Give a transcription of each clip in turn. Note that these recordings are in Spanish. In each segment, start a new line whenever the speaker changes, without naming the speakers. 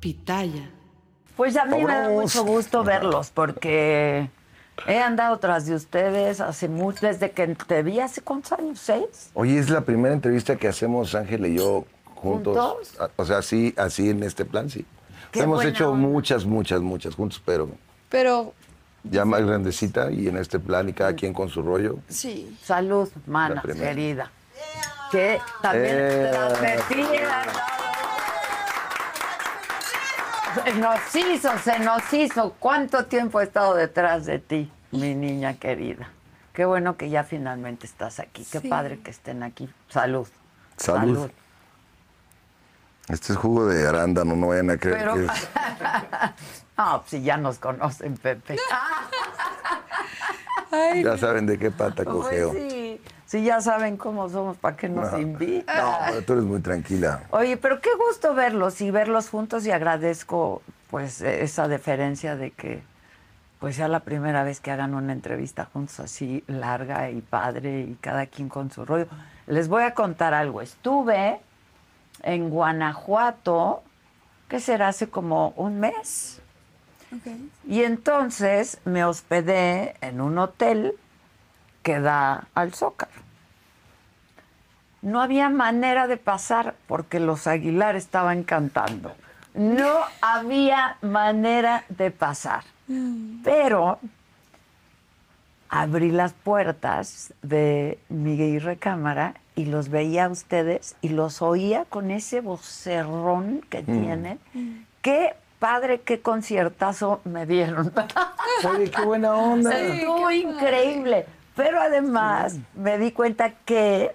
Pitaya.
Pues a mí me da mucho gusto verlos porque he andado tras de ustedes hace mucho, desde que te vi hace cuántos años, seis.
Oye, es la primera entrevista que hacemos Ángel y yo juntos.
¿Juntos?
A- O sea, sí, así en este plan, sí.
Qué
Hemos
buena
hecho
onda.
muchas, muchas, muchas juntos, pero
Pero
ya más grandecita y en este plan y cada quien con su rollo.
sí.
Salud, mana,
La primera.
querida. Que también
Eh.
las metidas. Se nos hizo, se nos hizo. ¿Cuánto tiempo he estado detrás de ti, mi niña querida? Qué bueno que ya finalmente estás aquí. Qué
Sí.
padre que estén aquí. Salud.
Salud. Este es jugo de arándano, no vayan a creer
Pero-
que es.
Ah, pues si ya nos conocen, Pepe.
Ay,
Ya saben de qué pata cogeo.
Pues sí. Si ya saben cómo somos, ¿para qué nos
No.
invitan?
No, pero tú eres muy tranquila.
Oye, pero qué gusto verlos y verlos juntos y agradezco pues eh, esa deferencia de que pues sea la primera vez que hagan una entrevista juntos así larga y padre y cada quien con su rollo. Les voy a contar algo. Estuve en Guanajuato, que será hace como un mes.
ok.
Y entonces me hospedé en un hotel que da al Zócalo. No había manera de pasar porque los Aguilar estaban cantando. No había manera de pasar. Pero abrí las puertas de mi recámara y los veía a ustedes y los oía con ese vocerrón que tienen. Qué padre, qué conciertazo me dieron.
Oye, qué buena onda.
Estuvo increíble. Pero además me di cuenta que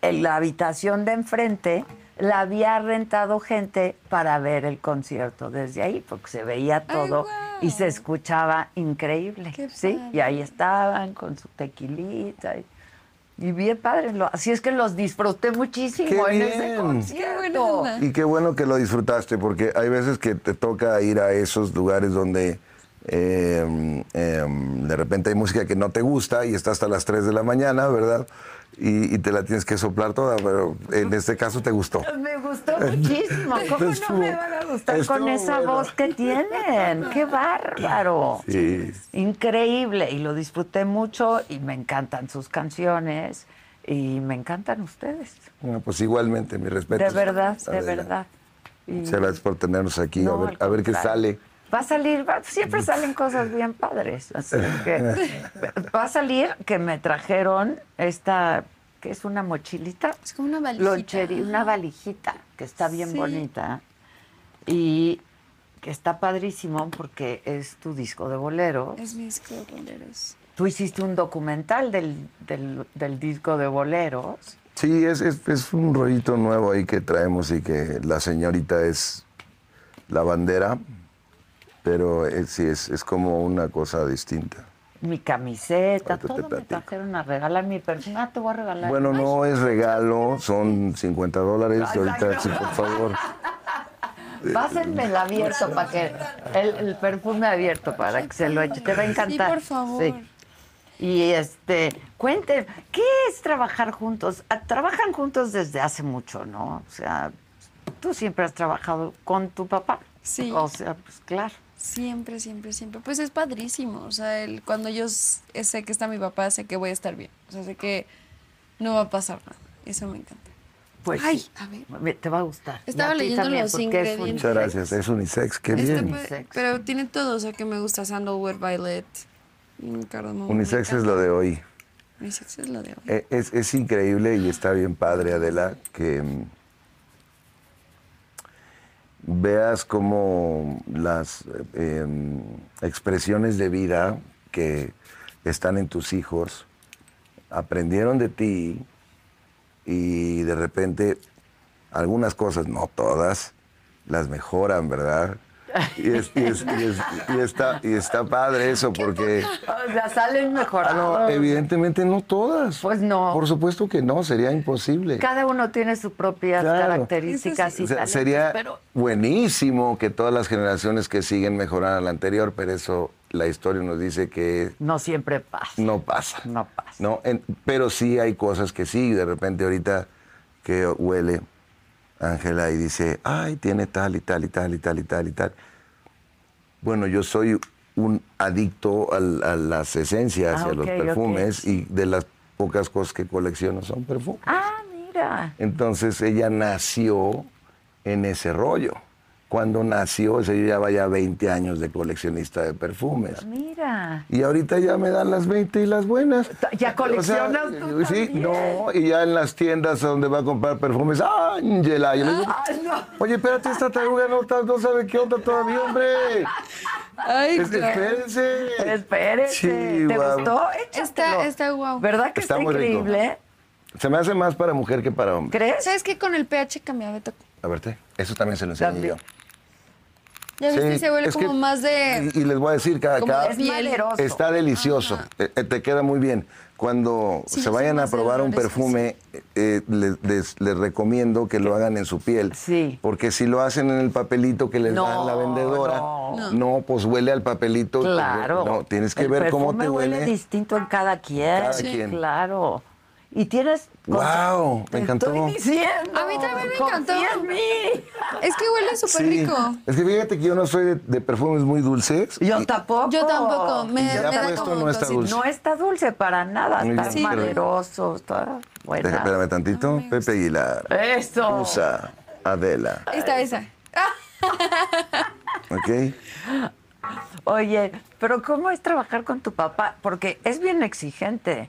en la habitación de enfrente la había rentado gente para ver el concierto desde ahí, porque se veía todo y se escuchaba increíble.
Qué
sí, y ahí estaban con su tequilita. Y, y bien padre. lo- así es que los disfruté muchísimo
Qué
en ese
bien.
concierto.
Qué buena onda.
Y qué bueno que lo disfrutaste, porque hay veces que te toca ir a esos lugares donde eh, eh, de repente hay música que no te gusta y está hasta las 3 de la mañana, ¿verdad? Y, y te la tienes que soplar toda, pero en este caso te gustó.
Me gustó muchísimo. ¿Cómo
Estuvo-
no me van a gustar
estuvo
con esa
bueno.
voz que tienen? ¡Qué bárbaro!
Sí.
Increíble. Y lo disfruté mucho y me encantan sus canciones y me encantan ustedes.
Bueno, pues igualmente, mi respeto.
de verdad, de verdad. Y-
Muchas gracias por tenernos aquí,
no,
a
al
ver, a ver qué
contrario.
sale.
Va a salir, va- siempre salen cosas bien padres. Así que va a salir que me trajeron esta, que es una mochilita.
Es como una valijita.
Loncheri- una valijita que está bien
Sí.
bonita y que está padrísimo porque es tu disco de bolero.
Es mis boleros.
Tú hiciste un documental del, del, del disco de boleros.
Sí, es, es- es un rollito nuevo ahí que traemos y que la señorita es la bandera, pero es- sí, es, es como una cosa distinta.
Mi camiseta,
Ahorita te
todo me
platico.
trajeron a regalar mi persona. te voy a regalar.
Bueno,
Ay,
no es regalo, son 50 dólares.
Ay, ay,
Ahorita,
no.
sí, por favor.
Este,
Pásenme el abierto para que. El, el perfume abierto para que se lo eche. Te va a encantar.
Sí, por favor.
Sí. Y este, cuente, ¿qué es trabajar juntos? Ah, Trabajan juntos desde hace mucho, ¿no? O sea, tú siempre has trabajado con tu papá.
Sí.
O sea, pues claro.
Siempre, siempre, siempre. Pues es padrísimo. O sea, el- cuando yo s- sé que está mi papá, sé que voy a estar bien. O sea, sé que no va a pasar nada. Eso me encanta.
Pues
Ay,
sí.
a ver.
Me- te va a gustar. Y
Estaba
a ti
leyendo
también,
los
porque es
ingredientes.
Muchas
unisex. pues,
gracias. Es unisex, qué
Este
bien.
puede-
Unisex.
pero tiene todo, o sea, que me gusta sandalwood, violet, mm, cardamomo.
Unisex
me
es lo de hoy.
encanta. Unisex es lo de hoy.
Eh, Es, es increíble y está bien padre, Adela, que mm, veas como las eh, em, expresiones de vida que están en tus hijos aprendieron de ti y de repente algunas cosas, no todas, las mejoran, ¿verdad? Y, es- y es- y es- y está, y está padre eso porque...
O sea, Oh, salen mejor.
Ah, no, evidentemente no todas.
Pues no.
Por supuesto que no, sería imposible.
Cada uno tiene sus propias
Claro.
características y
O sea,
talentos,
sería
pero
buenísimo que todas las generaciones que siguen mejoraran a la anterior, pero eso la historia nos dice que
no siempre pasa.
no pasa.
No pasa.
No, en- pero sí hay cosas que sí, de repente ahorita que huele Ángela y dice, ay, tiene tal y tal y tal y tal y tal y tal. Bueno, yo soy un adicto al- a, las esencias
Ah,
y a los
ok, ok.
perfumes y de las pocas cosas que colecciono son perfumes.
Ah, mira.
Entonces ella nació en ese rollo. Cuando nació, o sea, yo llevaba ya 20 años de coleccionista de perfumes.
Mira.
Y ahorita ya me dan las 20 y las buenas.
Ya coleccionas
O sea, eh, pues
tú
Sí,
también.
no, y ya en las tiendas donde va a comprar perfumes, Ángela. Yo le digo,
Ah,
oye, espérate, esta taruga no, está- no sabe qué onda todavía, hombre.
Ay,
Es-
claro.
espérense.
Espérate. ¿Te
Chihuahua.
gustó? eh? Échatelo.
Está- está guau.
¿Verdad que
Está
está,
muy rico.
increíble?
Se me hace más para mujer que para hombre.
¿Crees?
¿Sabes qué? Con el pH cambiaba de toque.
A verte, eso también se lo enseñé
También.
yo.
Ya viste,
Sí,
se vuelve
es que-
como más de...
Y, y les voy a decir, cada,
Como
cada-
Es maderoso.
Está delicioso, Eh, eh, te queda muy bien. Cuando
Sí,
se
yo
vayan
soy
a
más de
probar un
olores así.
perfume, eh, eh, le- les, les recomiendo que lo hagan en su piel.
Sí.
Porque si lo hacen en el papelito que les
No,
da la vendedora,
no.
no. pues huele al papelito.
Claro.
No, tienes que
El
ver cómo
perfume
te huele.
distinto en cada quien.
Cada Sí. quien.
Claro. Y tienes.
Guau, me
Te
encantó.
Estoy diciendo.
A mí también me
Confía
encantó.
en mí.
Es que huele súper
Sí.
rico.
Es que fíjate que yo no soy de, de perfumes muy dulces.
Yo
y-
tampoco.
Yo tampoco. Me,
Oh, Ya
me da
puesto
como
no está
cosita.
dulce.
No está dulce para nada.
Muy
Está
bien, pero-
maderoso. Está
Deja,
buena.
espérame tantito. Pepe Aguilar.
Eso.
Usa Adela.
Esta, esa. Ah,
¿Ok?
Oye, pero ¿cómo es trabajar con tu papá? Porque es bien exigente.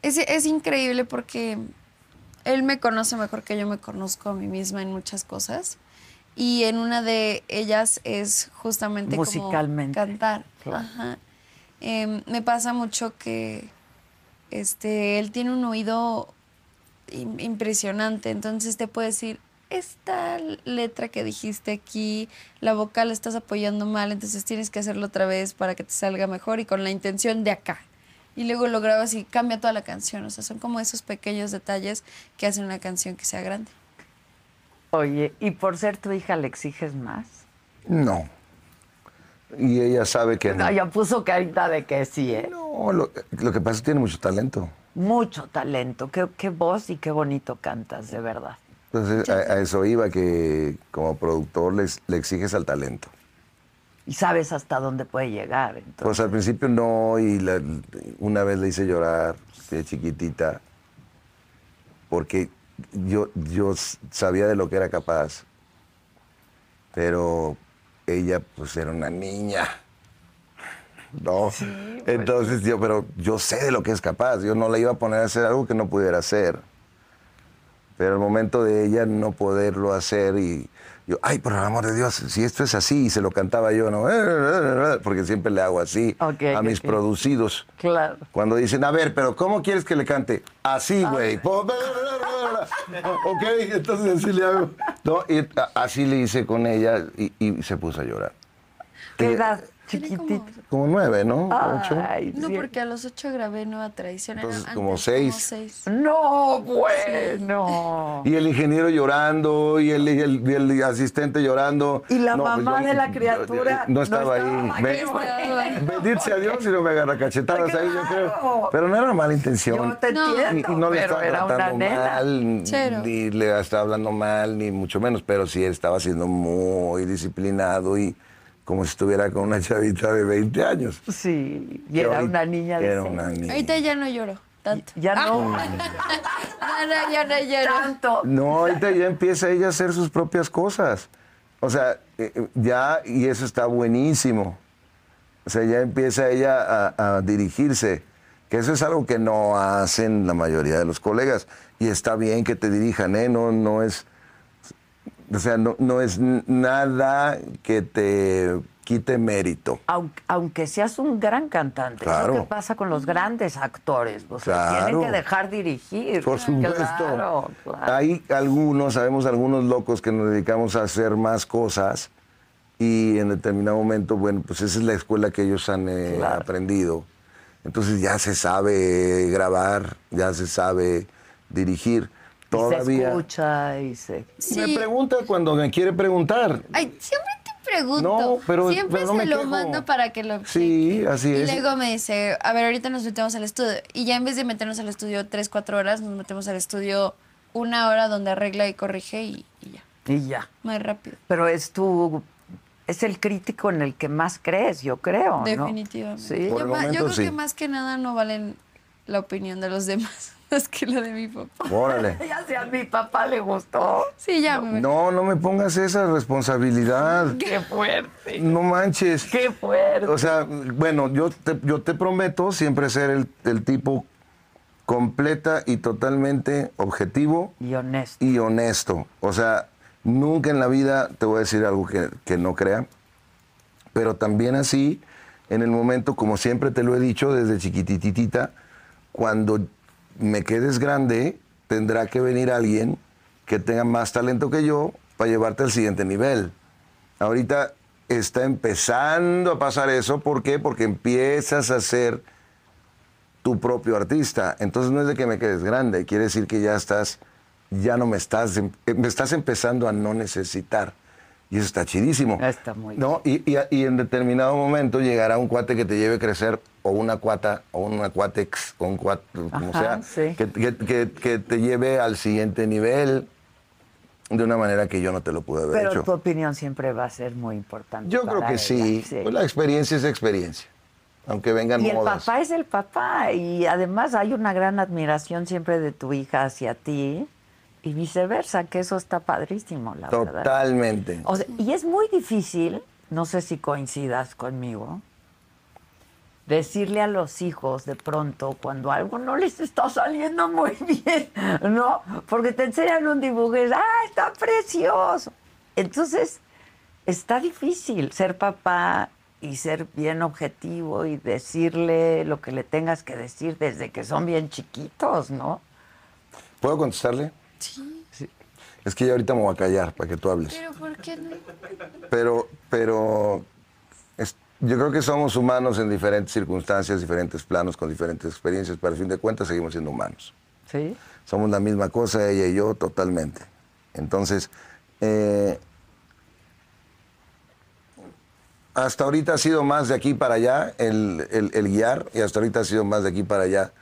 Es, es increíble porque él me conoce mejor que yo me conozco a mí misma en muchas cosas. Y en una de ellas es justamente como
Musicalmente,
cantar.
claro.
Ajá. Em, me pasa mucho que este, él tiene un oído im- impresionante. Entonces te puede decir, esta letra que dijiste aquí, la vocal la estás apoyando mal, entonces tienes que hacerlo otra vez para que te salga mejor y con la intención de acá. Y luego lo grabas y cambia toda la canción. O sea, son como esos pequeños detalles que hacen una canción que sea grande.
Oye, ¿y por ser tu hija le exiges más?
No. Y ella sabe que no.
No, ya puso carita de que sí, ¿eh?
No, lo, lo que pasa es que tiene mucho talento.
Mucho talento. Qué, qué voz y qué bonito cantas, de verdad.
Entonces, a, a eso iba, que como productor le, ex- le exiges al talento.
Y sabes hasta dónde puede llegar. Entonces.
Pues al principio no, y la- una vez le hice llorar de chiquitita, porque yo, yo s- sabía de lo que era capaz, pero ella pues era una niña. No.
pues.
Entonces yo, pero yo sé de lo que es capaz. Yo no la iba a poner a hacer algo que no pudiera hacer. Pero el momento de ella no poderlo hacer y yo, ay, por el amor de Dios, si esto es así, y se lo cantaba yo, ¿no? Porque siempre le hago así
Ok,
a
ok,
mis
ok.
producidos.
Claro.
Cuando dicen, a ver, pero ¿cómo quieres que le cante? Así,
Ah.
güey. Po- bla, bla, bla, bla. ok, entonces así le hago. No, y a- así le hice con ella y, y se puso a llorar.
¿Qué edad?
Tiene como-
Chiquitita.
Como nueve, ¿no?
Ah,
Ocho.
Ay,
No,
sí.
porque a los ocho grabé Nueva Traición. era
Entonces,
antes,
como seis.
No, bueno.
Y el ingeniero llorando, y el, y el- y el asistente llorando.
Y la
No, pues
mamá
yo-
de la
yo- eh,
criatura.
No estaba ahí.
qué
Be-
bueno.
Bendito sea Dios si no me agarra cachetadas ahí, yo
Claro.
creo. Pero no era mala intención.
Yo te
No.
Ni-
entiendo,
no le
pero
estaba
era una
tratando
nena.
mal,
Cero.
ni le estaba hablando mal, ni mucho menos, pero sí estaba siendo muy disciplinado y como si estuviera con una chavita de 20 años.
Sí, y
Que
era
hoy-
una niña de
Era
seis.
una Ah, niña.
Ahorita ya no lloro tanto.
Ya no
No, no, ya no lloro.
tanto.
No, ahorita ya empieza ella a hacer sus propias cosas. O sea, eh, eh, ya, y eso está buenísimo. O sea, ya empieza ella a, a dirigirse, que eso es algo que no hacen la mayoría de los colegas. Y está bien que te dirijan, ¿eh? No, no es, o sea, no, no es n- nada que te quite mérito.
Aunque, aunque seas un gran cantante, es lo
Claro.
que pasa con los grandes actores. O sea, tienen
Claro.
que dejar dirigir.
Por supuesto.
Ah, Claro, claro.
Hay algunos, sabemos algunos locos que nos dedicamos a hacer más cosas y en determinado momento, bueno, pues esa es la escuela que ellos han eh,
Claro.
aprendido. Entonces ya se sabe grabar, ya se sabe dirigir.
Y se
Todavía.
escucha y se.
Me
Sí.
pregunta cuando me quiere preguntar.
Ay, siempre te pregunto.
No, pero-
siempre
pero no
se
me
lo
quejo.
mando para que lo
Sí, así
Y
es.
luego me dice, a ver, ahorita nos metemos al estudio. Y ya en vez de meternos al estudio tres, cuatro horas, nos metemos al estudio una hora donde arregla y corrige y, y ya.
Y ya.
Más rápido.
Pero es tu. Es el crítico en el que más crees, yo creo. ¿no?
Definitivamente.
Sí.
Por el
Yo, ma- yo
momento,
creo que
sí.
más que nada no valen la opinión de los demás, más que la de mi papá.
Órale.
Ya si a mi papá le gustó.
Sí, ya me
No, no me pongas esa responsabilidad.
Qué fuerte.
No manches.
Qué fuerte.
O sea, bueno, yo te, yo te prometo siempre ser el, el tipo completa y totalmente objetivo
y honesto.
y honesto. O sea, nunca en la vida te voy a decir algo que, que no crea, pero también así, en el momento, como siempre te lo he dicho desde chiquititita, cuando me quedes grande, tendrá que venir alguien que tenga más talento que yo para llevarte al siguiente nivel. Ahorita está empezando a pasar eso, ¿por qué? Porque empiezas a ser tu propio artista. Entonces no es de que me quedes grande, quiere decir que ya estás, ya no me estás, em- me estás empezando a no necesitar. Y eso está chidísimo.
Ah, Está muy
¿no? Y, y- y en determinado momento llegará un cuate que te lleve a crecer, o una cuata, o una cuatex, o un cuat, como
Ajá,
sea,
sí.
que, que- que- que te lleve al siguiente nivel de una manera que yo no te lo pude haber
Pero
hecho.
tu opinión siempre va a ser muy importante.
Yo creo
para
que
ella,
sí. Pues la experiencia es experiencia. Aunque vengan
Y el
modas.
papá es el papá. Y además hay una gran admiración siempre de tu hija hacia ti y viceversa, que eso está padrísimo, la verdad.
Totalmente.
O sea, y es muy difícil, no sé si coincidas conmigo, decirle a los hijos de pronto cuando algo no les está saliendo muy bien, ¿no? Porque te enseñan un dibujo y es, ¡ah, está precioso! Entonces, está difícil ser papá y ser bien objetivo y decirle lo que le tengas que decir desde que son bien chiquitos, ¿no?
¿Puedo contestarle? Sí. Es que ya ahorita me voy a callar para que tú hables.
Pero ¿por qué no?
Pero, pero es- yo creo que somos humanos en diferentes circunstancias, diferentes planos, con diferentes experiencias, pero al fin de cuentas seguimos siendo humanos.
Sí.
Somos la misma cosa, ella y yo, totalmente. Entonces, eh, hasta ahorita ha sido más de aquí para allá el, el- el guiar y hasta ahorita ha sido más de aquí para allá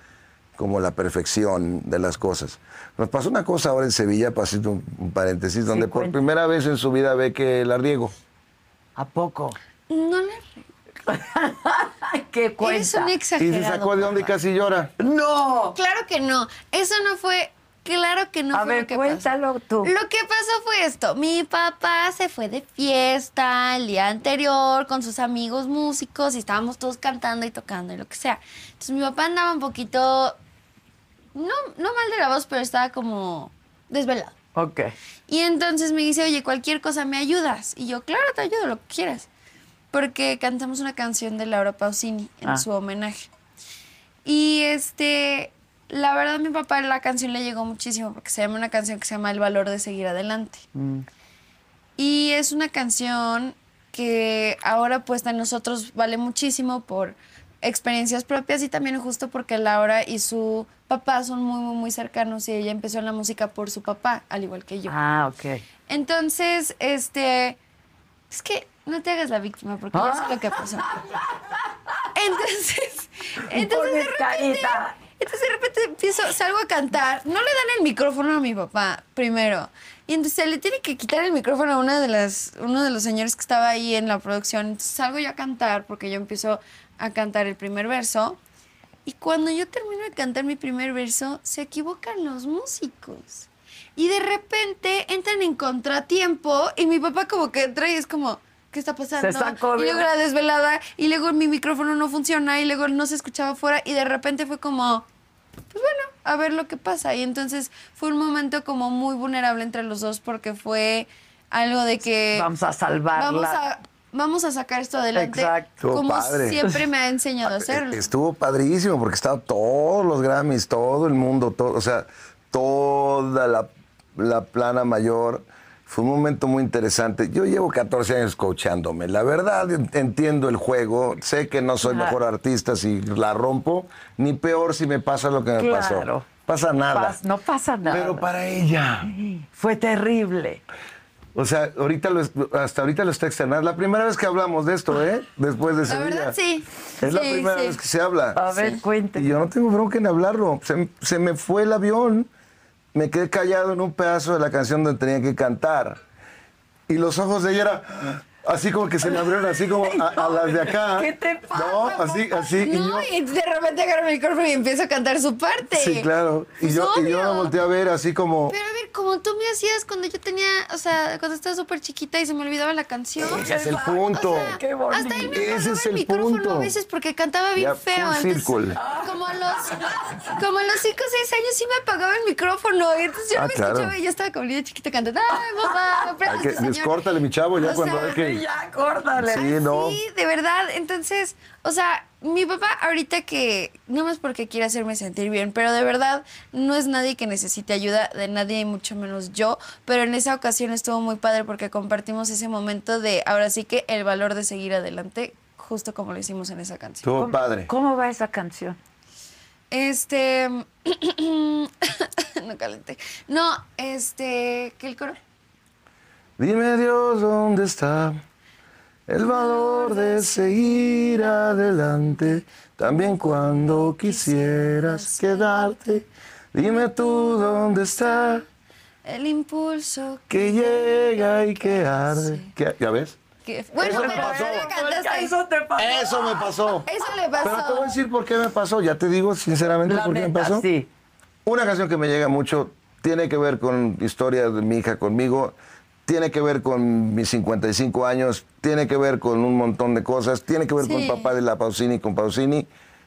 como la perfección de las cosas. Nos pasó una cosa ahora en Sevilla, pasito un, un paréntesis, donde por
cuenta.
primera vez en su vida ve que la riego.
¿A poco?
No le
Ay, ¿Qué cuenta?
Eres un
Y
exagerado.
se sacó de onda y casi llora.
¡No!
Claro que no. Eso no fue Claro que no
a
fue
ver,
lo que pasó.
cuéntalo tú.
Lo que pasó fue esto. Mi papá se fue de fiesta el día anterior con sus amigos músicos y estábamos todos cantando y tocando y lo que sea. Entonces mi papá andaba un poquito, no, no mal de la voz, pero estaba como desvelado.
Ok.
Y entonces me dice, oye, cualquier cosa me ayudas. Y yo, claro, te ayudo, lo que quieras. Porque cantamos una canción de Laura Pausini en
Ah.
su homenaje. Y este, la verdad, mi papá la canción le llegó muchísimo porque se llama una canción que se llama El valor de seguir adelante. Y es una canción que ahora puesta en nosotros vale muchísimo por experiencias propias y también justo porque Laura y su papá son muy, muy, muy cercanos y ella empezó en la música por su papá, al igual que yo. Eh,
Ah, ok.
Entonces, este. Es que no te hagas la víctima, porque ya sé lo que pasó. Entonces. Entonces de
pones
repente.
carita.
Entonces de repente empiezo, salgo a cantar. No le dan el micrófono a mi papá primero. Y entonces le tiene que quitar el micrófono a una de las, uno de los señores que estaba ahí en la producción. Entonces salgo yo a cantar, porque yo empiezo a cantar el primer verso. Y cuando yo termino de cantar mi primer verso, se equivocan los músicos. Y de repente entran en contratiempo y mi papá como que entra y es como, ¿qué está pasando?
Se sacó
y luego
bien.
la desvelada y luego mi micrófono no funciona y luego no se escuchaba afuera y de repente fue como, pues bueno, a ver lo que pasa. Y entonces fue un momento como muy vulnerable entre los dos porque fue algo de que
Vamos a salvarla.
vamos a, vamos a sacar esto adelante
Exacto.
como
Padre.
siempre me ha enseñado a
Eh,
hacerlo.
Estuvo padrísimo porque estaban todos los Grammys, todo el mundo, todo, o sea, toda la, la plana mayor. Fue un momento muy interesante. Yo llevo 14 años coachándome. La verdad, en- entiendo el juego. Sé que no soy
Claro.
mejor artista si la rompo, ni peor si me pasa lo que me
Claro.
pasó. Pasa nada.
Paz, no pasa nada.
Pero para ella.
Fue terrible.
O sea, ahorita lo es- hasta ahorita lo está externando. La primera vez que hablamos de esto, ¿eh? Después de ese
La
día.
verdad, sí.
Es la
Sí,
primera
sí.
vez que se habla.
A ver, cuente.
Y yo no tengo bronca en hablarlo. Se, se me fue el avión. Me quedé callado en un pedazo de la canción donde tenía que cantar. Y los ojos de ella era así como que se me abrieron, así como a, a las de acá.
¿Qué te pasa,
No, así, así. y yo-
No, y de repente agarro el micrófono y empiezo a cantar su parte.
sí, claro. Y
Pues
yo, y yo la
obvio.
volteé a ver así como.
Pero a ver, como tú me hacías cuando yo tenía, o sea, cuando estaba súper chiquita y se me olvidaba la canción.
Ese es el
O sea,
punto.
Qué bonito.
Hasta él me
Ese
apagaba
es
el,
el
micrófono
punto.
a veces porque cantaba bien
Ya, full
feo. Entonces,
circle.
como a los, como a los 5 o 6 años sí me apagaba el micrófono. Y entonces yo
Ah,
no me
claro.
escuchaba y yo estaba como niña chiquita cantando. ¡Ay, mamá!
Hay que,
préstame, señor".
descórtale, mi chavo, ya
O
cuando
sea,
ve que.
Ya, acórdale.
Sí, no.
Sí, de verdad. Entonces, o sea, mi papá ahorita que, no más porque quiere hacerme sentir bien, pero de verdad no es nadie que necesite ayuda de nadie y mucho menos yo. Pero en esa ocasión estuvo muy padre porque compartimos ese momento de, ahora sí que el valor de seguir adelante, justo como lo hicimos en esa canción.
Estuvo padre.
¿Cómo va esa canción?
Este, no calenté. No, este, ¿qué el coro?
Dime Dios dónde está el valor de seguir adelante, también cuando quisieras quedarte. Dime tú dónde está
El impulso
que llega y que arde. ¿Qué- ¿Ya ves?
que... Bueno,
Eso le
pero
pasó.
la cantaste.
Eso te pasó.
Eso me pasó.
Eso le
Pero te voy a
pasó.
decir por qué me pasó. Ya te digo sinceramente
La
por qué me
neta,
pasó.
Sí.
Una canción que me llega mucho tiene que ver con historias de mi hija conmigo, tiene que ver con mis 55 años, tiene que ver con un montón de cosas, tiene que ver con
Sí.
papá de la Pausini, con Pausini,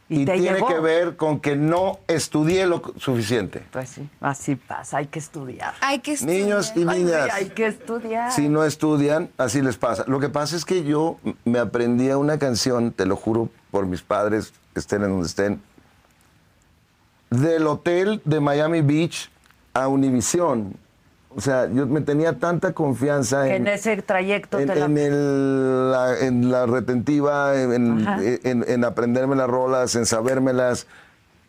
Y
y,
te
tiene
llegó.
que ver con que no estudié lo suficiente.
Pues sí, así pasa. Hay que estudiar.
Ah,
Hay que estudiar.
Niños y
Ay, sí,
niñas,
hay que estudiar.
si no estudian, así les pasa. Lo que pasa es que yo me aprendí a una canción, te lo juro, por mis padres, estén en donde estén, del hotel de Miami Beach a Univision. O sea, yo me tenía tanta confianza
Que
en,
en ese trayecto
en,
te la...
en el- la, en la retentiva, en, eh,
Ajá.
en- en aprenderme las rolas, en sabérmelas,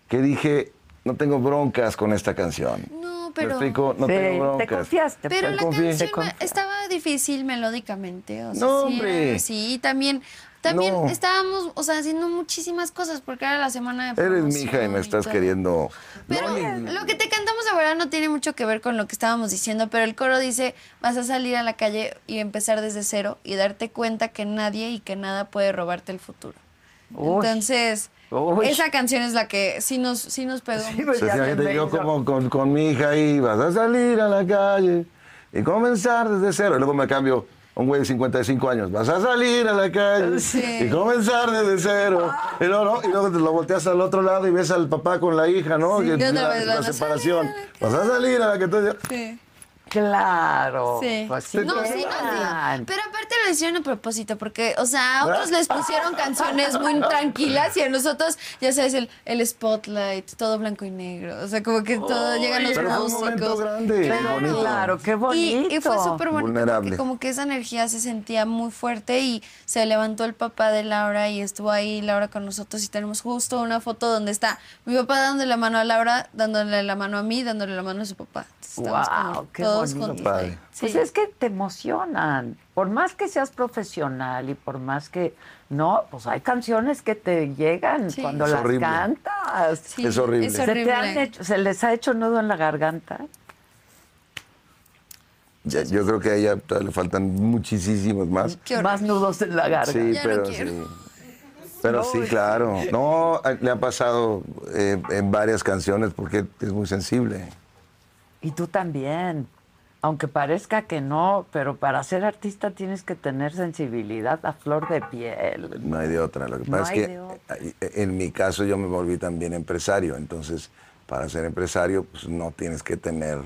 que dije, no tengo broncas con esta canción.
No,
¿Me
pero.
explico? No
Sí,
tengo
te
broncas.
confiaste.
Pero
pues.
la
confía.
canción
Te confía.
estaba difícil melódicamente. O sea,
No,
sí, era-
hombre.
sí, y también. También
No.
estábamos, o sea, haciendo muchísimas cosas porque era la semana de
Eres mi
promoción
hija y me estás
todo.
queriendo.
Pero
No, ni-
lo que te cantamos ahora no tiene mucho que ver con lo que estábamos diciendo, pero el coro dice, vas a salir a la calle y empezar desde cero y darte cuenta que nadie y que nada puede robarte el futuro.
Uy.
Entonces,
Uy.
esa canción es la que sí nos, sí nos pegó.
Sí, pues
Sí,
ya
fíjate,
me
yo
hizo-
como con, con mi hija y vas a salir a la calle y comenzar desde cero. Y luego me cambio a un güey de 55 años. Vas a salir a la calle
Sí. Ah.
y comenzar desde cero. Y luego, ¿no? y luego te lo volteas al otro lado y ves al papá con la hija, ¿no?
Sí.
Que
Y otra
la,
vez,
la
vas a
separación.
salir a
Vas a salir a la que tú...
Sí.
Claro.
Sí.
Pues sí,
no, sí, no, sí.
eran.
Pero aparte lo hicieron a propósito, porque, o sea, a otros les pusieron canciones muy tranquilas y a nosotros, ya sabes, el, el spotlight, todo blanco y negro. O sea, como que todo llegan los
Pero fue un momento
músicos.
grande.
Pero
bonito.
claro, qué bonito.
Y, y fue súper bonito.
Vulnerable.
porque Como que esa energía se sentía muy fuerte y se levantó el papá de Laura y estuvo ahí Laura con nosotros y tenemos justo una foto donde está mi papá dándole la mano a Laura, dándole la mano a mí, dándole la mano a su papá. Entonces, estamos
Guau,
como
qué
todos
bonito.
juntos ahí.
Padre.
Sí.
Pues es que te emocionan. Por más que seas profesional y por más que. No, pues hay canciones que te llegan
Sí.
cuando
Es
las
horrible.
cantas.
Sí,
Es horrible.
es
Se
¿Se, te han
horrible.
hecho- ¿Se les ha hecho nudo en la garganta?
Ya- yo creo que a ella todavía le faltan muchísimos más.
Qué horrible.
Más nudos en la garganta.
Sí,
Ya no
pero
quiero.
sí. Pero sí, claro. No, a- le ha pasado eh, en varias canciones porque es muy sensible.
Y tú también. Aunque parezca que no, pero para ser artista tienes que tener sensibilidad a flor de piel.
No hay de otra. Lo que
No
pasa
hay
es
de
que
otra.
eh, en mi caso yo me volví también empresario. Entonces, para ser empresario, pues no tienes que tener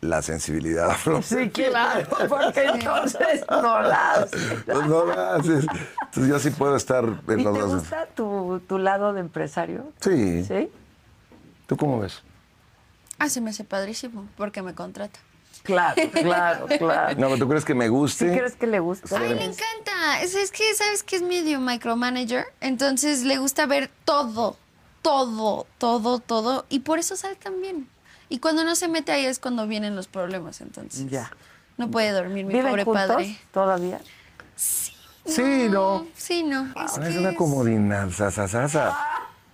la sensibilidad. ¿no?
Sí, claro, porque entonces no las.
Pues no la haces. Entonces yo sí puedo estar
¿Y
en los
te
dos.
gusta tu, tu lado de empresario?
Sí.
¿Sí?
¿Tú cómo ves?
Ah, se me hace padrísimo porque me contrata.
Claro, claro, claro.
No, pero ¿tú crees que me
¿Sí
guste?
crees que le gusta?
Ay, me encanta. Es, es que, ¿sabes que es medio micromanager? Entonces le gusta ver todo, todo, todo, todo. Y por eso sale tan bien. Y cuando no se mete ahí es cuando vienen los problemas, entonces.
Ya.
No puede dormir mi
¿Viven
pobre
juntos
padre.
todavía?
Sí,
Mm.
no.
Sí, no. Es,
Ahora es
que
una
es-
comodina, sa, sa, sa, sa.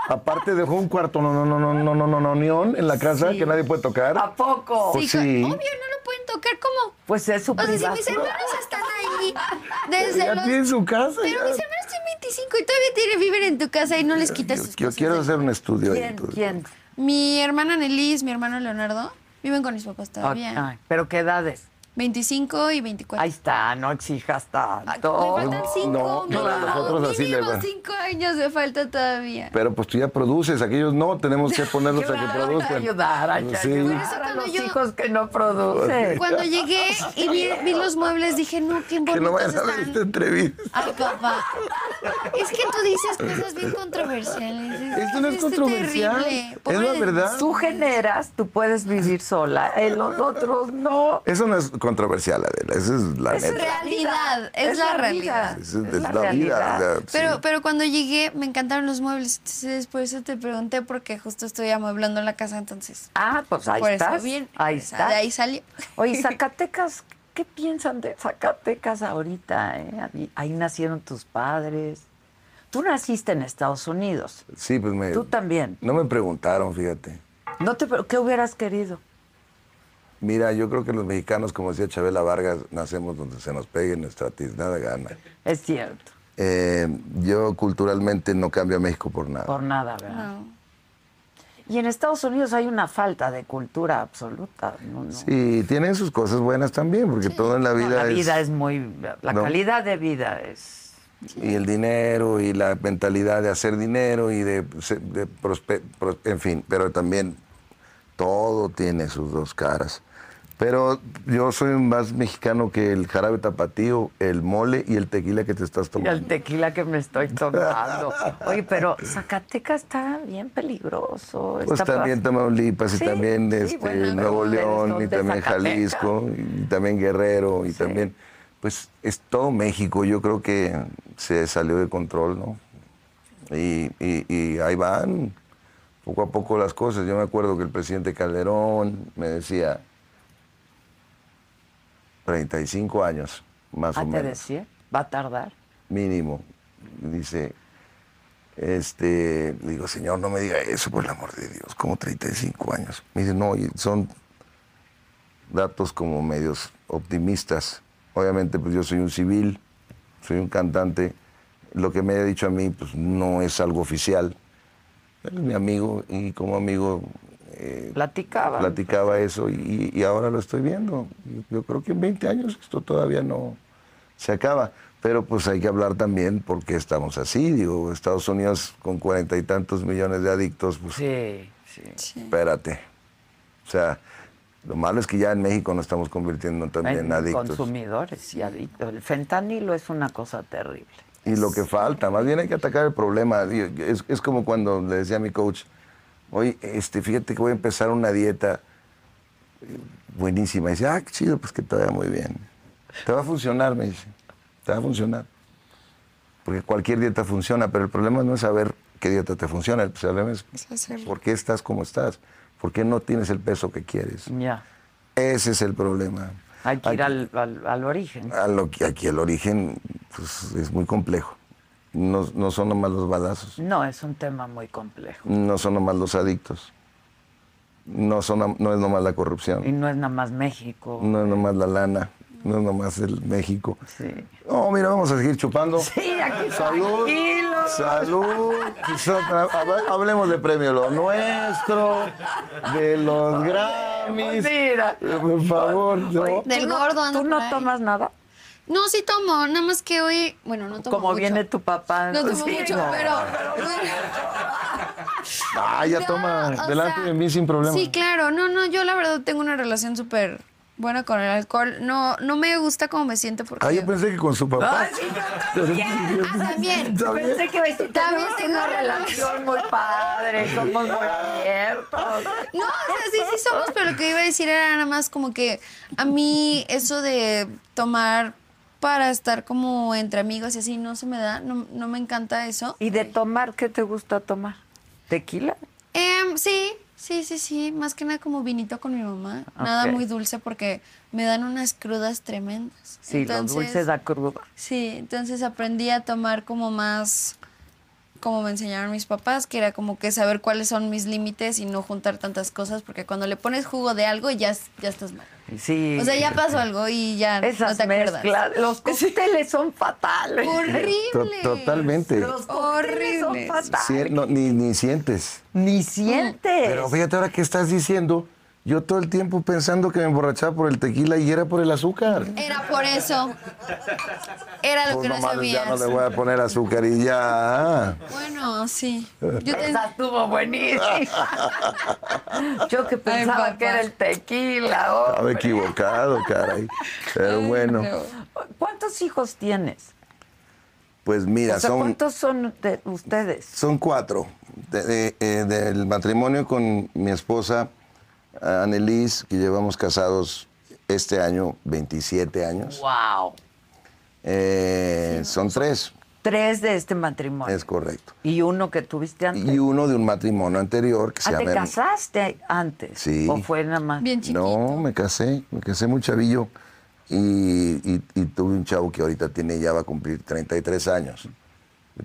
Aparte dejó un cuarto no no no no no no no no nión en la casa que nadie puede tocar.
¿A poco?
Pues
Sí, co-
sí.
Obvio, no lo pueden tocar. ¿Cómo?
Pues es su
O sea, si mis
privacidad.
hermanos están ahí desde
Ya
los...
tiene su casa.
Pero
ya.
mis hermanos tienen 25 y todavía tienen, viven en tu casa y no les quitas
Yo,
sus
yo
cosas
quiero
de-
hacer un estudio. ahí,
¿Quién?
entonces.
¿Quién?
Mi hermana Annelies, mi hermano Leonardo, viven con mis papás todavía.
Ay, pero qué edades.
25 y 24.
Ahí está, no exijas
Ay, me
tanto.
faltan cinco,
no,
mínimo,
a nosotros así le
mínimo
va.
cinco años me falta todavía.
Pero pues tú ya produces, aquellos no, tenemos que ponerlos a que
Claro, hay que
produzcan.
ayudar, hay que
Sí.
ayudar
Por eso
a
cuando
los
yo-
hijos que no producen.
Cuando llegué y vi, vi los muebles, dije, no, qué
Que
bonitos
no vayan a ver este esta
están. Ah.
entrevista.
Ay, papá. Es que tú dices cosas bien controversiales.
Esto no es
este
controversial,
terrible.
es
Pobre
la
de-
verdad.
Tú generas, tú puedes vivir sola, eh, los otros no.
Eso no es controversial, Adela, eso es la
Esa la
neta.
Realidad, es la realidad.
Eso Es, es la vida. o sea, sí.
Pero, pero cuando llegué me encantaron los muebles, entonces por eso te pregunté porque justo estoy amueblando la casa, entonces
Ah, pues ahí
por
estás.
eso bien,
ahí
o sea, de
está.
ahí salió.
Oye, Zacatecas, ¿qué piensan de Zacatecas ahorita? eh? Ahí- Ahí nacieron tus padres. Tú naciste en Estados Unidos.
Sí, pues me.
Tú también.
No me preguntaron, fíjate.
No te, pre- ¿Qué hubieras querido?
Mira, yo creo que los mexicanos, como decía Chabela Vargas, nacemos donde se nos pegue nuestra tiznada gana.
Es cierto,
Eh, yo culturalmente no cambio a México por nada.
por nada, ¿verdad?
No.
Y en Estados Unidos hay una falta de cultura absoluta. No, no.
Sí, tienen sus cosas buenas también, porque todo en la
No,
vida,
la vida es,
es,
muy. La
No.
calidad de vida es.
Y el dinero, y la mentalidad de hacer dinero, y de, se- de prospe- pro- en fin, pero también todo tiene sus dos caras. Pero yo soy más mexicano que el jarabe tapatío, el mole y el tequila que te estás
Mira el
tomando.
tequila que me estoy tomando. Oye, pero Zacatecas está bien peligroso.
Pues
está pa-
también Tamaulipas y
Sí,
también
sí,
este,
bueno,
Nuevo
ustedes
León
son
y
de
también
Zacatecas.
Jalisco y también Guerrero y también, pues es todo México, yo creo que se salió de control, ¿no? Y, y- y ahí van poco a poco las cosas. Yo me acuerdo que el presidente Calderón me decía 35 años, más
Ah,
o
te
menos
decía, va a tardar.
mínimo. Dice, este, le digo, señor, no me diga eso, por el amor de Dios, como 35 años. Me dice, no, y son datos como medios optimistas. Obviamente, pues yo soy un civil, soy un cantante, Lo que me haya dicho a mí pues, no es algo oficial. Él es mi amigo y como amigo eh,
Platicaba.
platicaba eso y, y ahora lo estoy viendo. Yo, yo creo que en 20 años esto todavía no se acaba. Pero pues hay que hablar también por qué estamos así. Digo, Estados Unidos con cuarenta y tantos millones de adictos, pues
Sí, sí.
espérate. O sea, lo malo es que ya en México nos estamos convirtiendo también en
En
adictos.
consumidores y adictos. El fentanilo es una cosa terrible.
Y lo que falta, más bien hay que atacar el problema. Digo, Es, es como cuando le decía a mi coach, hoy, este, fíjate que voy a empezar una dieta eh, buenísima. Y dice, ah, qué chido, pues que te vaya muy bien. Te va a funcionar, me dice. Te va a funcionar. Porque cualquier dieta funciona, pero el problema no es saber qué dieta te funciona, el problema es
Es hacerlo.
por qué estás como estás, por qué no tienes el peso que quieres.
Ya.
Ese es el problema.
Hay que
Hay
ir al, al- al origen.
a lo que aquí el origen pues, es muy complejo. No, no son nomás los balazos,
No, es un tema muy complejo.
no son nomás los adictos, no, son, no es nomás la
Y
corrupción,
no es nada más México.
no es nomás la lana, no es nomás el México.
Sí.
Oh, mira, vamos a seguir chupando.
Sí, aquí
Salud.
tranquilos.
Salud. Hablemos de premio lo nuestro, de los Grammys.
Mira.
Por favor, ¿no?
Del
¿Tú no-
gordo anda
¿Tú no
por ahí.
tomas nada?
No, sí tomo, nada más que hoy, bueno, no tomo
Como
mucho.
viene tu papá.
No tomo
Sí,
mucho,
no.
pero...
Ah, ya toma,
No, o
delante
sea,
de mí sin problema.
Sí, claro. No, no, yo la verdad tengo una relación súper buena con el alcohol. No, no me gusta cómo me siento porque...
Ah, yo pensé que con su papá.
Ah, también.
Está bien.
Pensé que iba a decir,
También
tenemos
tengo
una
relación.
relación muy padre, somos muy abiertos.
No, o sea, sí, sí somos, pero lo que iba a decir era nada más como que a mí eso de tomar para estar como entre amigos y así no se me da, no, no me encanta eso.
¿Y de tomar qué te gusta tomar? ¿Tequila?
Em, sí, sí, sí, sí, más que nada como vinito con mi mamá. Nada
Ok.
muy dulce porque me dan unas crudas tremendas.
Sí, los
Entonces-
dulces da crudo.
Sí, entonces aprendí a tomar como más, como me enseñaron mis papás, que era como que saber cuáles son mis límites y no juntar tantas cosas, porque cuando le pones jugo de algo ya, es- ya estás mal.
Sí.
O sea, ya pasó algo y ya no
Esas
te acuerdas.
mezclas, los cócteles son fatales.
To-
Horrible.
Totalmente.
Los cócteles son
Horribles.
fatales.
Sí, no, ni, ni sientes.
Ni sientes.
Pero fíjate ahora que estás diciendo, yo todo el tiempo pensando que me emborrachaba por el tequila y era por el azúcar.
Era por eso. Era lo
Pues
que no
nomás ya
sabías.
no le voy a poner azúcar y ya.
Bueno, sí. Yo te-
Esa Ah, estuvo buenísima. Yo que pensaba
papá.
que era el tequila. oh.
Estaba equivocado, caray. Pero bueno,
no.
oh. ¿Cuántos hijos tienes?
pues mira,
O sea,
son,
¿cuántos son de ustedes?
son cuatro. De- de- eh, del matrimonio con mi esposa, Annelise, que llevamos casados este año 27 años.
Wow.
Eh, son tres,
Tres de este matrimonio.
es correcto.
Y uno que tuviste antes.
Y uno de un matrimonio anterior que
Ah,
se
¿Te
llama.
casaste antes?
Sí.
¿O fue nada más?
Bien chiquito.
No, me casé, me casé muy chavillo y, y- y tuve un chavo que ahorita tiene, ya va a cumplir 33 años. Yo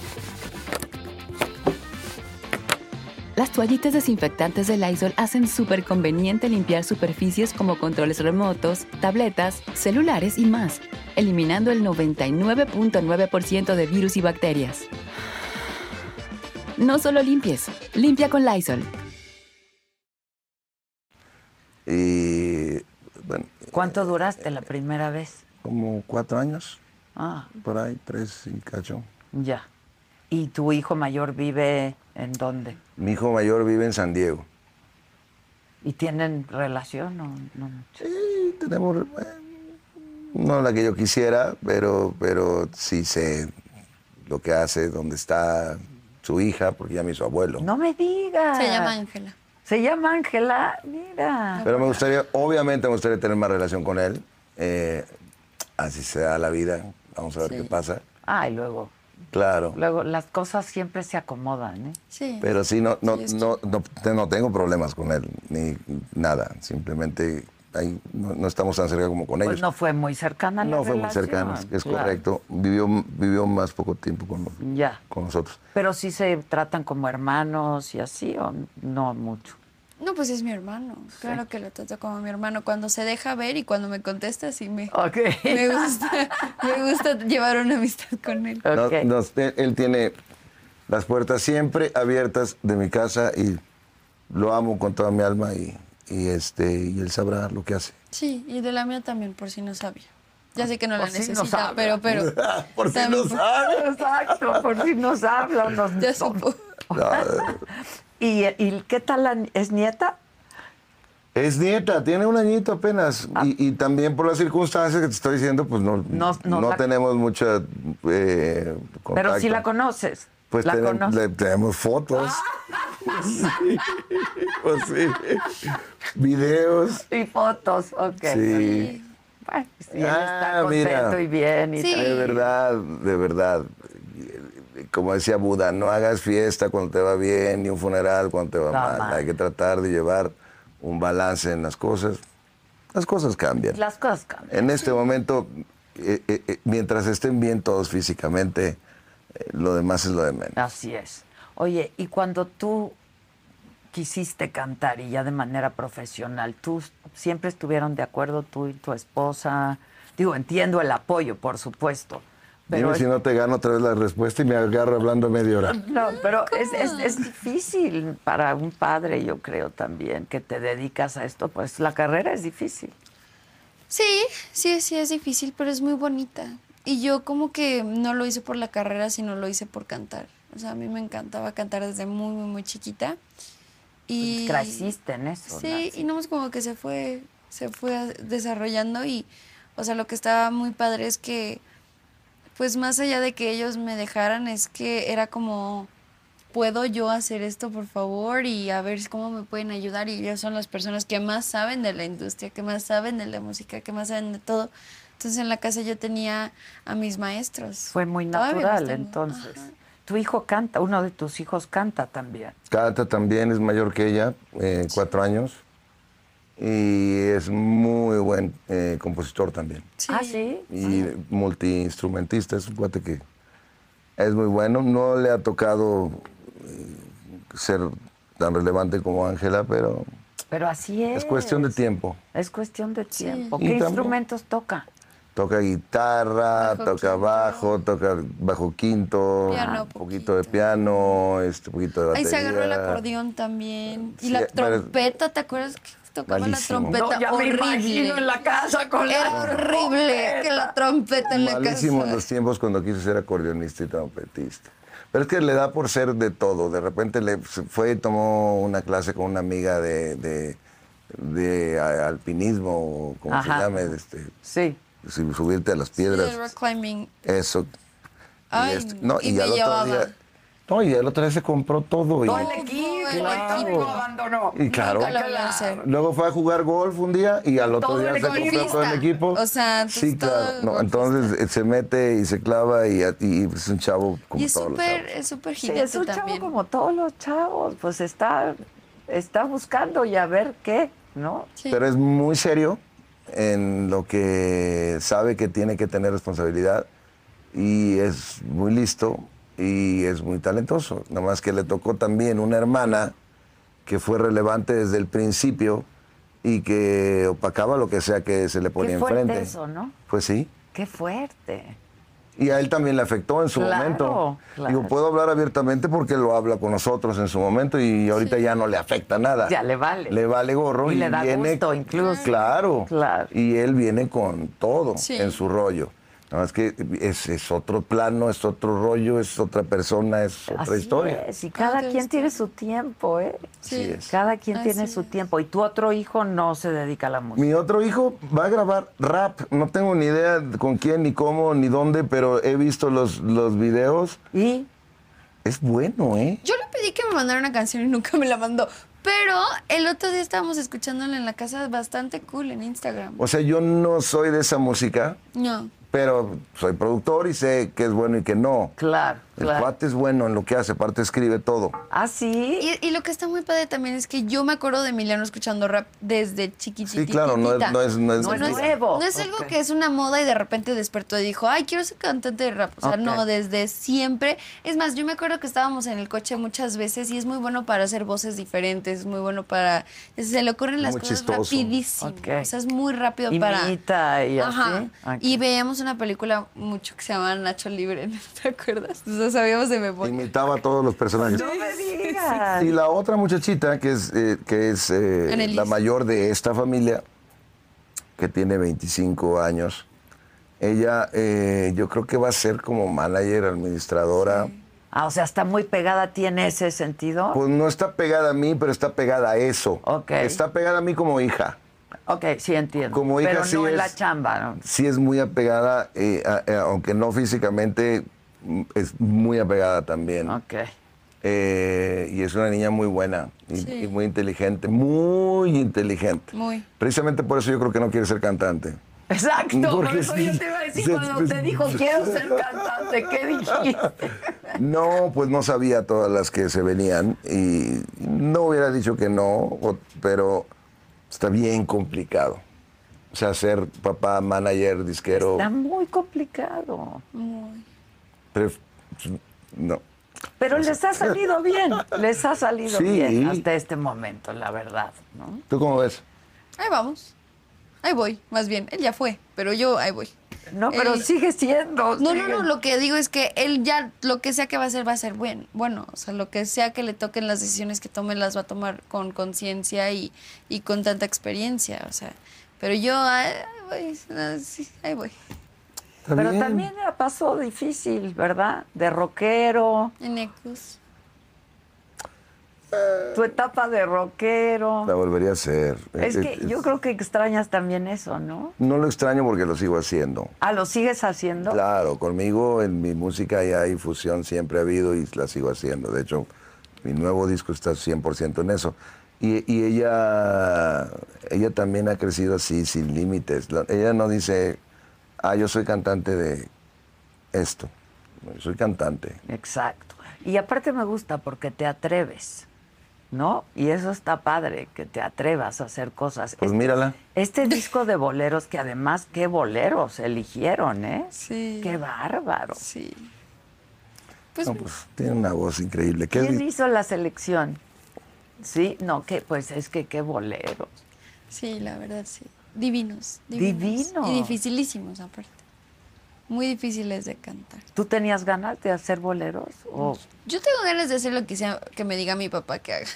Las toallitas desinfectantes de Lysol hacen súper conveniente limpiar superficies como controles remotos, tabletas, celulares y más, eliminando el 99.9% de virus y bacterias. No solo limpies, limpia con Lysol.
Y bueno,
¿Cuánto duraste la primera vez?
como cuatro años,
Ah,
por ahí, tres y cacho.
ya. ¿Y tu hijo mayor vive en dónde?
Mi hijo mayor vive en San Diego.
¿Y tienen relación o no mucho?
Sí, tenemos, eh, no la que yo quisiera, pero, pero sí se lo que hace, dónde está su hija, porque ya me hizo abuelo.
No me digas.
Se llama Ángela.
Se llama Ángela, mira.
Pero me gustaría, obviamente me gustaría tener más relación con él. eh, así se da la vida. Vamos a ver qué pasa.
Ay, luego,
Claro.
luego las cosas siempre se acomodan, ¿eh?
Sí.
Pero sí, no, no,
Sí, es
no, no, te- no tengo problemas con él, ni nada. Simplemente ahí no, no estamos tan cerca como con ellos.
Pues no fue muy cercana la
No fue muy
relación,
cercano, es- es
claro.
correcto. Vivió, vivió más poco tiempo con,
Ya.
con nosotros.
Pero sí se tratan como hermanos y así, o no mucho.
No, pues es mi hermano. Claro que lo trato como mi hermano. Cuando se deja ver y cuando me contesta, sí me,
Ok.
me gusta. Me gusta llevar una amistad con él.
No-
Ok.
nos- él, él tiene las puertas siempre abiertas de mi casa y lo amo con toda mi alma y, y, este, y él sabrá lo que hace.
Sí, y de la mía también, por si no sabía. Ya sé que no la
Por si no
necesita,
sabe.
pero, pero.
Ah, Por si
también
no sabe.
Exacto, por si nos habla. Nos...
Ya supo.
No,
¿Y, ¿Y qué tal la, ni- es nieta?
Es nieta, tiene un añito apenas. Y, y también por las circunstancias que te estoy diciendo, pues
Ah.
no,
No-
no,
no la-
tenemos mucha eh,
Pero si
contacto.
la conoces.
Pues
la
tenem-
conoces.
le- tenemos fotos. Ah. Sí, pues sí. Videos.
Y fotos, ok.
Sí.
Bueno, si él
Ah,
está contento
mira.
y bien. Y
Sí.
De verdad, de verdad. Como decía Buda, no hagas fiesta cuando te va bien, ni un funeral cuando te va
Va
mal.
mal.
Hay que tratar de llevar un balance en las cosas. Las cosas cambian.
Las cosas cambian.
En este momento, eh, eh, eh, mientras estén bien todos físicamente, eh, lo demás es lo de menos.
Así es. Oye, y cuando tú quisiste cantar y ya de manera profesional, ¿tú siempre estuvieron de acuerdo tú y tu esposa? Digo, entiendo el apoyo, por supuesto. Pero
Dime
es-
si no te gano otra vez la respuesta y me agarro hablando media hora.
No, pero es, es- es difícil para un padre, yo creo también, que te dedicas a esto, pues la carrera es difícil.
Sí, sí, sí, es difícil, pero es muy bonita. Y yo como que no lo hice por la carrera, sino lo hice por cantar. O sea, a mí me encantaba cantar desde muy, muy, muy chiquita. Y
Creciste en eso.
Sí,
Nancy.
y no es como que se fue, se fue desarrollando y, o sea, lo que estaba muy padre es que, pues más allá de que ellos me dejaran, es que era como, puedo yo hacer esto, por favor, y a ver cómo me pueden ayudar. Y ellos son las personas que más saben de la industria, que más saben de la música, que más saben de todo. Entonces en la casa yo tenía a mis maestros.
Fue muy
Todavía los
natural,
tengo.
entonces.
Ajá.
Tu hijo canta, uno de tus hijos canta también.
Cata también es mayor que ella, eh, cuatro años. Y es muy buen eh, compositor también.
Sí.
Ah, sí.
Y multiinstrumentista, es un cuate que es muy bueno. No le ha tocado eh, ser tan relevante como Ángela, pero
Pero así es.
es cuestión de tiempo.
Es cuestión de tiempo.
Y
¿Qué
también-
instrumentos toca?
Toca guitarra,
Bajo
toca
quinto.
bajo, toca bajo quinto,
Piano,
un poquito de
poquito.
piano, este un poquito de
Ahí
batería.
se agarró el acordeón también. Y
Sí,
la
pero-
trompeta, ¿te acuerdas que tocaba
Malísimo.
la trompeta? horrible.
la casa con
Era horrible que la trompeta en la
Malísimo en
casa.
los tiempos cuando quiso ser acordeonista y trompetista. Pero es que le da por ser de todo. De repente le se fue y tomó una clase con una amiga de, de- de a- alpinismo, o como
Ajá.
se llame, de este,
Sí.
si- subirte a las
Sí,
piedras.
el rock climbing.
Eso. este,
Ay, y me
al otro
llevaba.
día- no, y el otro día se compró todo. y-
Todo el equipo, el
Claro.
equipo abandonó.
Y claro.
Nunca lo voy a hacer.
Luego fue a jugar golf un día y al otro
Todo
día
el
se compró
golfista.
todo el equipo.
O sea, pues,
sí,
todo
claro.
el
No,
golfista.
entonces eh, se mete y se clava y, y es un chavo como
Y es
todos los
súper,
chavos.
es súper
Sí,
gigante
es un chavo
también.
como todos los chavos, pues está, está buscando y a ver qué, ¿no?
Sí.
Pero es muy serio en lo que sabe que tiene que tener responsabilidad y es muy listo y es muy talentoso. Nada más que le tocó también una hermana que fue relevante desde el principio y que opacaba lo que sea que se le ponía
fuerte
enfrente.
eso, ¿no?
Pues sí.
Qué fuerte.
Y a él también le afectó en su
Claro,
momento.
claro.
Digo, puedo hablar abiertamente porque lo habla con nosotros en su momento y ahorita ya no le afecta nada.
Ya le vale.
Le vale gorro.
Y
Y,
le da
viene-
gusto incluso.
Claro.
Claro.
Y él viene con todo
Sí.
en su rollo. Nada más que es, es otro plano, es otro rollo, es otra persona, es otra
Así
historia.
es, y cada
Otra
quien tiene
historia.
su tiempo, ¿eh?
Sí.
Así es.
Cada quien
Así
tiene su
es.
tiempo. Y tu otro hijo no se dedica a la música.
Mi otro hijo va a grabar rap. No tengo ni idea con quién, ni cómo, ni dónde, pero he visto los, los videos.
Y
Es bueno, ¿eh?
Yo le pedí que me mandara una canción y nunca me la mandó. Pero el otro día estábamos escuchándola en la casa bastante cool en Instagram.
O sea, yo no soy de esa música,
No.
pero soy productor y sé que es bueno y que no.
claro,
El
claro.
cuate es bueno en lo que hace, aparte escribe todo.
Ah, sí.
Y, y lo que está muy padre también es que yo me acuerdo de Emiliano escuchando rap desde chiquitita.
Sí, claro, no es, no es, no es-
No es
No es,
nuevo.
no es algo
Ok.
que es una moda y de repente despertó y dijo, ay, quiero ser cantante de rap. O sea,
Ok.
no, desde siempre. Es más, yo me acuerdo que estábamos en el coche muchas veces y es muy bueno para hacer voces diferentes, es muy bueno para... Se le ocurren las
Muy
cosas
chistoso.
rapidísimo.
Ok.
O sea, es muy rápido para...
Imita y así.
Ajá.
Ok.
Y veíamos una película mucho que se llamaba Nacho Libre, ¿no te acuerdas? O sea, sabíamos de memoria.
Imitaba a todos los personajes.
No me digas.
Y la otra muchachita, que es, eh, que es eh,
Annelies.
la mayor de esta familia, que tiene 25 años, ella eh, yo creo que va a ser como manager, administradora.
Ah, o sea, está muy pegada, tiene ese sentido.
Pues no está pegada a mí, pero está pegada a eso.
Ok.
Está pegada a mí como hija.
ok, sí entiendo.
como hija
Pero
sí
no en
es-
la chamba, ¿no?
Sí es muy apegada, eh, a- a- aunque no físicamente, mm, es muy apegada también.
Ok.
Eh, y es una niña muy buena y,
Sí.
y muy inteligente, muy inteligente.
Muy.
Precisamente por eso yo creo que no quiere ser cantante.
Exacto, por
Porque
eso
sí.
yo te iba a decir
Se-
cuando te dijo quiero ser cantante, ¿qué dijiste?
No, pues no sabía todas las que se venían y no hubiera dicho que no, o- pero está bien complicado. O sea, ser papá, manager, disquero,
Está muy complicado.
pref- no.
Pero les ha salido bien, les ha salido
Sí.
bien hasta este momento, la verdad, ¿no?
¿Tú cómo ves?
Ahí vamos. Ahí voy, más bien. Él ya fue, pero yo ahí voy.
No, pero
El-
sigue siendo.
No,
sigue-
no, no, lo que digo es que él ya, lo que sea que va a hacer, va a ser bueno. Bueno, o sea, lo que sea que le toquen las decisiones que tome, las va a tomar con conciencia y, y con tanta experiencia, o sea. Pero yo, ahí voy, ah, sí, ahí voy.
Está
Pero
bien.
también la pasó difícil, ¿verdad? De rockero,
En Ecus.
tu etapa de
La
rockero.
volvería a hacer. Eh,
Es que yo creo que extrañas también eso, ¿no?
No lo extraño porque lo sigo haciendo.
Ah, lo sigues haciendo.
Claro, conmigo en mi música ya hay fusión, siempre ha habido y la sigo haciendo. De hecho, mi nuevo disco está 100% en eso. Y, y ella, ella también ha crecido así, sin límites. La- Ella no dice, ah, yo soy cantante de esto. Soy cantante.
Exacto. Y aparte me gusta porque te atreves, ¿no? Y eso está padre, que te atrevas a hacer cosas.
Pues
Este-
mírala.
Este disco de boleros, que además, qué boleros eligieron, ¿eh?
Sí.
Qué bárbaro.
Sí. Pues,
No, pues, tiene una voz increíble. ¿Qué
¿Quién
di-
hizo la selección? Sí, no, que pues es que qué boleros.
sí, la verdad, sí. Divinos. Divinos.
Divinos.
Y dificilísimos, aparte. Muy difíciles de cantar.
¿Tú tenías ganas de hacer boleros? O...
Yo tengo ganas de hacer lo que, sea, que me diga mi papá que haga.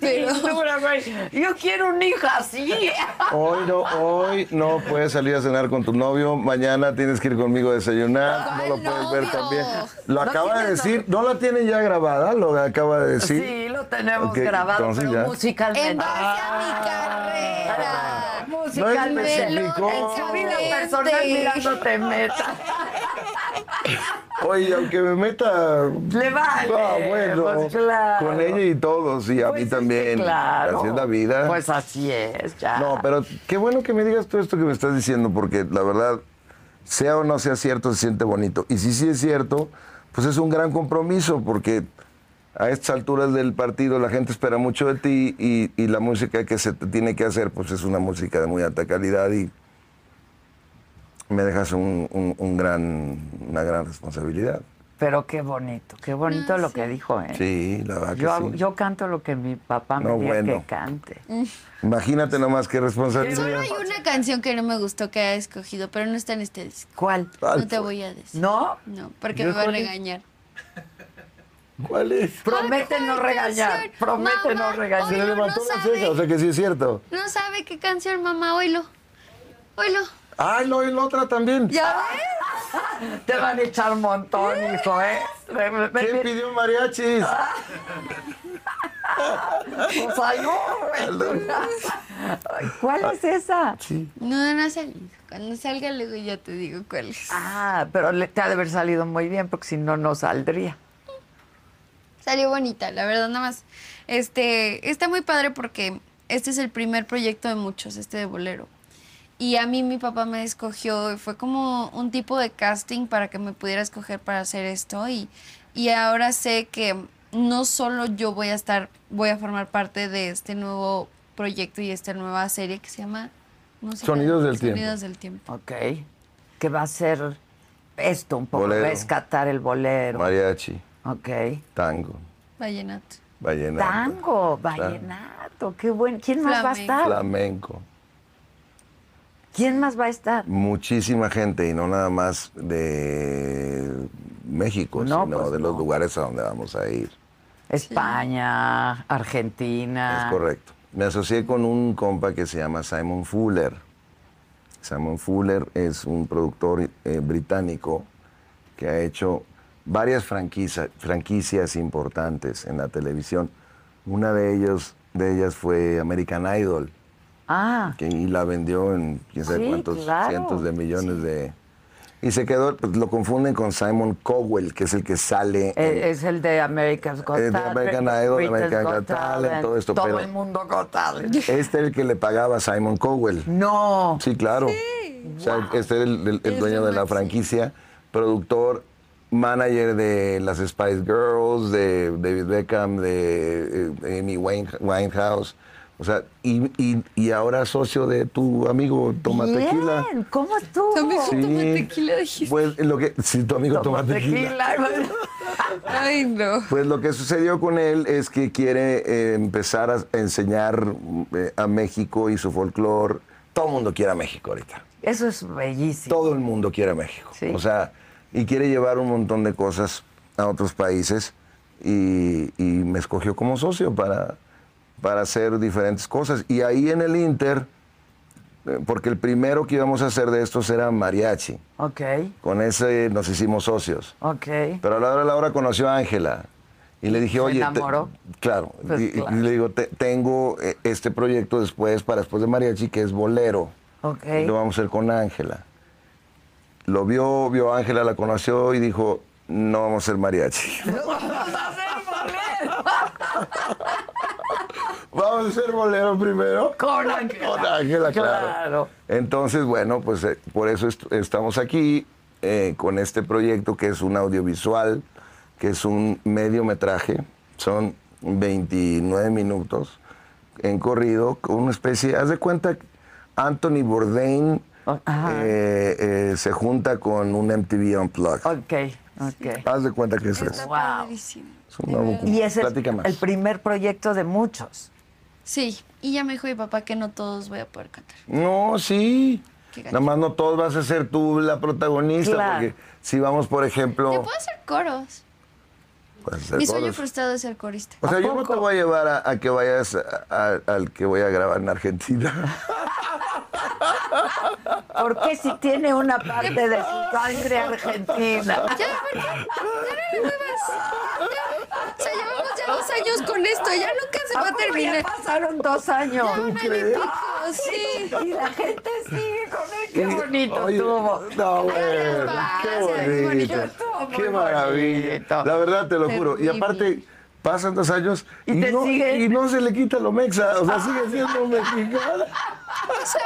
Pero... Yo quiero una hija así.
Hoy no, hoy no puedes salir a cenar con tu novio. Mañana tienes que ir conmigo a desayunar. No
¿Cuál
lo puedes ver
novio?
también. Lo
No
acaba de
tienes
decir. No la tiene ya grabada, lo acaba de
Sí,
decir.
lo tenemos
Ok,
grabado,
entonces
pero
ya.
En
musicalmente.
base
Ah.
a mi carrera.
No
Musicalmente.
es
En
explicó.
tu vida personal mira, no te metas.
Oye, aunque me meta.
Le vale,
Ah, bueno.
pues claro.
Con ella y todos, y a
Pues
mí
es que
también.
claro.
Así es la vida.
Pues así es, ya.
No, pero qué bueno que me digas todo esto que me estás diciendo, porque la verdad, sea o no sea cierto, se siente bonito. Y si sí es cierto, pues es un gran compromiso, porque a estas alturas del partido la gente espera mucho de ti y, y la música que se te tiene que hacer, pues es una música de muy alta calidad y me dejas un, un- un gran, una gran responsabilidad.
Pero qué bonito, qué
Ah,
bonito lo que dijo, ¿eh?
Sí, la verdad que
Yo,
sí.
yo canto lo que mi papá me
No,
diga
bueno.
que cante.
Imagínate nomás qué
Solo
responsabilidad.
hay una canción que no me gustó que ha escogido, pero no está en este disco.
¿Cuál?
¿Cuál
No te
fue?
voy a decir.
¿No?
No, porque me va a
Híjole.
regañar.
¿Cuál es?
Promete no regañar,
canción?
promete no
Mamá,
Se
regañar.
hoy-
le
no
levantó la
sabe.
ceja, o sea que sí es cierto.
No sabe qué canción, mamá, oílo. Oílo.
Ay, lo Ah, y la otra también.
¿Ya ves?
Te van a echar un montón, hijo, ¿eh? Me- me- me-
¿Quién pidió mariachis?
Ah. pues, ay, no, güey. Ay, ¿Cuál es esa?
No, no ha salido. Cuando salga luego ya te digo cuál es.
Ah, pero le- te ha de haber salido muy bien, porque si no, no saldría.
Salió bonita, la verdad, nada más. Este, está muy padre porque este es el primer proyecto de muchos, este de bolero. Y a mí mi papá me escogió, y fue como un tipo de casting para que me pudiera escoger para hacer esto. Y, y ahora sé que no solo yo voy a estar, voy a formar parte de este nuevo proyecto y esta nueva serie que se llama Música-
Sonidos del Tiempo.
Sonidos del Tiempo.
Ok. Que va a ser esto un poco,
Bolero.
rescatar el bolero.
Mariachi,
Ok.
tango,
Vallenato.
vallenato,
Tango, vallenato, qué bueno. ¿Quién más va a
Flamenco.
estar?
flamenco.
¿Quién más va a estar?
Muchísima gente y no nada más de México,
No,
sino
pues
de los
no.
lugares a donde vamos a ir.
España, Argentina.
Es correcto. Me asocié con un compa que se llama Simon Fuller. Simon Fuller es un productor eh, británico que ha hecho varias franquicia- franquicias importantes en la televisión. Una de, ellos, de ellas fue American Idol,
Ah,
que, y la vendió en quién sabe
Sí,
cuántos
claro.
cientos de millones de... Y se quedó, pues, lo confunden con Simon Cowell, que es el que sale... en-
e- es el de America's Got
Es de
Talent,
American Idol,
Britain's
American Got Talent, todo esto, pero-
el mundo Got Talent.
Este es el que le pagaba a Simon Cowell.
No.
Sí, claro. O sea, Este es el, el- el
Es
dueño
lo
de la
máximo.
franquicia, productor, manager de las Spice Girls, de David Beckham, de eh, Amy Wine- Winehouse. O sea, y, y- y ahora socio de tu amigo Toma
Bien,
Tequila.
¿Cómo estuvo?
También con Toma Tequila dijiste.
Pues lo que. Sí, tu amigo Toma, Tequila.
Tequila.
Ay, no.
Pues lo que sucedió con él es que quiere eh, empezar a enseñar mm, eh, a México y su folclore. Todo el mundo quiere a México ahorita.
Eso es bellísimo.
Todo el mundo quiere a México.
Sí.
O sea, y quiere llevar un montón de cosas a otros países. Y, y me escogió como socio para, para hacer diferentes cosas. Y ahí en el Inter, eh, porque el primero que íbamos a hacer de estos era mariachi.
Ok,
Con ese nos hicimos socios.
ok.
Pero a la hora de la hora conoció a Ángela. Y le dije,
¿Se
oye. te-
enamoró?
claro.
Pues,
y, y
claro.
le digo, "Te- tengo eh, este proyecto después, para después de Mariachi, que es bolero.
Ok.
Y lo vamos a hacer con Ángela. Lo vio, vio a Ángela, la conoció y dijo, no vamos a hacer mariachi. Vamos a hacer bolero primero.
Con Ángela.
Con Ángela, claro.
Claro.
Entonces, bueno, pues eh, por eso est- estamos aquí eh, con este proyecto que es un audiovisual, que es un mediometraje. Son 29 minutos en corrido, con una especie. Haz de cuenta, que Anthony Bourdain
Oh, Ajá.
eh, eh, se junta con un MTV Unplugged.
Ok, ok.
Haz de cuenta que es
Está
eso.
Wow.
padrísimo.
Es una-
Y ese es
Platica más.
el primer proyecto de muchos.
Sí, y ya me dijo mi papá que no todos voy a poder cantar.
No, sí.
Qué gacho.
Nada más no todos vas a ser tú la protagonista,
Claro.
porque si vamos, por ejemplo...
Te puedo hacer coros.
Puedes hacer
Mi sueño
coros.
frustrado es ser corista.
O sea,
¿A
yo no
poco?
te voy a llevar a, a que vayas a- a- al que voy a grabar en Argentina.
Porque si tiene una parte de su sangre argentina.
Ya, ¿por qué? Ya no me muevas. Ya. O sea, llevamos ya dos años con esto. Ya nunca se va a
Tampoco Ya
terminar.
pasaron dos años.
Ya un año y pico, sí.
Y la gente sigue con él. Qué bonito
Oye,
tuvo.
No, bueno,
gracias,
qué
qué bonito.
bonito.
Estuvo muy
Qué maravilla.
bonito.
La verdad, te lo juro. Y
Terrible.
aparte, pasan dos años
Y
y,
te
no,
sigue- Ah.
y no se le quita lo mexa. O sea, sigue siendo mexicana.
O sea,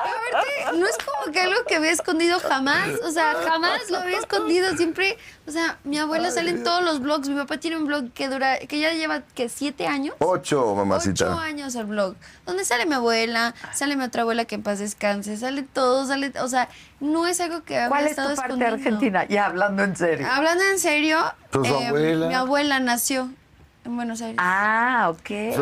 aparte, no es como que algo que había escondido jamás. O sea, jamás lo había escondido. Siempre, o sea, mi abuela sale en todos los blogs. Mi papá tiene un blog que dura, que ya lleva, que siete años.
Ocho, mamacita.
Ocho años el blog. Donde sale mi abuela, sale mi otra abuela que en paz descanse, sale todo, sale. O sea, no es algo que había
¿Cuál es tu
estado
parte
escondiendo. Ah.
argentina? Ya hablando en serio.
Hablando en serio, em,
Pues su abuela.
mi abuela nació en Buenos Aires.
Ah,
Su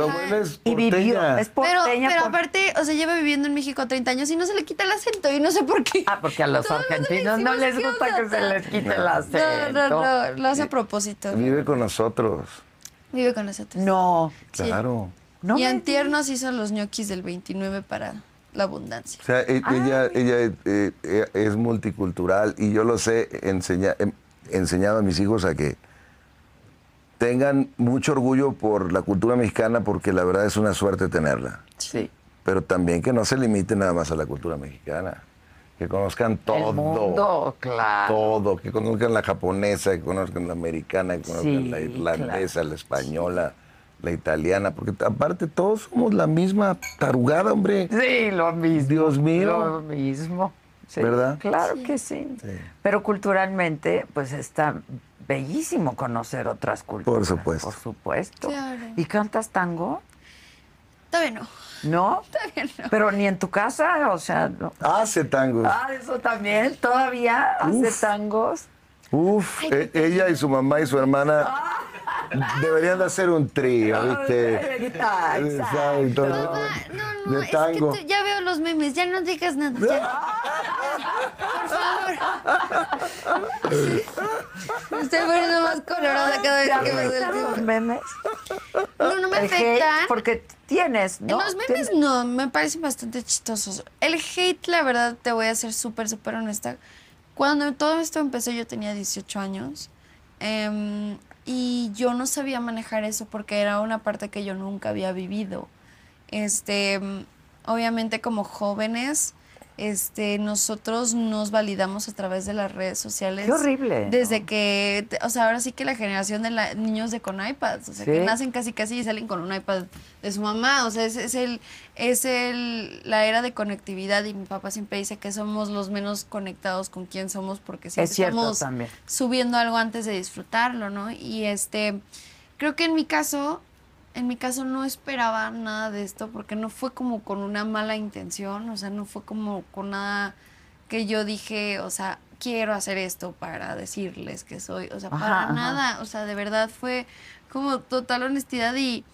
ok.
abuela es
Y vivió.
porteña.
Es
pero
porteña.
pero
por-
aparte, o sea, lleva viviendo en México 30 años y no se le quita el acento y no sé por qué.
Ah, porque a los
Todo el mundo le
argentinos no
decimos,
les
"¿Qué
gusta que
onda?".
se les quite el
No,
acento.
no, no, lo hace a propósito.
Vive con nosotros.
Vive con nosotros.
No.
Sí.
Claro.
No
y
me
antier nos hizo los ñoquis del 29 para la abundancia.
O sea, e-
Ah,
ella, ella eh, eh, es multicultural y yo los he enseña- em- enseñado a mis hijos a que tengan mucho orgullo por la cultura mexicana porque la verdad es una suerte tenerla.
Sí.
Pero también que no se limiten nada más a la cultura mexicana. Que conozcan todo.
El mundo, claro.
Todo. Que conozcan la japonesa, que conozcan la americana, que conozcan
Sí,
la irlandesa, la española, la italiana. Porque t- aparte todos somos la misma tarugada, hombre.
Sí, lo mismo.
Dios mío.
Lo mismo. Sí,
¿Verdad?
Claro que sí. Pero culturalmente, pues está bellísimo conocer otras culturas.
Por supuesto.
Por supuesto.
Claro.
¿Y cantas tango?
Todavía no.
¿No? Pero ni en tu casa, o sea. no.
Hace tangos.
Ah, eso también. Todavía hace tangos.
Uf, e- ella y su mamá y su hermana deberían de hacer un trío, ¿viste? Eh,
Ah,
Exacto.
No, no,
De
es
tango.
que tú- ya veo los memes, ya no digas nada. ya. Por favor. Me estoy poniendo más colorada cada vez que me
¿Están
duele.
los memes?
No, no me
El hate,
afectan.
porque tienes, ¿no?
Los memes no, me parecen bastante chistosos. El hate, la verdad, te voy a ser súper, súper honesta. Cuando todo esto empezó, yo tenía 18 años. em, y yo no sabía manejar eso porque era una parte que yo nunca había vivido. Este, em, obviamente, como jóvenes, este, nosotros nos validamos a través de las redes sociales.
Qué horrible,
Desde
¿no?
que, te- o sea, ahora sí que la generación de la- niños de con iPads, o sea, que
Sí.
nacen casi casi y salen con un iPad de su mamá. O sea, es, es el, es el, la era de conectividad y mi papá siempre dice que somos los menos conectados con quién somos porque siempre
cierto
estamos
también.
subiendo algo antes de disfrutarlo, ¿no? Y este, creo que en mi caso, en mi caso no esperaba nada de esto porque no fue como con una mala intención, o sea, no fue como con nada que yo dije, o sea, quiero hacer esto para decirles que soy, o sea,
Ajá,
para
ajá.
nada, o sea, de verdad fue como total honestidad y,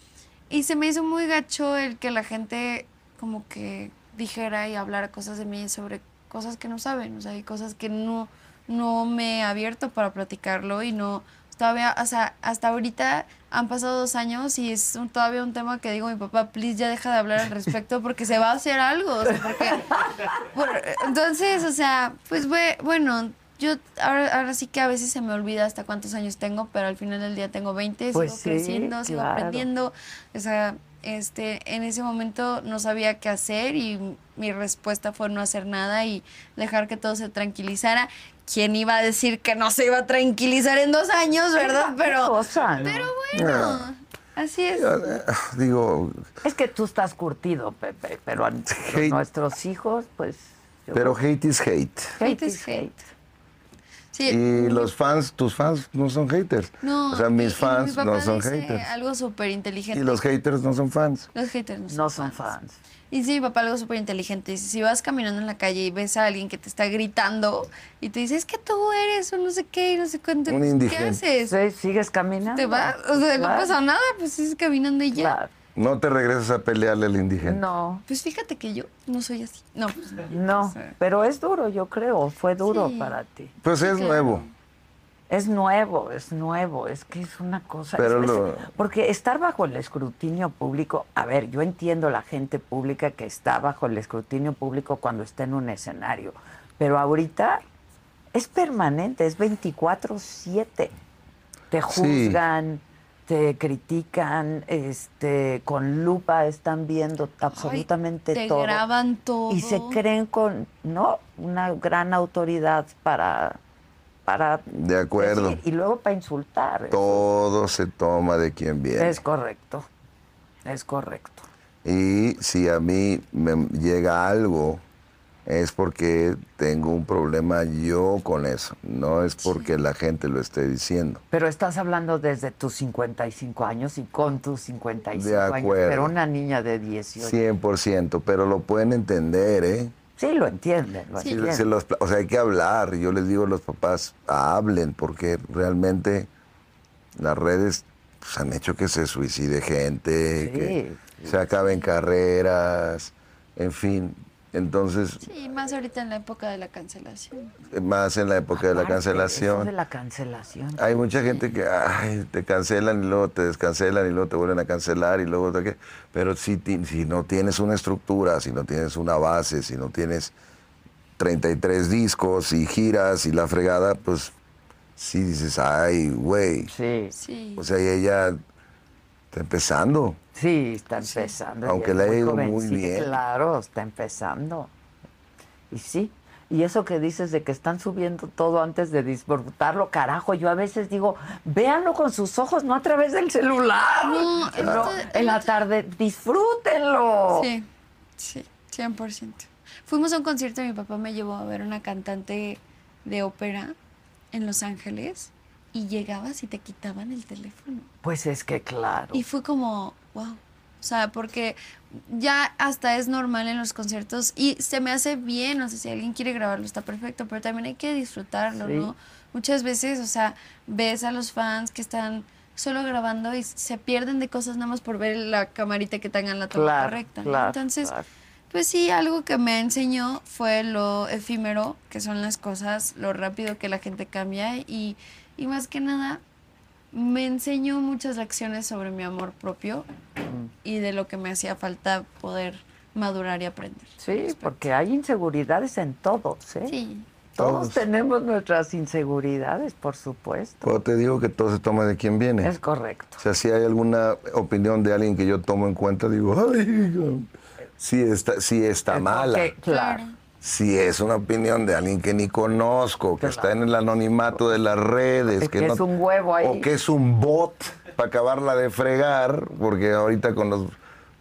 y se me hizo muy gacho el que la gente como que dijera y hablara cosas de mí sobre cosas que no saben, o sea, hay cosas que no, no me he abierto para platicarlo y no, todavía, o sea, hasta ahorita han pasado dos años y es un- todavía un tema que digo, mi papá, please ya deja de hablar al respecto porque se va a hacer algo, o sea, porque... por- entonces, o sea, pues bue- bueno... Yo ahora, ahora sí que a veces se me olvida hasta cuántos años tengo, pero al final del día tengo 20,
Pues sí,
sigo creciendo, sigo
claro.
aprendiendo haciendo, O sea, este, en ese momento no sabía qué hacer y m- mi respuesta fue no hacer nada y dejar que todo se tranquilizara. ¿Quién iba a decir que no se iba a tranquilizar en dos años, verdad? Pero,
cosa, ¿no?
pero bueno, así es.
Ah, eh, Digo,
Es que tú estás curtido, Pepe, pero, a- pero
Hate.
nuestros hijos, pues. yo-
pero hate is hate.
Hate is hate. Sí,
Y los fans, tus fans no son haters.
Eh, no,
o sea,
y- y
mis
mi
fans
papá
no son
dice
haters.
Algo súper inteligente.
Y los haters no son fans.
Los haters no son,
No son fans.
Y sí, mi papá algo súper inteligente. Dice, si vas caminando en la calle y ves a alguien que te está gritando y te dice, es que tú eres o no sé qué, y no sé cuánto,
Un
¿qué
indigente.
haces?
Sí, ¿Sigues caminando?
Te vas, o sea, no
Claro,
pasa nada, pues sigues caminando y ya.
claro.
No te regresas a pelearle al indigente.
No,
Pues fíjate que yo no soy así. No, pues no.
no. Pero es duro, yo creo. Fue duro
Sí.
para ti.
Pues es nuevo.
Es nuevo, es nuevo, es que es una cosa.
Pero
es-
lo-
Porque estar bajo el escrutinio público, a ver, yo entiendo la gente pública que está bajo el escrutinio público cuando está en un escenario, pero ahorita es permanente, es 24/7. Te
Sí.
juzgan, te critican, este, con lupa están viendo absolutamente
te
todo.
graban todo.
Y se creen con, ¿no? Una gran autoridad para... para
De acuerdo.
decir, Pues y luego para insultar.
Todo se toma de quien viene.
Es correcto. Es correcto.
Y si a mí me llega algo, es porque tengo un problema yo con eso. No es porque la gente lo esté diciendo.
Pero estás hablando desde tus 55 años y con tus 55
De
años.
acuerdo.
Pero una niña de 18. Sí,
100%, pero lo pueden entender, ¿eh?
lo entienden. Lo
Sí,
entienden.
se los pla- o sea, hay que hablar. Yo les digo a los papás, hablen, porque realmente las redes pues, han hecho que se suicide gente,
Sí,
que se acaben carreras, en fin. Entonces,
Sí, más ahorita en la época de la cancelación.
más en la época de la
Aparte, eso
cancelación.
de la cancelación.
Hay mucha gente que ay, te cancelan y luego te descancelan y luego te vuelven a cancelar y luego otra que. Pero si, ti- si no tienes una estructura, si no tienes una base, si no tienes 33 discos y giras y la fregada, pues sí dices, ay, güey.
Sí,
Sí.
O sea, y ella está empezando.
sí, está empezando. y
Aunque
es
le haya ido muy
jovencita,
bien.
Claro, está empezando. Y sí. Y eso que dices de que están subiendo todo antes de disfrutarlo, carajo, yo a veces digo, véanlo con sus ojos, no a través del celular.
No, esto-
en la tarde, disfrútenlo.
Sí, sí, 100%. Fuimos a un concierto, mi papá me llevó a ver una cantante de ópera en Los Ángeles y llegabas y te quitaban el teléfono.
Pues es que claro.
Y fue como, wow. O sea, porque ya hasta es normal en los conciertos y se me hace bien, o sea, si alguien quiere grabarlo está perfecto, pero también hay que disfrutarlo,
Sí.
¿no? Muchas veces, o sea, ves a los fans que están solo grabando y se pierden de cosas nada más por ver la camarita que tengan la toma
Claro,
correcta. ¿no?
claro,
Entonces,
claro.
pues sí, algo que me enseñó fue lo efímero que son las cosas, lo rápido que la gente cambia y, y más que nada me enseñó muchas lecciones sobre mi amor propio y de lo que me hacía falta poder madurar y aprender.
Sí, porque hay inseguridades en todos, ¿eh?
pues, Sí,
Todos,
Todos.
tenemos nuestras inseguridades, por supuesto.
Pero te digo que todo se toma de quien viene.
Es correcto.
O sea, si hay alguna opinión de alguien que yo tomo en cuenta, digo, ay, sí está, sí está mala.
Porque, claro.
Si es una opinión de alguien que ni conozco, que está en el anonimato de las redes,
Es que es un huevo ahí.
O que es un bot para acabarla de fregar, porque ahorita con los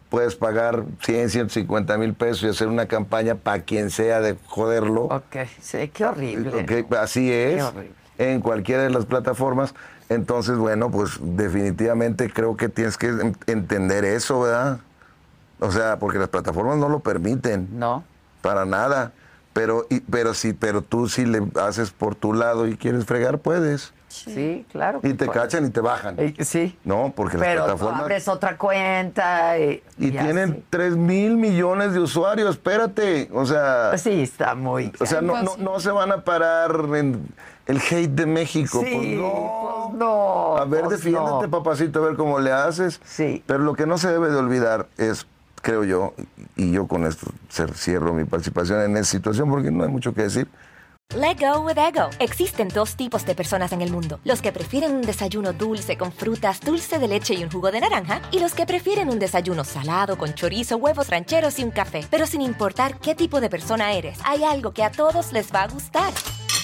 puedes pagar 100, 150 mil pesos y hacer una campaña para quien sea de joderlo.
Ok, sí, qué horrible.
Ok, así es,
horrible.
en cualquiera de las plataformas. Entonces, bueno, pues definitivamente creo que tienes que en- entender eso, ¿verdad? O sea, porque las plataformas no lo permiten,
No.
para nada. Pero, y- pero, si, pero tú si le haces por tu lado y quieres fregar, puedes.
Sí, claro.
Y
que
te
puede.
cachan y te bajan.
Eh, Sí.
No, porque las
Pues. Pero tú
plataformas...
abres otra cuenta y.
Y tienen
así.
3 mil millones de usuarios, espérate. O sea...
Pues Sí, está muy.
O sea, no, no,
Imposible.
no se van a parar en el hate de México.
sí,
pues no.
pues no,
A ver,
pues
defiéndete,
no.
papacito, a ver cómo le haces.
Sí.
Pero lo que no se debe de olvidar es, creo yo, y yo con esto cer- cierro mi participación en esta situación porque no hay mucho que decir.
Let go with ego. Existen dos tipos de personas en el mundo: los que prefieren un desayuno dulce con frutas, dulce de leche y un jugo de naranja, y los que prefieren un desayuno salado con chorizo, huevos rancheros y un café. Pero sin importar qué tipo de persona eres, hay algo que a todos les va a gustar.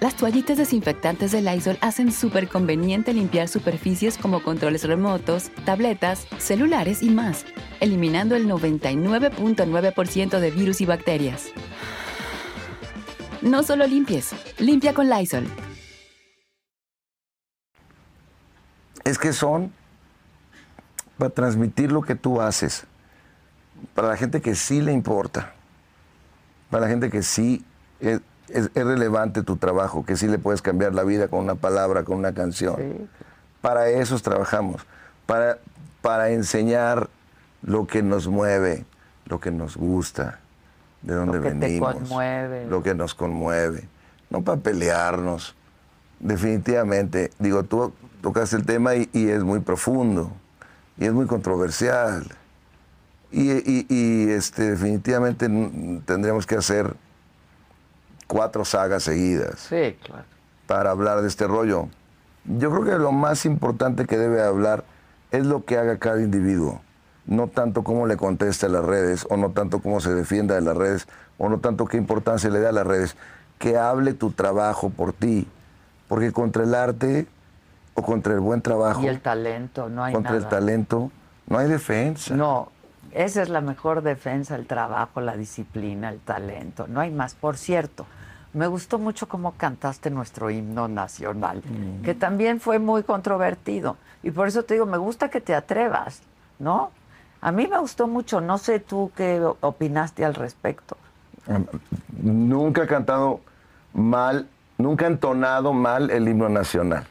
Las toallitas desinfectantes de Lysol hacen súper conveniente limpiar superficies como controles remotos, tabletas, celulares y más, eliminando el 99.9% de virus y bacterias. No solo limpies, limpia con Lysol.
Es que son para transmitir lo que tú haces. Para la gente que sí le importa. Para la gente que sí es, es- es relevante tu trabajo, que sí le puedes cambiar la vida con una palabra, con una canción. Para eso trabajamos. Para, para enseñar lo que nos mueve, lo que nos gusta, de dónde
que te
venimos.
conmueve.
Lo que nos conmueve. No para pelearnos. Definitivamente, digo, tú tocaste el tema y, y es muy profundo, y es muy controversial, y, y- y, este, definitivamente mm, tendríamos que hacer cuatro sagas seguidas
Sí, claro.
para hablar de este rollo. Yo creo que lo más importante que debe hablar es lo que haga cada individuo, no tanto cómo le conteste a las redes, o no tanto cómo se defienda de las redes, o no tanto qué importancia le da a las redes, que hable tu trabajo por ti, porque contra el arte o contra el buen trabajo,
Y el talento, no hay
contra
nada.
el talento, no hay defensa.
No, Esa es la mejor defensa, el trabajo, la disciplina, el talento. No hay más. Por cierto, me gustó mucho cómo cantaste nuestro himno nacional, que también fue muy controvertido. Y por eso te digo, me gusta que te atrevas, ¿no? A mí me gustó mucho. No sé tú qué opinaste al respecto.
Nunca he cantado mal, nunca he entonado mal el himno nacional.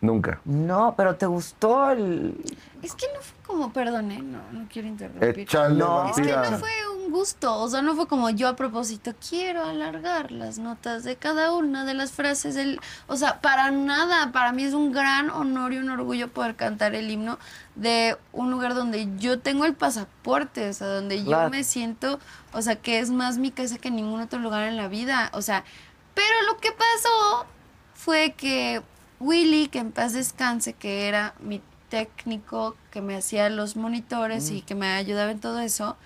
Nunca.
No, pero te gustó el...
Es que no fue como, perdón, ¿eh? no, no quiero interrumpir.
Échale,
No.
Es que
vampira.
no fue un gusto, o sea, no fue como yo a propósito, quiero alargar las notas de cada una de las frases del... O sea, para nada, para mí es un gran honor y un orgullo poder cantar el himno de un lugar donde yo tengo el pasaporte, o sea, donde yo
Claro.
me siento, o sea, que es más mi casa que ningún otro lugar en la vida, o sea, pero lo que pasó fue que Willy, que en paz descanse, que era mi técnico que me hacía los monitores y que me ayudaba en todo eso,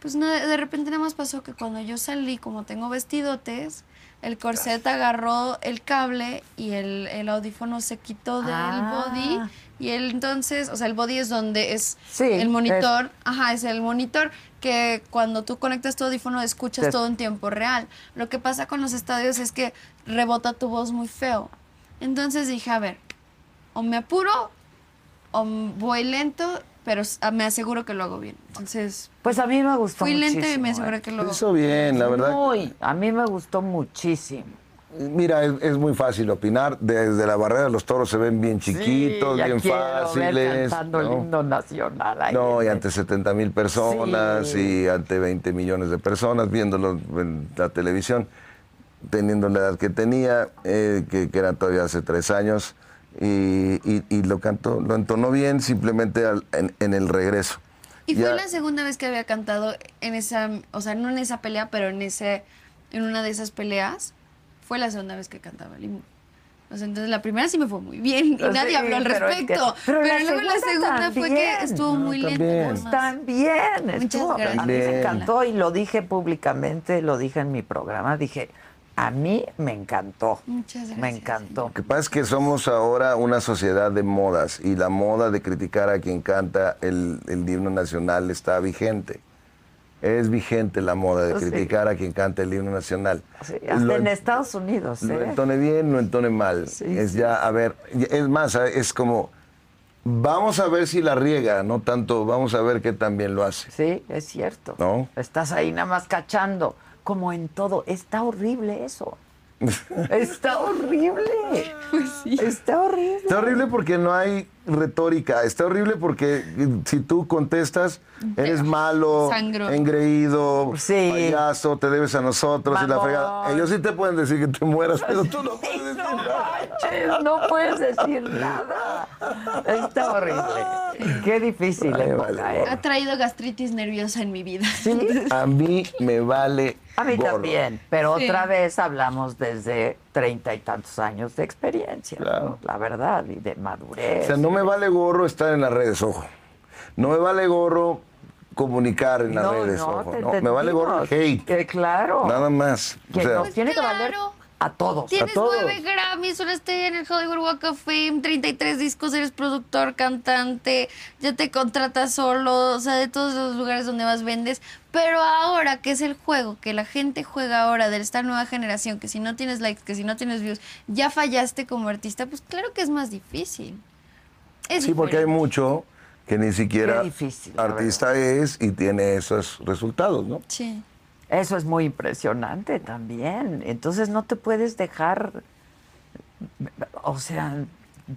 pues nada, de repente nada más pasó que cuando yo salí, como tengo vestidotes, el corset
Ah.
agarró el cable y el, el audífono se quitó del
Ah.
body. Y él entonces, o sea, el body es donde es
Sí,
el monitor.
es-
Ajá, es el monitor que cuando tú conectas tu audífono escuchas
Te-
todo en tiempo real. Lo que pasa con los estadios es que rebota tu voz muy feo. Entonces dije, a ver, o me apuro o m- voy lento, pero s- me aseguro que lo hago bien. Entonces,
Pues a mí me gustó
fui
muchísimo.
lenta y me
¿eh?
aseguré que lo
Lo hizo bien, la verdad.
Muy. A mí me gustó muchísimo.
Mira, es, es muy fácil opinar. Desde la barrera los toros se ven bien chiquitos,
Sí, ya
bien
quiero Ver
fáciles.
cantando el
¿no?
himno nacional. ahí
No, y
en
ante 70 mil personas
Sí.
y ante 20 millones de personas viéndolo en la televisión, teniendo la edad que tenía, eh, que, que era todavía hace tres años, y, y- y lo cantó, lo entonó bien simplemente al- en, en el regreso.
Y
Ya-
fue la segunda vez que había cantado en esa, o sea, no en esa pelea, pero en ese, en una de esas peleas, fue la segunda vez que cantaba el himno. O sea, entonces la primera sí me fue muy bien y
Sí,
nadie habló al
pero es que-
respecto.
pero
pero
la
luego la
segunda
segunda fue que
también.
estuvo
No,
muy lenta.
también.
nada más.
Están bien.
Muchas
estuvo-
gracias.
A mí me
Bien.
encantó y lo dije públicamente, lo dije en mi programa. Dije, a mí me encantó.
Muchas gracias.
Me encantó.
Lo que pasa es que somos ahora una sociedad de modas y la moda de criticar a quien canta el, el himno nacional está vigente. Es vigente la moda de
Sí.
criticar a quien canta el himno nacional.
Sí, hasta
Lo
en
en-
Estados Unidos.
Lo
¿eh?
entone bien, lo entone mal.
Sí,
es
sí,
ya, a ver, es más, es como, vamos a ver si la riega, no tanto, vamos a ver qué también lo hace.
Sí, es cierto.
No.
Estás ahí nada más cachando. Como en todo. Está horrible eso. Está horrible.
Pues
Está horrible.
Está horrible porque no hay retórica, está horrible porque eh, si tú contestas, eres malo,
Sangrón.
engreído,
Sí.
payaso, te debes a nosotros y la
Mamón.
fregada. Ellos sí te pueden decir que te mueras, pero tú no puedes decir nada.
manches, no puedes decir nada. Está horrible. Qué difícil
Ay,
época,
vale.
¿eh?
Ha traído gastritis nerviosa en mi vida.
Sí,
A mí me vale
a mí
gorro.
también. Pero
Sí.
otra vez hablamos desde treinta y tantos años de experiencia, ¿no?
Claro.
la verdad, y de madurez.
O sea, no me vale gorro estar en las redes, ojo. No me vale gorro comunicar en las redes, ojo.
te
no. me vale gorro
entendimos.
el hate.
Que claro.
Nada más. O
que
sea,
nos tiene que valer
claro.
a todos.
Tienes
a todos.
nueve Grammys, una estrella en el Hollywood Walk of Fame, 33 discos, eres productor, cantante, ya te contratas solo, o sea, de todos los lugares donde más vendes. Pero ahora, que es el juego que la gente juega ahora de esta nueva generación, que si no tienes likes, que si no tienes views, ya fallaste como artista, pues claro que es más difícil. Es
sí, porque hay
diferente.
mucho que ni siquiera
Qué difícil, la
artista es y tiene esos resultados, ¿no?
Sí.
Eso es muy impresionante también. Entonces no te puedes dejar, o sea,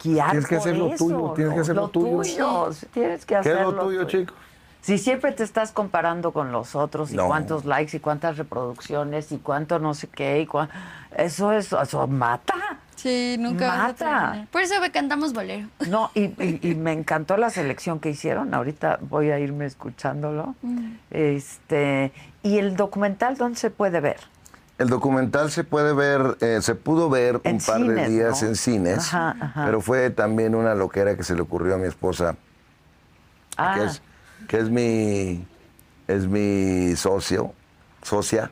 guiar.
Tienes que
por
hacer lo
eso,
tuyo, tienes que hacer lo tuyo.
sí, Tienes que
¿Qué
hacer
es lo tuyo, chico?
Si siempre te estás comparando con los otros y
No.
cuántos likes y cuántas reproducciones y cuánto no sé qué, y cuán- eso es, eso mata.
Sí, nunca vas a
Mata.
terminar. Por eso cantamos bolero.
No, y, y- y me encantó la selección que hicieron. Ahorita voy a irme escuchándolo. Este, y el documental, ¿dónde se puede ver?
El documental se puede ver, eh, se pudo ver
En
un par
cines,
de días
¿no?
en cines,
Ajá, ajá.
pero fue también una loquera que se le ocurrió a mi esposa,
Ah,
que es, que es mi, es mi socio, socia,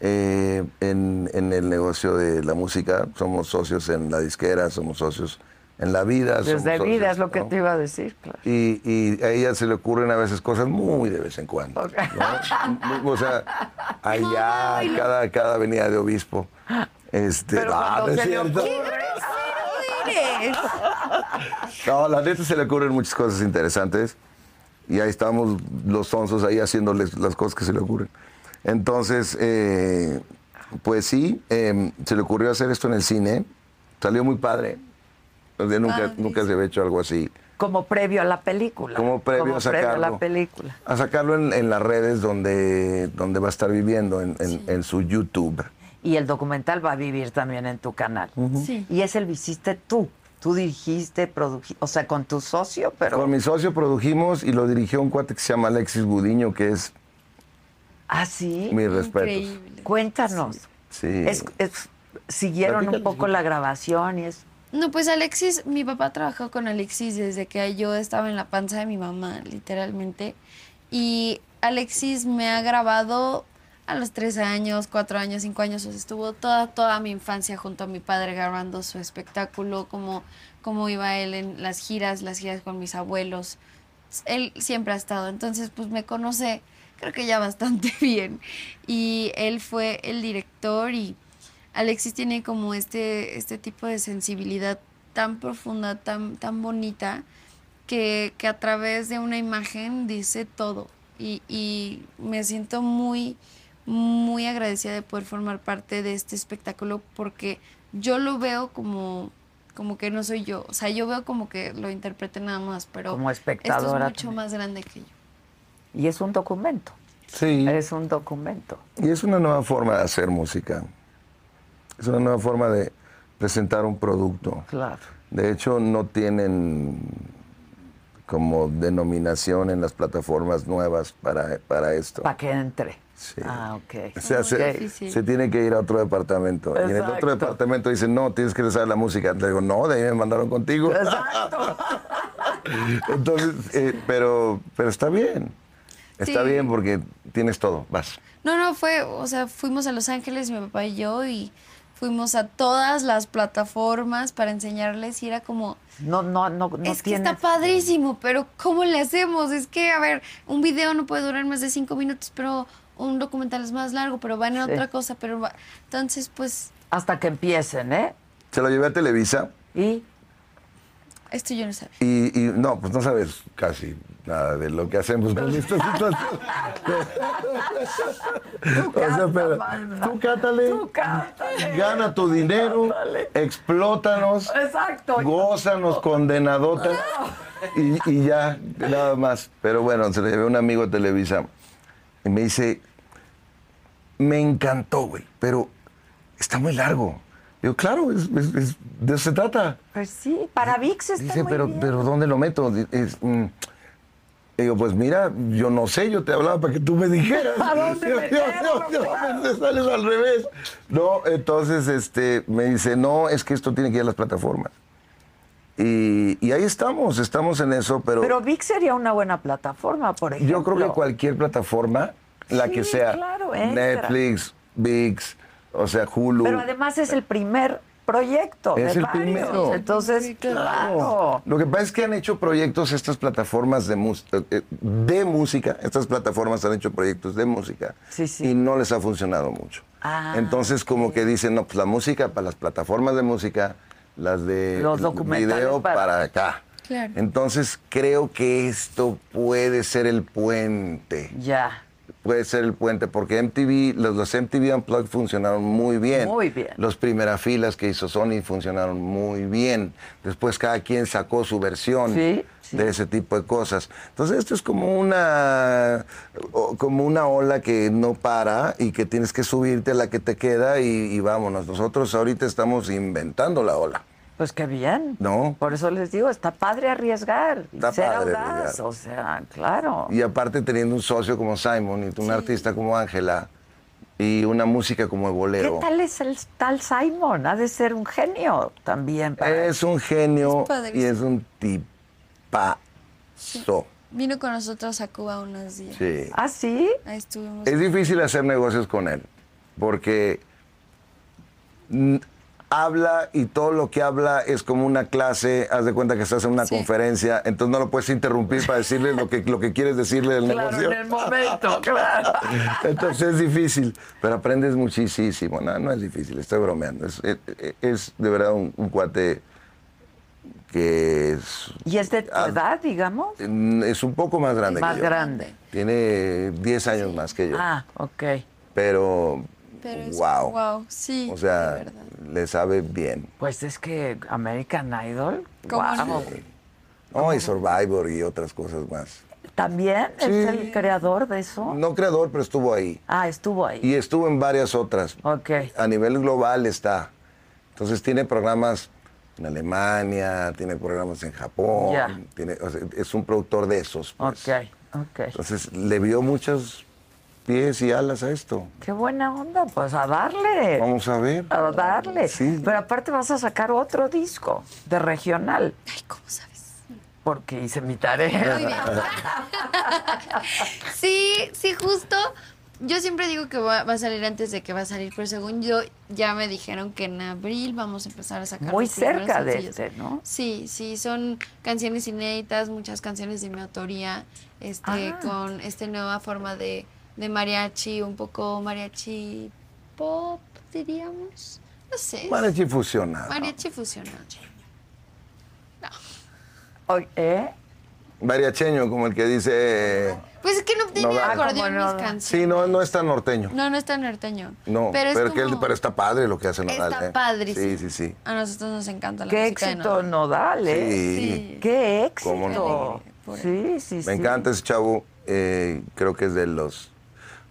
eh, en, en el negocio de la música. Somos socios en la disquera, somos socios en la vida. somos
Desde vida
socios,
es lo que
¿no?
te iba a decir, claro.
Y, y a ella se le ocurren a veces cosas muy de vez en cuando. ¿no? O sea, allá, cada, cada avenida de obispo. Este,
Pero
ah,
cuando
no es
se le
cierto.
ocurre,
eres?
No, la neta se le ocurren muchas cosas interesantes. Y ahí estamos los onzos ahí haciéndoles las cosas que se le ocurren. Entonces, eh, pues sí, eh, se le ocurrió hacer esto en el cine. Salió muy padre. O sea, nunca,
Padrísimo.
nunca se había hecho algo así.
como previo a la película.
Como previo a sacarlo.
a la película.
A sacarlo en, en las redes donde, donde va a estar viviendo, en, en- en su YouTube.
Y el documental va a vivir también en tu canal.
Sí.
Y ese lo hiciste tú. Tú dirigiste, produjiste, o sea, con tu socio, pero...
Con mi socio produjimos y lo dirigió un cuate que se llama Alexis Gudiño, que es
Ah, sí.
mis respetos.
Increíble.
Cuéntanos.
Sí.
Es- es- siguieron un
Platícanos,
poco la grabación y es...
No, pues Alexis, mi papá trabajó con Alexis desde que yo estaba en la panza de mi mamá, literalmente. Y Alexis me ha grabado a los tres años, cuatro años, cinco años. O sea, estuvo toda, toda mi infancia junto a mi padre grabando su espectáculo, cómo, cómo iba él en las giras, las giras con mis abuelos. Él siempre ha estado. Entonces, pues me conoce, creo que ya bastante bien. Y él fue el director y... Alexis tiene como este, este tipo de sensibilidad tan profunda, tan, tan bonita, que, que a través de una imagen dice todo. Y, y me siento muy, muy agradecida de poder formar parte de este espectáculo porque yo lo veo como, como que no soy yo. O sea, yo veo como que lo interprete nada más, pero
Como
esto es
espectadora
mucho
también.
más grande que yo.
Y es un documento.
Sí.
Es un documento.
Y es una nueva forma de hacer música. Es una nueva forma de presentar un producto.
Claro.
De hecho, no tienen como denominación en las plataformas nuevas para, para esto.
Para que entre.
Sí.
Ah, ok.
O sea,
Muy
se,
difícil.
se tiene que ir a otro departamento. Y en el
Exacto.
otro departamento dicen, no, tienes que regresar a la música. Le digo, no, de ahí me mandaron contigo.
Exacto.
Entonces, eh, pero, pero está bien. Está
Sí.
bien porque tienes todo, vas.
No, no, fue, o sea, fuimos a Los Ángeles, mi papá y yo, y fuimos a todas las plataformas para enseñarles y era como,
No, no, no, no
es que está
tienes-
padrísimo, pero ¿cómo le hacemos? Es que, a ver, un video no puede durar más de cinco minutos, pero un documental es más largo, pero van a
Sí.
otra cosa, pero va- Entonces, pues,
Hasta que empiecen, ¿eh?
Se lo llevé a Televisa
Y
esto yo no sabía.
y, y no, pues no sabes casi nada de lo que hacemos con esta situación.
tú
O sea,
canta,
pero
banda.
tú cátale,
Tú cántale.
gana tu dinero,
Cántale.
explótanos,
Exacto.
gózanos, condenadota, y, y ya, nada más. Pero bueno, se le llevé a un amigo de Televisa y me dice, me encantó, güey, pero está muy largo. Yo, claro, es- es- es- de eso se trata.
Pues sí, para VIX está
Dice,
muy
pero,
bien.
pero ¿dónde lo meto? Di- es, mm. Digo, pues mira, yo no sé, yo te hablaba para que tú me dijeras.
¿A dónde
Yo- yo-
meterlo,
yo-
claro?
te sales al revés. No, entonces este, me dice, no, es que esto tiene que ir a las plataformas. Y, y ahí estamos, estamos en eso, pero,
Pero VIX sería una buena plataforma, por ejemplo.
yo creo que cualquier plataforma, la
Sí,
que sea,
claro, entra.
Netflix, VIX, o sea, Hulu.
Pero además es el primer proyecto
Es
de
el
varios.
primero.
Entonces,
Sí,
claro.
Lo que pasa es que han hecho proyectos estas plataformas de, mus- eh, de música, estas plataformas han hecho proyectos de música
Sí, sí.
y no les ha funcionado mucho.
Ah.
Entonces como que dicen, no, pues la música para las plataformas de música, las de
Los documentales
video
para-
para, acá.
Claro.
Entonces creo que esto puede ser el puente.
Ya.
Puede ser el puente, porque MTV, los, los MTV Unplugged funcionaron muy bien.
Muy bien.
Los primeras filas que hizo Sony funcionaron muy bien. Después cada quien sacó su versión
Sí, sí.
de ese tipo de cosas. Entonces esto es como una, o- como una ola que no para y que tienes que subirte a la que te queda y, y vámonos. Nosotros ahorita estamos inventando la ola.
Pues qué bien.
No.
Por eso les digo, está padre arriesgar. y
Está
ser
padre
audaz.
arriesgar.
O sea, claro.
Y aparte teniendo un socio como Simon y un artista como Ángela y una música como el
¿Qué
bolero.
tal es el tal Simon? Ha de ser un genio también. para-
Es un genio
Es padrísimo.
y es un tipazo.
Vino con nosotros a Cuba unos días.
Sí.
¿Ah, sí?
Ahí estuvimos.
Es difícil hacer negocios con él porque mm, habla y todo lo que habla es como una clase, haz de cuenta que estás en una
Sí.
conferencia, entonces no lo puedes interrumpir para decirle lo que, lo que quieres decirle del
Claro,
negocio.
en el momento, claro.
Entonces es difícil, pero aprendes muchísimo. No, no es difícil, estoy bromeando. Es, es- es de verdad un, un cuate que es,
¿Y es de tu
Ah,
edad, digamos?
Mm, es un poco más grande
Más
que yo.
grande.
Tiene 10 años más que yo.
Ah, ok.
Pero,
Pero es,
wow.
wow, sí.
O sea,
de verdad.
le sabe bien.
Pues es que American Idol,
¿Cómo
guau.
no?
No, Oh,
Oh.
y Survivor y otras cosas más.
¿También
Sí.
es el creador de eso?
No creador, pero estuvo ahí.
Ah, estuvo ahí.
Y estuvo en varias otras.
Ok.
A nivel global está. Entonces tiene programas en Alemania, tiene programas en Japón.
Ya.
tiene- o sea, es un productor de esos. pues.
Ok, ok.
Entonces le vio muchos pies y alas a esto.
Qué buena onda, pues a darle.
Vamos a ver.
A darle.
Sí.
Pero aparte vas a sacar otro disco de regional,
Ay, ¿cómo sabes?
porque hice mi tarea.
Muy bien. sí, sí, justo. Yo siempre digo que va, va a salir antes de que va a salir, pero según yo, ya me dijeron que en abril vamos a empezar a sacar.
Muy
los primeros
cerca de
sencillos.
este, ¿no?
Sí, sí, son canciones inéditas, muchas canciones de mi autoría, este,
Ah.
con esta nueva forma de, de mariachi, un poco mariachi pop, diríamos. No sé. es
Mariachi fusionado.
mariachi fusionado.
Oye, ¿eh?
Mariacheño, como el que dice.
Pues es que no tiene
da.
Ah,
acordeón
como no,
mis
no.
canciones.
Sí, no, no es tan norteño.
No, no es tan norteño.
No, pero,
es
que él-
como-
pero está padre lo que hace Nodal.
Está
¿eh?
padrísimo.
Sí, sí, sí.
A nosotros nos encanta la
Qué
música de
éxito
Nodal.
nodal, ¿eh?
Sí.
Qué éxito.
Cómo no.
Por
Sí, sí, sí.
Me encanta ese chavo. eh, creo que es de los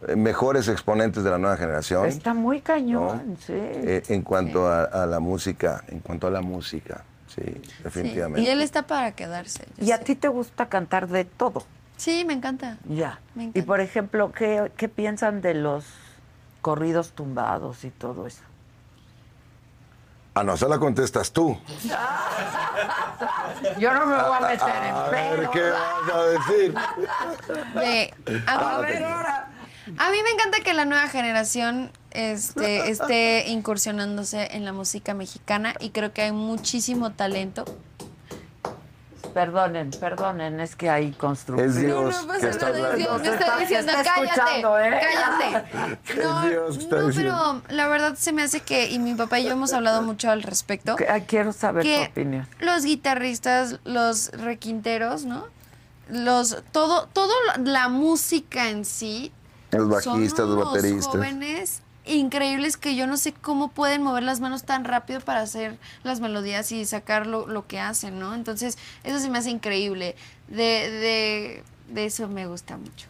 eh, mejores exponentes de la nueva generación.
Está muy cañón, sí.
eh, en cuanto a, a la música, en cuanto a la música, sí,
Sí,
definitivamente.
Y él está para quedarse. yo
y a
sé.
ti te gusta cantar de todo.
Sí, me encanta.
Ya. Y
Me encanta.
por ejemplo, ¿qué, ¿qué piensan de los corridos tumbados y todo eso?
Ah, no, esa la contestas tú.
Yo no me voy a meter en
A ver
pedos.
qué vas a decir.
De-
Ah,
a, a mí me encanta que la nueva generación este, esté incursionándose en la música mexicana y creo que hay muchísimo talento.
Perdonen, perdonen, es que hay construcción.
Es Dios
no,
que
no pasa
está
nada, es Dios
hablando.
me
Está-
está diciendo,
está
cállate,
escuchando, ¿eh?
cállate. No,
Es Dios que está
no,
diciendo.
pero la verdad se me hace que, y mi papá y yo hemos hablado mucho al respecto.
Que- ah, Quiero saber
que
tu opinión.
Los guitarristas, los requinteros, ¿no? Los todo todo la música en sí
Los
son
bajistas, los
unos
bateristas.
jóvenes increíbles que yo no sé cómo pueden mover las manos tan rápido para hacer las melodías y sacar lo, lo que hacen, ¿no? Entonces, eso se me hace increíble. De, de, de eso me gusta mucho.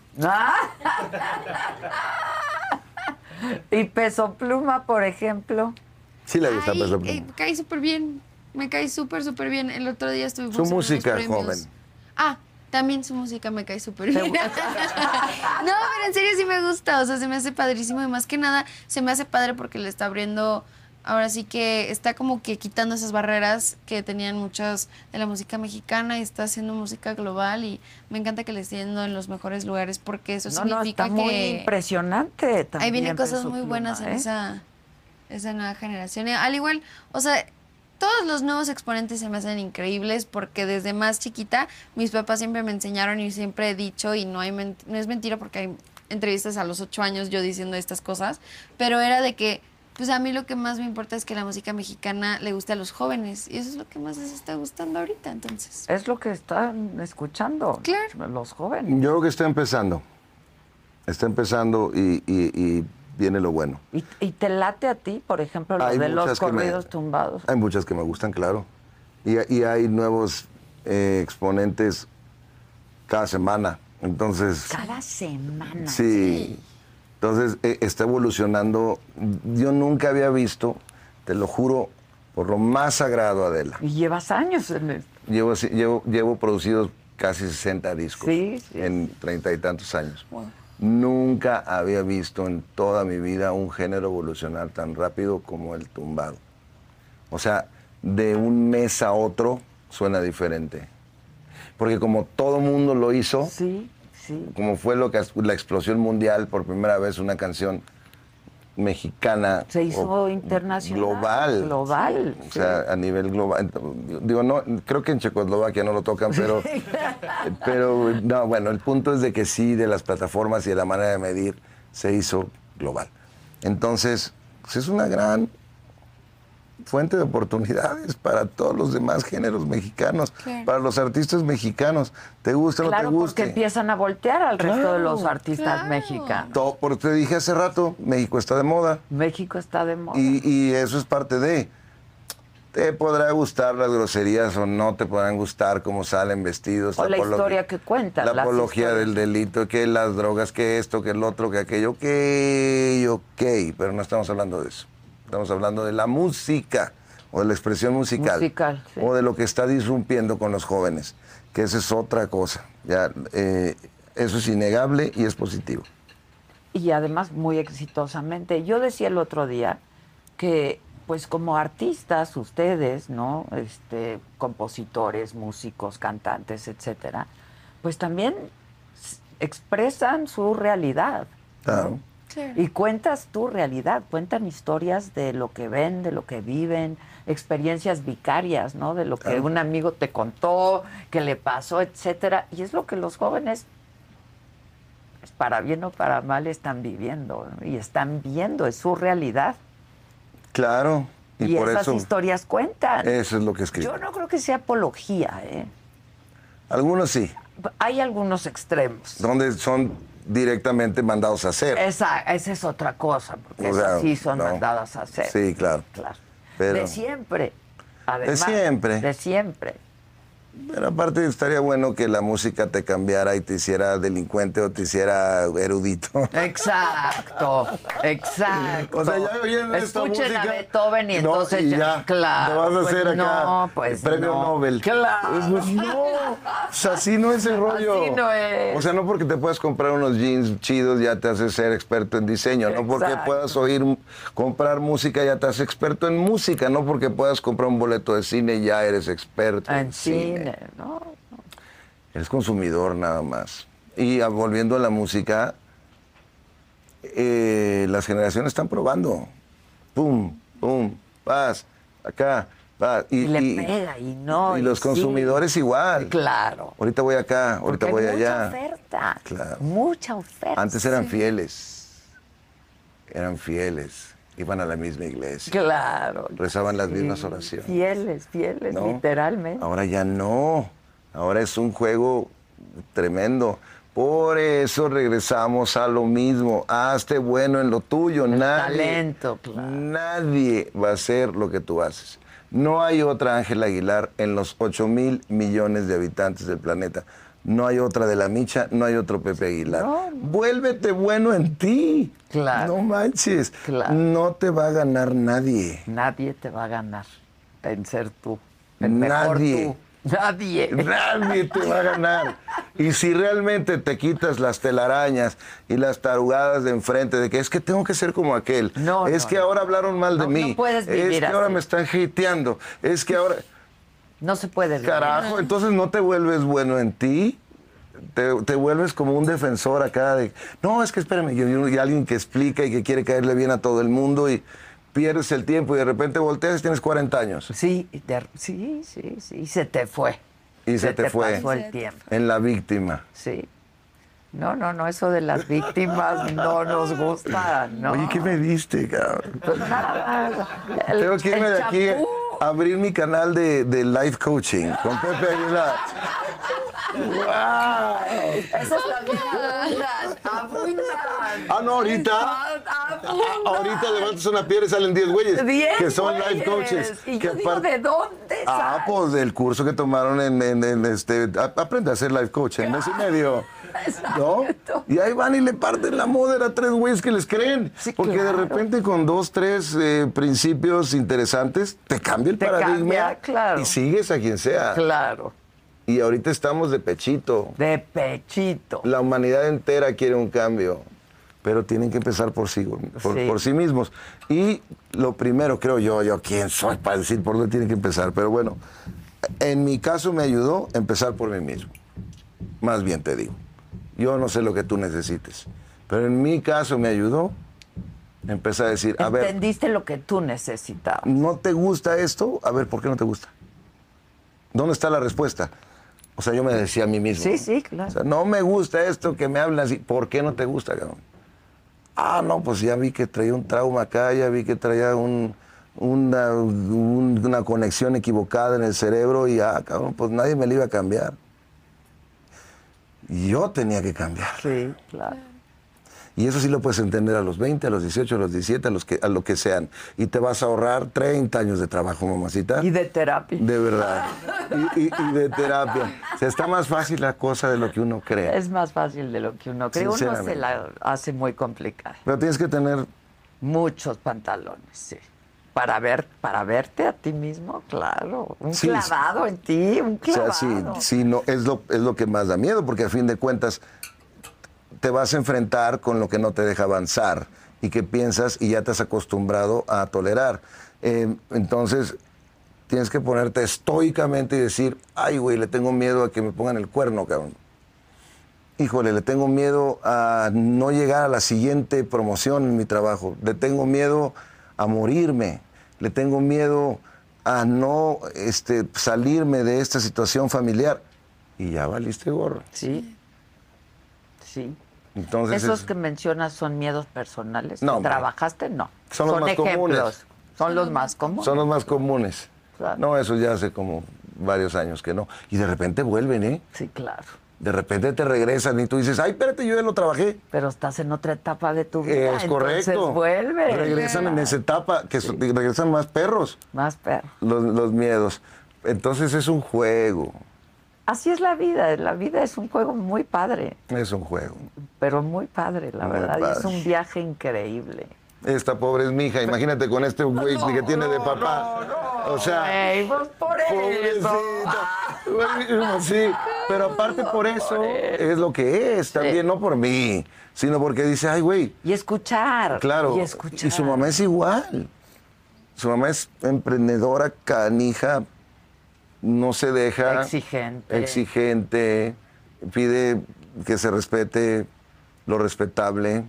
Ah. y peso pluma, por ejemplo.
Sí le gusta pues,
Ay,
Peso
eh,
Pluma.
caí súper bien. Me caí súper, súper bien. El otro día estuve
Su
buscando unos
música,
premios.
joven.
Ah, también su música me cae súper bien. no, pero en serio sí me gusta. O sea, se me hace padrísimo. Y más que nada, se me hace padre porque le está abriendo. Ahora sí que está como que quitando esas barreras que tenían muchas de la música mexicana y está haciendo música global y me encanta que le esté yendo en los mejores lugares porque eso
No, no,
significa
está muy
que
impresionante también.
Ahí vienen cosas
Peso
muy
Pluma,
buenas en
¿eh?
esa, esa nueva generación. Eh, Al igual, o sea, todos los nuevos exponentes se me hacen increíbles porque desde más chiquita mis papás siempre me enseñaron y siempre he dicho, y no, hay men- no es mentira porque hay entrevistas a los ocho años yo diciendo estas cosas, pero era de que, pues a mí lo que más me importa es que la música mexicana le guste a los jóvenes y eso es lo que más les está gustando ahorita, entonces.
Es lo que están escuchando
Claro.
los jóvenes.
Yo creo que está empezando. Está empezando y, y- y viene lo bueno.
¿Y, y te late a ti, por ejemplo, lo
Hay
de los
muchas que me-
corridos tumbados?
Hay muchas que me gustan, claro. Y, y hay nuevos eh, exponentes cada semana. Entonces,
Cada semana.
sí. Entonces, eh, está evolucionando. Yo nunca había visto, te lo juro, por lo más sagrado, Adela.
Y llevas años en el...
Llevo, así- llevo, llevo producidos casi 60 discos
Sí, sí,
en treinta y tantos años. Nunca había visto en toda mi vida un género evolucionar tan rápido como el tumbado. O sea, de un mes a otro suena diferente. Porque como todo mundo lo hizo,
Sí, sí.
como fue lo que la explosión mundial por primera vez una canción mexicana.
Se hizo
o
internacional.
Global.
Global,
O sea, a nivel global. Ent- Digo, no, creo que en Checoslovaquia no lo tocan, pero, pero no, bueno, el punto es de que sí, de las plataformas y de la manera de medir, se hizo global. Entonces, pues es una gran fuente de oportunidades para todos los demás géneros mexicanos,
Claro.
para los artistas mexicanos. ¿Te gusta o no
Claro,
te gusta?
porque empiezan a voltear al resto de los artistas
claro.
mexicanos.
Todo, porque te dije hace rato, México está de moda.
México está de moda.
Y, y eso es parte de. Te podrá gustar las groserías o no te podrán gustar cómo salen vestidos.
O la
apología-
historia que cuentan,
La
las
apología
historias.
del delito, que las drogas, que esto, que el otro, que aquello. Ok, ok, pero no estamos hablando de eso. Estamos hablando de la música o de la expresión musical.
Musical, sí.
O de lo que está disrumpiendo con los jóvenes, que esa es otra cosa. Ya, eh, eso es innegable y es positivo.
y además muy exitosamente. Yo decía el otro día que, pues como artistas, ustedes, ¿no? Este, compositores, músicos, cantantes, etcétera, pues también s- expresan su realidad.
Claro.
Claro.
Y cuentas tu realidad, cuentan historias de lo que ven, de lo que viven, experiencias vicarias, ¿no? De lo que
Claro.
un amigo te contó, que le pasó, etcétera. Y es lo que los jóvenes, pues, para bien o para mal, están viviendo ¿no? y están viendo, es su realidad.
Claro. Y,
Y,
por
esas
eso.
historias cuentan.
Eso es lo que escribo.
Yo no creo que sea apología, ¿eh?
Algunos sí,
Hay algunos extremos.
donde son directamente mandados a hacer.
Esa, esa es otra cosa, porque
O
esas
sea,
sí son
no.
mandadas a hacer.
Sí, claro.
Claro.
Pero-
de siempre. Además,
siempre.
De siempre.
Pero aparte estaría bueno que la música te cambiara y te hiciera delincuente o te hiciera erudito.
Exacto, exacto.
O sea, ya oyendo esta
Escuchen a
música,
Beethoven y
no,
entonces
y
ya,
ya,
claro.
te vas a
pues
hacer acá
No, pues
premio
no.
Nobel.
Claro.
Pues no, o sea, así no es el rollo.
Así no es.
O sea, no porque te puedas comprar unos jeans chidos ya te haces ser experto en diseño, no porque
Exacto.
puedas oír comprar música ya te haces experto en música, no porque puedas comprar un boleto de cine ya eres experto en,
En cine, ¿no?
Eres consumidor nada más. Y ah, volviendo a la música, eh, las generaciones están probando. Pum, pum, paz, acá, paz.
Y le pega y no,
Y,
y
los
sí.
consumidores igual.
Claro.
Ahorita voy acá, ahorita
Porque
voy
hay
allá.
Mucha oferta.
Claro.
Mucha oferta.
Antes eran fieles. Eran fieles. Iban a la misma iglesia.
Claro.
Rezaban las mismas oraciones.
Fieles, fieles,
¿no?
literalmente.
Ahora ya no. Ahora es un juego tremendo. Por eso regresamos a lo mismo. Hazte bueno en lo tuyo. nadie,
talento, claro.
nadie va a hacer lo que tú haces. No hay otra Ángela Aguilar en los 8 mil millones de habitantes del planeta. No hay otra de la Micha, no hay otro Pepe Aguilar.
No.
Vuélvete bueno en ti.
Claro.
No manches.
Claro.
No te va a ganar nadie.
Nadie te va a ganar en ser tú. En mejor
Nadie.
tú. Nadie.
Nadie te va a ganar. Y si realmente te quitas las telarañas y las tarugadas de enfrente, de que es que tengo que ser como aquel,
No,
es
no,
que
no.
ahora hablaron mal de
No,
mí,
no puedes
es
vivir
que ahora
así.
me están hateando, es que ahora,
No se puede vivir.
carajo, entonces no te vuelves bueno en ti. Te, te vuelves como un defensor acá de, no, es que espérame, yo, yo- y alguien que explica y que quiere caerle bien a todo el mundo y pierdes el tiempo y de repente volteas y tienes 40 años.
Sí, de- sí, sí, sí. Y se te fue.
Y se te fue.
pasó
Se
el
te
tiempo.
En la víctima.
Sí. No, no, no. Eso de las víctimas no nos gusta. No.
Oye, ¿qué me diste, cabrón?
Pues nada. El-
Tengo que irme
el
de aquí
champú.
a abrir mi canal de, de life coaching con Pepe Aguilar. ¡Wow!
Esas abundan, abundan.
Ah, no, ahorita. Ah,
Abundan.
Ahorita levantas una piedra y salen 10 güeyes.
Diez
que son
güeyes.
life coaches.
Y
que
yo digo,
apar-
¿de dónde
Ah,
sale?
pues del curso que tomaron en, en- en este. a- Aprende a ser life coach en mes y medio. ¿No?
Exacto.
Y ahí van y le parten la moda a tres güeyes que les creen.
Sí,
Porque
claro.
de repente con dos, tres eh, principios interesantes te cambia el
Te
paradigma.
cambia, claro.
Y sigues a quien sea.
Claro.
Y ahorita estamos de pechito.
De pechito.
La humanidad entera quiere un cambio, pero tienen que empezar por sí, por,
Sí.
por sí mismos. Y lo primero, creo yo, yo quién soy para decir por dónde tienen que empezar, pero bueno, en mi caso me ayudó empezar por mí mismo. Más bien te digo, yo no sé lo que tú necesites, pero en mi caso me ayudó Empecé a decir, a ver, Mm.
Entendiste lo que tú necesitabas.
¿no te gusta esto? A ver, ¿por qué no te gusta? ¿Dónde está la respuesta? O sea, yo me decía a mí mismo.
Sí, sí, claro.
O sea, no me gusta esto que me hablan así. ¿Por qué no te gusta, cabrón? Ah, no, pues ya vi que traía un trauma acá, ya vi que traía un- una, un- una conexión equivocada en el cerebro y ah, cabrón, pues nadie me lo iba a cambiar. Yo tenía que cambiar.
Sí, claro.
Y eso sí lo puedes entender a los 20, a los 18, a los 17, a, los que, a lo que sean. Y te vas a ahorrar 30 años de trabajo, mamacita.
Y de terapia.
Ah. De verdad. Y, y- y de terapia. O sea, está más fácil la cosa de lo que uno cree.
Es más fácil de lo que uno cree. Uno se
Sinceramente.
la hace muy complicada.
Pero tienes que tener
Muchos pantalones, sí. Para ver, para verte a ti mismo, claro. Un
Sí,
clavado en ti, un
O sea,
clavado.
sí, sí, no, es lo, es lo que más da miedo, porque a fin de cuentas te vas a enfrentar con lo que no te deja avanzar y que piensas y ya te has acostumbrado a tolerar. Eh, entonces, tienes que ponerte estoicamente y decir, ay, güey, le tengo miedo a que me pongan el cuerno, cabrón. Híjole, le tengo miedo a no llegar a la siguiente promoción en mi trabajo. Le tengo miedo a morirme. Le tengo miedo a no este, salirme de esta situación familiar. Y ya valiste gorro.
Sí. Sí.
Entonces,
Esos
es-
que mencionas son miedos personales.
No,
que
hombre.
¿Trabajaste? No.
Son los más
ejemplos.
comunes.
Son los más comunes.
son los más comunes.
Claro.
No, eso ya hace como varios años que no. Y de repente vuelven, ¿eh?
Sí, claro.
De repente te regresan y tú dices, ay, espérate, yo ya lo trabajé.
Pero estás en otra etapa de tu vida.
Es correcto.
Entonces vuelve.
Regresan en esa etapa, que so- regresan más perros,
Más perro.
los, los miedos. Entonces es un juego,
Así es la vida. La vida es un juego muy padre.
es un juego.
Pero muy padre, la
Muy
verdad. y es
padre.
un viaje increíble.
Esta pobre es mi hija, imagínate con este güey que tiene de papá. o sea,
Ey, pues por eso.
pobrecita. Bueno, Sí, pero aparte por eso es lo que es, también no por mí, sino porque dice, ay, güey,
Y escuchar.
Claro.
Y escuchar.
y su mamá es igual. Su mamá es emprendedora, canija, no se deja.
Exigente.
Exigente. Pide que se respete lo respetable.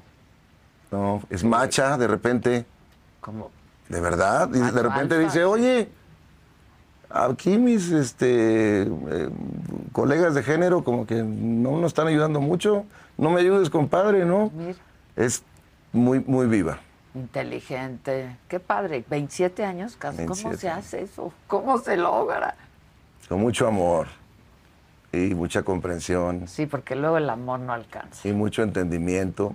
¿no? Es macha de repente.
Como,
De verdad. Y de
Macho
repente
alfa.
dice, oye, aquí mis este, eh, colegas de género como que no nos están ayudando mucho. No me ayudes, compadre, ¿no?
mira,
Es muy, muy viva.
inteligente. Qué padre. 27 años casi. ¿Cómo
27
se
años.
hace eso? ¿Cómo se logra?
Con mucho amor y mucha comprensión
Sí, porque luego el amor no alcanza.
y mucho entendimiento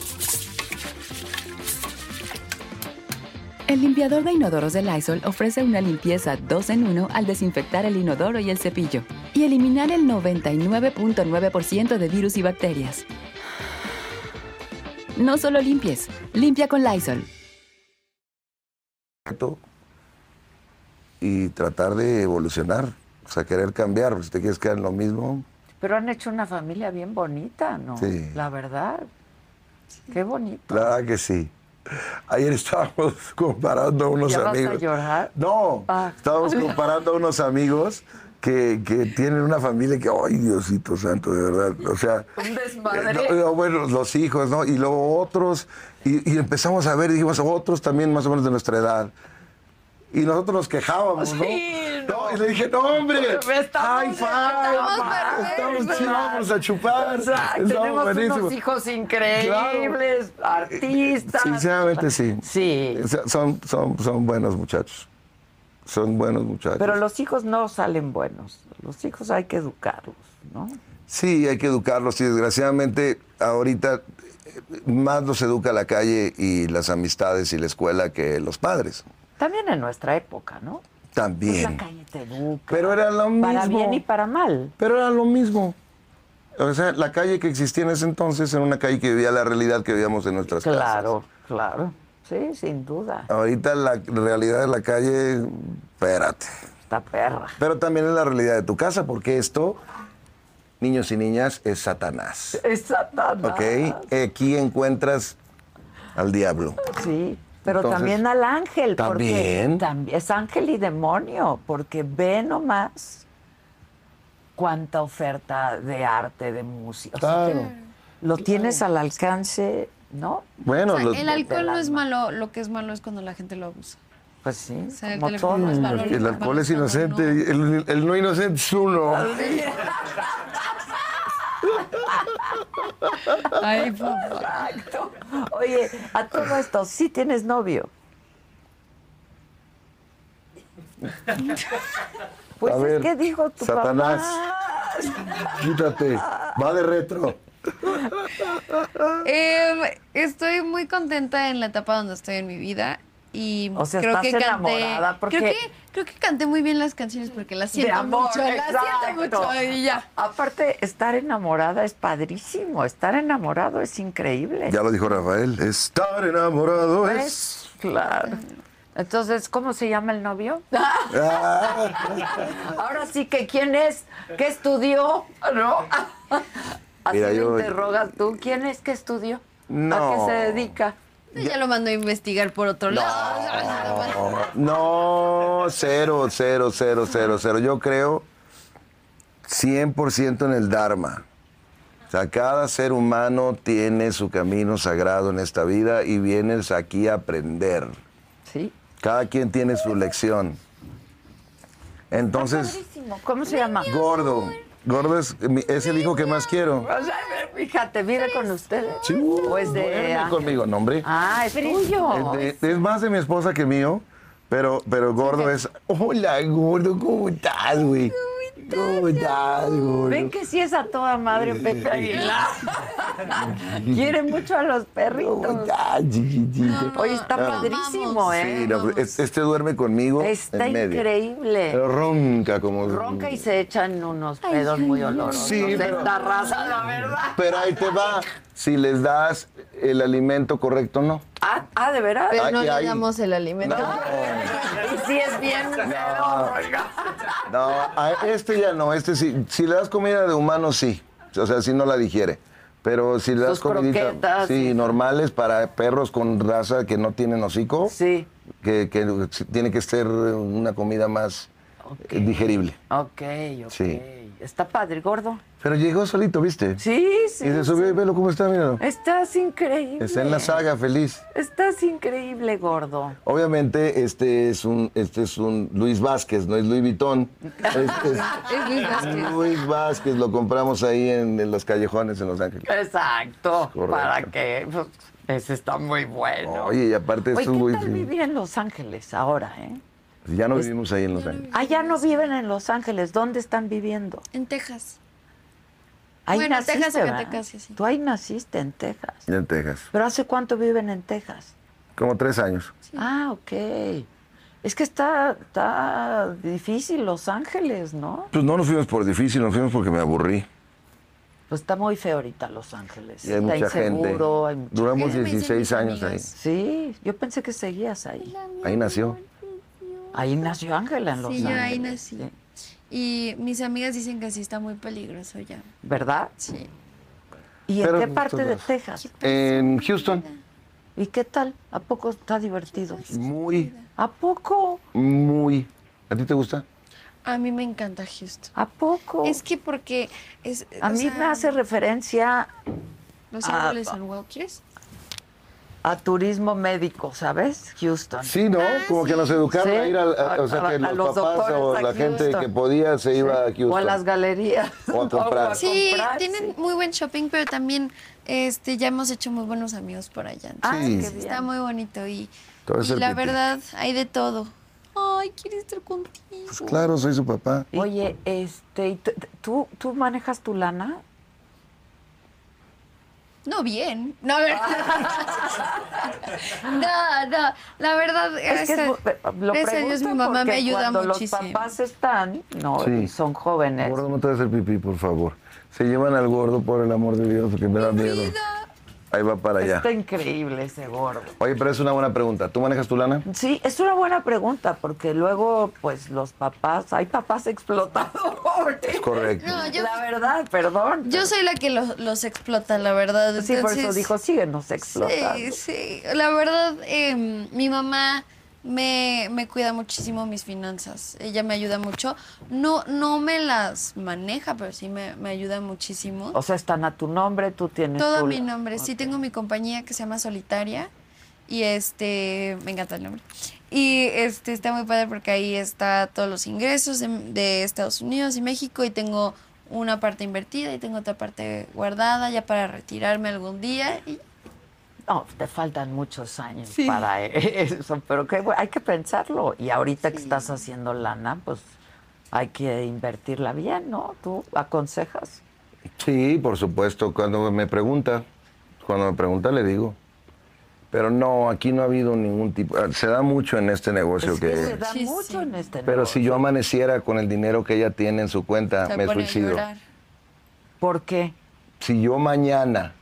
El limpiador de inodoros de Lysol ofrece una limpieza 2 en 1 al desinfectar el inodoro y el cepillo y eliminar el 99.9% de virus y bacterias. No solo limpies, limpia con Lysol.
y tratar de evolucionar, o sea, querer cambiar, porque si te quieres quedar en lo mismo,
Pero han hecho una familia bien bonita, ¿no?
Sí.
La verdad. Qué bonito.
la verdad que sí. Ayer estábamos comparando a unos
¿Ya vas a
amigos.
llorar?
No,
Ah.
estábamos comparando a unos amigos que, que tienen una familia que, ay, Diosito Santo, de verdad, o sea,
Un desmadre.
Eh, no, eh, bueno, los hijos, ¿no? Y luego otros, y, y empezamos a ver, y dijimos, otros también más o menos de nuestra edad. Y nosotros nos quejábamos, ¿no?
Sí, no.
y le dije, no, hombre,
Pero estamos-
high five,
estamos
ma,
perfectos,
estamos chidos,
¿verdad?
vamos a chupar,
O sea,
estamos
tenemos
buenísimos.
unos hijos increíbles, artistas.
Sinceramente, sí.
Sí.
O sea, Son, son, son buenos muchachos. Son buenos muchachos.
Pero los hijos no salen buenos. Los hijos hay que educarlos, ¿no?
Sí, hay que educarlos y desgraciadamente ahorita eh, más los educa la calle y las amistades y la escuela que los padres.
También en nuestra época, ¿no? Pues
También.
La calle Tebuca.
Pero era lo
Para
mismo.
bien y para mal.
Pero era lo mismo. O sea, la calle que existía en ese entonces era una calle que vivía la realidad que vivíamos en nuestras casas.
Claro, claro. Sí, sin duda.
Ahorita la realidad de la calle, espérate.
Esta perra.
Pero también es la realidad de tu casa, porque esto, niños y niñas, es Satanás.
Es Satanás.
¿Ok? Aquí encuentras al diablo.
Sí, pero
Entonces,
también al ángel. Porque
también.
también es ángel y demonio, porque ve nomás cuánta oferta de arte, de música. O sea,
Claro.
lo tienes al alcance, ¿no?
Bueno,
O sea,
los-
el alcohol
del
no es
alma.
malo, lo que es malo es cuando la gente lo abusa.
Pues sí,
O sea, el
como
teléfono
todo.
es malo.
el alcohol es inocente,
No.
el, el no inocente es uno.
Ay, papá.
Exacto. Oye, a todo esto, sí tienes novio. Pues
A
es
ver,
que dijo tu
Satanás.
papá.
Quítate, va de retro.
Em, estoy muy contenta en la etapa donde estoy en mi vida. Y
O sea,
creo
estás
que canté,
enamorada, porque-
creo, que, creo que canté muy bien las canciones porque las
De
siento
amor,
mucho. Las siento
exacto.
mucho y ya.
Aparte, estar enamorada es padrísimo. Estar enamorado es increíble.
Ya lo dijo Rafael, estar enamorado es...
¿Ves? Pues, Claro. Entonces, ¿cómo se llama el novio? Ahora sí que quién es, qué estudió, ¿no? Así
Mira,
lo
yo-
interrogas tú. ¿Quién es que estudió? ¿A
No.
qué se dedica?
Ya lo mando a investigar por otro lado.
No, cero, cero, cero, cero, cero. Yo creo 100% en el Dharma. O sea, cada ser humano tiene su camino sagrado en esta vida y vienes aquí a aprender.
Sí.
Cada quien tiene su lección. Entonces,
¿Cómo se llama?
gordo. Gordo es, mi- es el hijo que más quiero.
O sea, fíjate, vive con ustedes.
Sí, uh,
pues de.
duerme conmigo, no, hombre.
Ah, es tuyo.
Es, de- es más de mi esposa que mío, pero, pero gordo es. Hola, gordo, ¿cómo estás, güey? ¿Cómo estás, gordo?
Ven que sí es a toda madre Pepe Aguilar. Quiere mucho a los
¿Cómo
perritos.
estás, chiquitito?
Oye, está
No.
padrísimo,
Sí,
¿eh?
no, pero es- este duerme conmigo.
Está
en medio.
increíble.
Pero ronca como.
Ronca y se echan unos pedos muy olorosos.
Sí,
de
pero-
esta raza, la verdad.
Pero ahí te va. Si les das el alimento correcto, no.
Ah, ah, ¿de veras?
Ay,
Pero no
ay,
le
ay.
damos el alimento.
Y sí es bien feo, Ronca.
No, a este ya no. Este sí. Si le das comida de humano, sí. O sea, si no la digiere. Pero si le das
Sus
comidita.
croquetas,
Sí,
sí.
normales para perros con raza que no tienen hocico.
Sí,
que, que tiene que ser una comida más eh, digerible.
ok, ok.
Sí.
Está padre, gordo.
Pero llegó solito, ¿viste?
Sí,
Y
sí.
se subió y velo cómo está, míralo.
Estás increíble.
Está en la saga, feliz.
Estás increíble, gordo.
Obviamente, este es un, este es un Luis Vázquez, no es Luis Vitón. Este es
Es Luis Vázquez.
Luis Vázquez, lo compramos ahí en, en los callejones en Los Ángeles.
Exacto.
Correcto.
Para que pues, ese está muy bueno.
Oye, y aparte
Oye,
es
¿qué
un güey-
tal vivir en Los Ángeles ahora, eh?
Ya no vivimos ahí en Los Ángeles.
Allá no viven en Los Ángeles, ¿dónde están viviendo?
En Texas.
Ahí
Bueno,
naciste,
Texas,
¿verdad?
Zacatecas, sí, sí.
Tú ahí naciste en Texas.
En Texas.
Pero ¿hace cuánto viven en Texas?
Como tres años.
Ah, ok. Es que está, está difícil Los Ángeles, ¿no?
Pues no nos fuimos por difícil, nos fuimos porque me aburrí.
Pues está muy feo ahorita Los Ángeles.
Y hay
está
mucha gente.
inseguro, hay mucha-
Duramos
Eso me dicen
16
mis
años ahí.
amigas.
Sí, yo pensé que seguías ahí.
Ahí nació.
Ahí nació Ángela en Los
Sí, yo
Ángeles.
ahí nací.
sí.
Y mis amigas dicen que sí está muy peligroso ya.
¿Verdad?
Sí.
¿Y en
Pero-
qué parte de Texas?
En Houston.
¿Y qué tal? ¿A poco está divertido?
Muy,
¿A poco?
muy. ¿A ti te gusta?
A mí me encanta Houston.
¿A poco?
Es que porque es
Oh. a
o
mí
sea,
me hace Ah, referencia
Los
a-
árboles son walkers.
a turismo médico, ¿sabes? Houston.
Sí, ¿no? Como que nos educaron
Ah, Sí.
a ir al- a, o sea,
A-
que
a
los,
los
papás o
doctores a
la gente
Houston.
que podía se iba a Houston.
O a las galerías.
O a comprar.
Sí,
comprar,
tienen
sí.
muy buen shopping, pero también este ya hemos hecho muy buenos amigos por allá.
Ah,
Sí.
qué
Está
bien.
muy bonito y,
Te voy a
y
hacer
la
pipí.
verdad hay de todo. Ay, quiero estar contigo.
Pues claro, soy su papá.
Oye, este, ¿y tú- ¿tú, ¿tú manejas tu lana?
No bien. No, no, no, La verdad,
Ah. Es que es
gracias-
bu- lo
gracias a Dios,
pregunto
mi mamá me
porque
ayuda
cuando
muchísimo.
los papás están, no,
Sí.
son jóvenes.
Gordo, no te vas a hacer pipí, por favor. Se llevan al gordo, por el amor de Dios, porque me da miedo. Ahí va para allá.
Está increíble ese gordo.
Oye, pero es una buena pregunta. ¿Tú manejas tu lana?
Sí, es una buena pregunta porque luego, pues, los papás, hay papás explotadores.
Es correcto.
No, yo,
La verdad, perdón.
yo soy la que los, los explota, la verdad.
sí, por eso
entonces-
dijo, síguenos explotando.
Sí, sí. La verdad, eh, mi mamá me, me cuida muchísimo mis finanzas. Ella me ayuda mucho. No, no me las maneja, pero sí me, me ayuda muchísimo.
O sea, están a tu nombre, tú tienes
Todo
tu-
mi nombre. Sí, tengo mi compañía que se llama Solitaria. Y este, me encanta el nombre. Y este está muy padre porque ahí está todos los ingresos de, de Estados Unidos y México. Y tengo una parte invertida y tengo otra parte guardada ya para retirarme algún día. Y
No, te faltan muchos años
Sí.
para e-, eso, pero qué bu- hay que pensarlo. Y ahorita que estás haciendo lana, pues hay que invertirla bien, ¿no? ¿Tú aconsejas?
Sí, por supuesto. Cuando me pregunta, cuando me pregunta le digo. Pero no, aquí no ha habido ningún tipo. ah, Se da mucho en este negocio
es
que.
que se da
Muchísimo.
mucho en este
Pero
negocio.
si yo amaneciera con el dinero que ella tiene en su
Ah,
cuenta,
se
me
pone a
suicido.
llorar.
¿Por qué?
Si yo mañana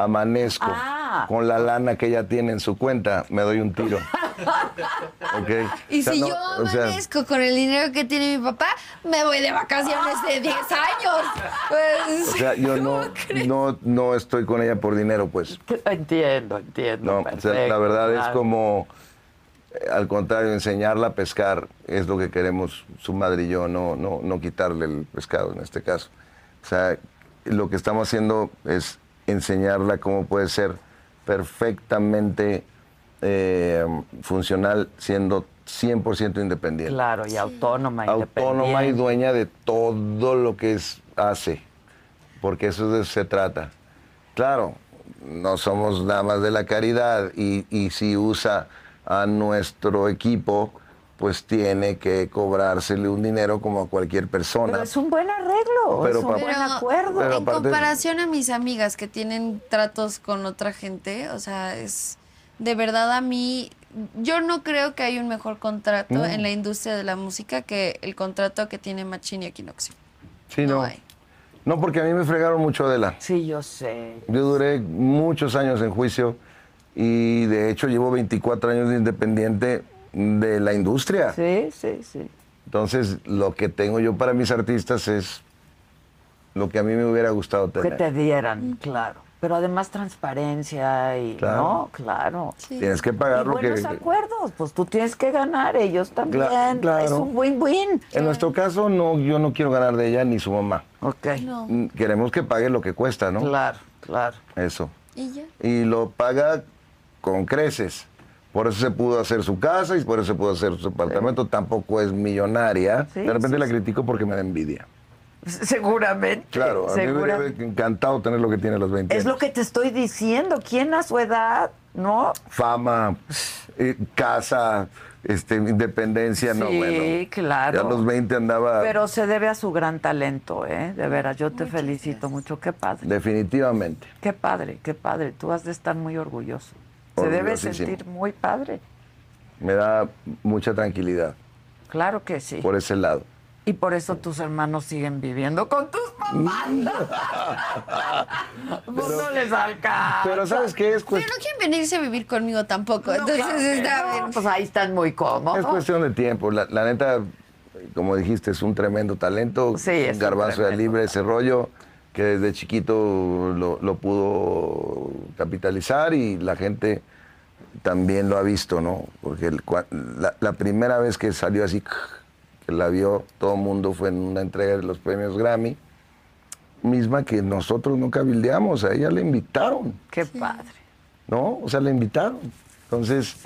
amanezco
Ah.
con la lana que ella tiene en su cuenta, me doy un tiro. ¿Ok?
Y
O sea,
si
no,
yo
o sea,
amanezco con el dinero que tiene mi papá, me voy de vacaciones de 10 años. Pues,
o sea, yo no,
¿cómo crees?
no, no estoy con ella por dinero, pues.
Entiendo, entiendo.
No, o sea, la
perfecto,
verdad es
claro.
como, eh, al contrario, enseñarla a pescar es lo que queremos su madre y yo, no, no, no quitarle el pescado en este caso. O sea, lo que estamos haciendo es enseñarla cómo puede ser perfectamente eh, funcional siendo 100% independiente
Claro, y autónoma,
autónoma y
independiente.
dueña de todo lo que es- hace, porque eso de eso se trata. Claro, no somos nada más de la caridad y, y si usa a nuestro equipo, pues tiene que cobrársele un dinero como a cualquier persona.
Pero es un buen arreglo,
Pero
es un
papá-
buen
Pero
acuerdo.
Pero
en
aparte-
comparación a mis amigas que tienen tratos con otra gente, o sea, es de verdad a mí, yo no creo que hay un mejor contrato en la industria de la música que el contrato que tiene Machine y Equinoxio.
Sí,
no
no.
hay.
No, porque a mí me fregaron mucho Adela.
Sí, yo sé.
Yo duré muchos años en juicio y de hecho llevo 24 años de independiente de la industria.
Sí, sí, sí.
Entonces, lo que tengo yo para mis artistas es lo que a mí me hubiera gustado
Que
tener.
te dieran, claro. Pero además transparencia y
Claro.
no, claro.
Tienes que
Y
pagar lo que...
buenos acuerdos, pues tú tienes que ganar, ellos también.
claro.
Es un win-win.
En nuestro caso, no, yo no quiero ganar de ella ni su mamá.
Ok.
No,
Mm, Queremos que pague lo que cuesta, ¿no?
Claro, claro.
Eso.
y ya.
Y lo paga con creces. Por eso se pudo hacer su casa y por eso se pudo hacer su apartamento. Tampoco es millonaria.
Sí,
de repente
sí,
la critico porque me da envidia.
Seguramente.
Claro, a mí me hubiera
seguramente.
encantado tener lo que tiene a los 20
Es lo
años.
que te estoy diciendo. ¿Quién a su edad, no?
fama, eh, casa, este, independencia, no,
Sí,
bueno.
claro.
Ya a los 20 andaba
Pero se debe a su gran talento, ¿eh? De veras, yo te felicito mucho. Qué padre.
definitivamente.
Qué padre, qué padre. Tú has de estar muy orgulloso. Se debe
Orgullosísimo.
sentir muy padre.
Me da mucha tranquilidad
Claro que sí.
por ese lado.
Y por eso tus hermanos siguen viviendo con tus papás.
Mm.
Vos no les alcanza.
Pero ¿sabes qué? Es, cues-
Pero no quieren venirse a vivir conmigo tampoco,
No,
entonces
claro que
está
no,
bien.
Pues ahí están muy cómodos.
es cuestión de tiempo. La, la neta, como dijiste, es un tremendo talento.
Sí, es
un
un
garbanzo de
tremendo
libre, ese rollo que desde chiquito lo, lo pudo capitalizar y la gente también lo ha visto, ¿no? Porque el cua- la, la primera vez que salió así, que la vio todo el mundo fue en una entrega de los premios Grammy, misma que nosotros no cabildeamos, a ella le invitaron,
Qué padre.
¿no? O sea, le invitaron. Entonces,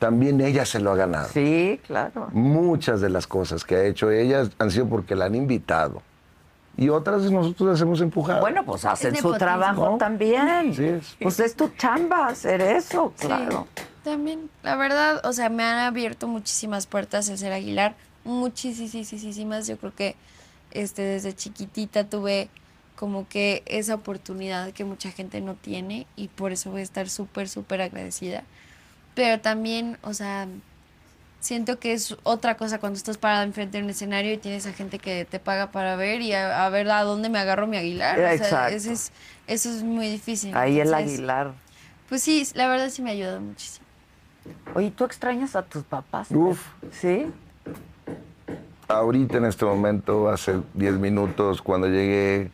también ella se lo ha ganado.
Sí, claro.
Muchas de las cosas que ha hecho ella han sido porque la han invitado. Y otras nosotros las hemos empujado.
Bueno, pues hacen su
nepotismo.
trabajo también.
Así Ah. es.
Pues es tu chamba hacer eso, claro.
Sí, también. La verdad, o sea, me han abierto muchísimas puertas el ser Aguilar. Muchísimas, yo creo que este, desde chiquitita tuve como que esa oportunidad que mucha gente no tiene y por eso voy a estar súper, súper agradecida. Pero también, o sea, siento que es otra cosa cuando estás parada enfrente de un escenario y tienes a gente que te paga para ver y a, a ver a dónde me agarro mi aguilar. O sea,
Exacto.
ese es, eso es muy difícil.
Ahí el
Entonces,
Aguilar.
Pues sí, la verdad sí me ayuda muchísimo.
Oye, ¿tú extrañas a tus papás?
Uf.
¿Sí?
Ahorita en este momento, hace 10 minutos, cuando llegué,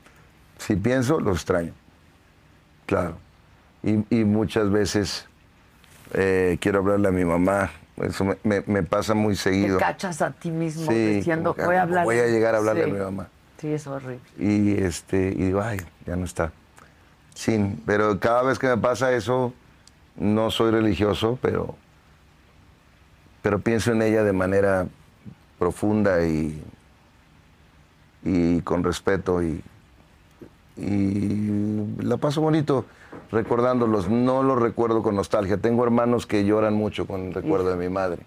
si pienso, lo extraño. Claro. Y, y muchas veces eh, quiero hablarle a mi mamá. Eso me, me- me pasa muy
Te
seguido.
cachas a ti mismo
Sí,
diciendo,
como que
voy a hablar.
voy a llegar a hablarle
Sí.
a mi mamá.
Sí, es horrible.
Y, este, y digo, ay, ya no está. Sí, pero cada vez que me pasa eso, no soy religioso, pero, pero pienso en ella de manera profunda y, y con respeto y, y la paso bonito recordándolos. No los recuerdo con nostalgia. Tengo hermanos que lloran mucho con el recuerdo de mi madre.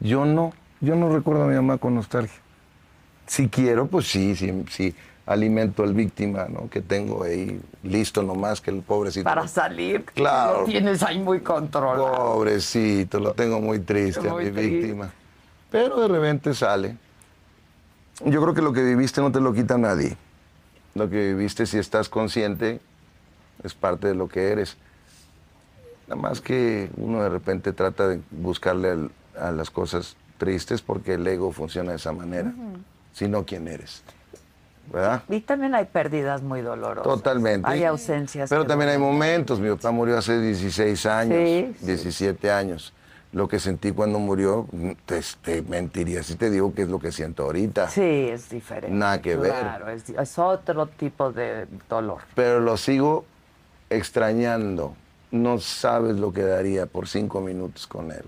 Yo no, yo no recuerdo a mi mamá con nostalgia. Si quiero, pues sí, sí, sí. Alimento al víctima, ¿no? Que tengo ahí listo nomás que el pobrecito.
Para salir.
Claro.
Lo tienes ahí muy controlado.
Pobrecito, lo tengo muy triste, a
Muy
mi
triste.
víctima. Pero de repente sale. Yo creo que lo que viviste no te lo quita nadie. Lo que viviste, si estás consciente, es parte de lo que eres. Nada más que uno de repente trata de buscarle al- a las cosas tristes porque el ego funciona de esa manera. Si no, ¿quién eres? ¿Verdad?
Y también hay pérdidas muy dolorosas.
Totalmente.
Hay ausencias.
Pero
que
también hay
duelen.
momentos. Mi papá murió hace 16 años,
Sí, sí.
17 años. Lo que sentí cuando murió, te, te mentiría si te digo que es lo que siento ahorita.
Sí, es diferente.
Nada que ver.
Claro, es, es otro tipo de dolor.
Pero lo sigo extrañando. No sabes lo que daría por cinco minutos con él,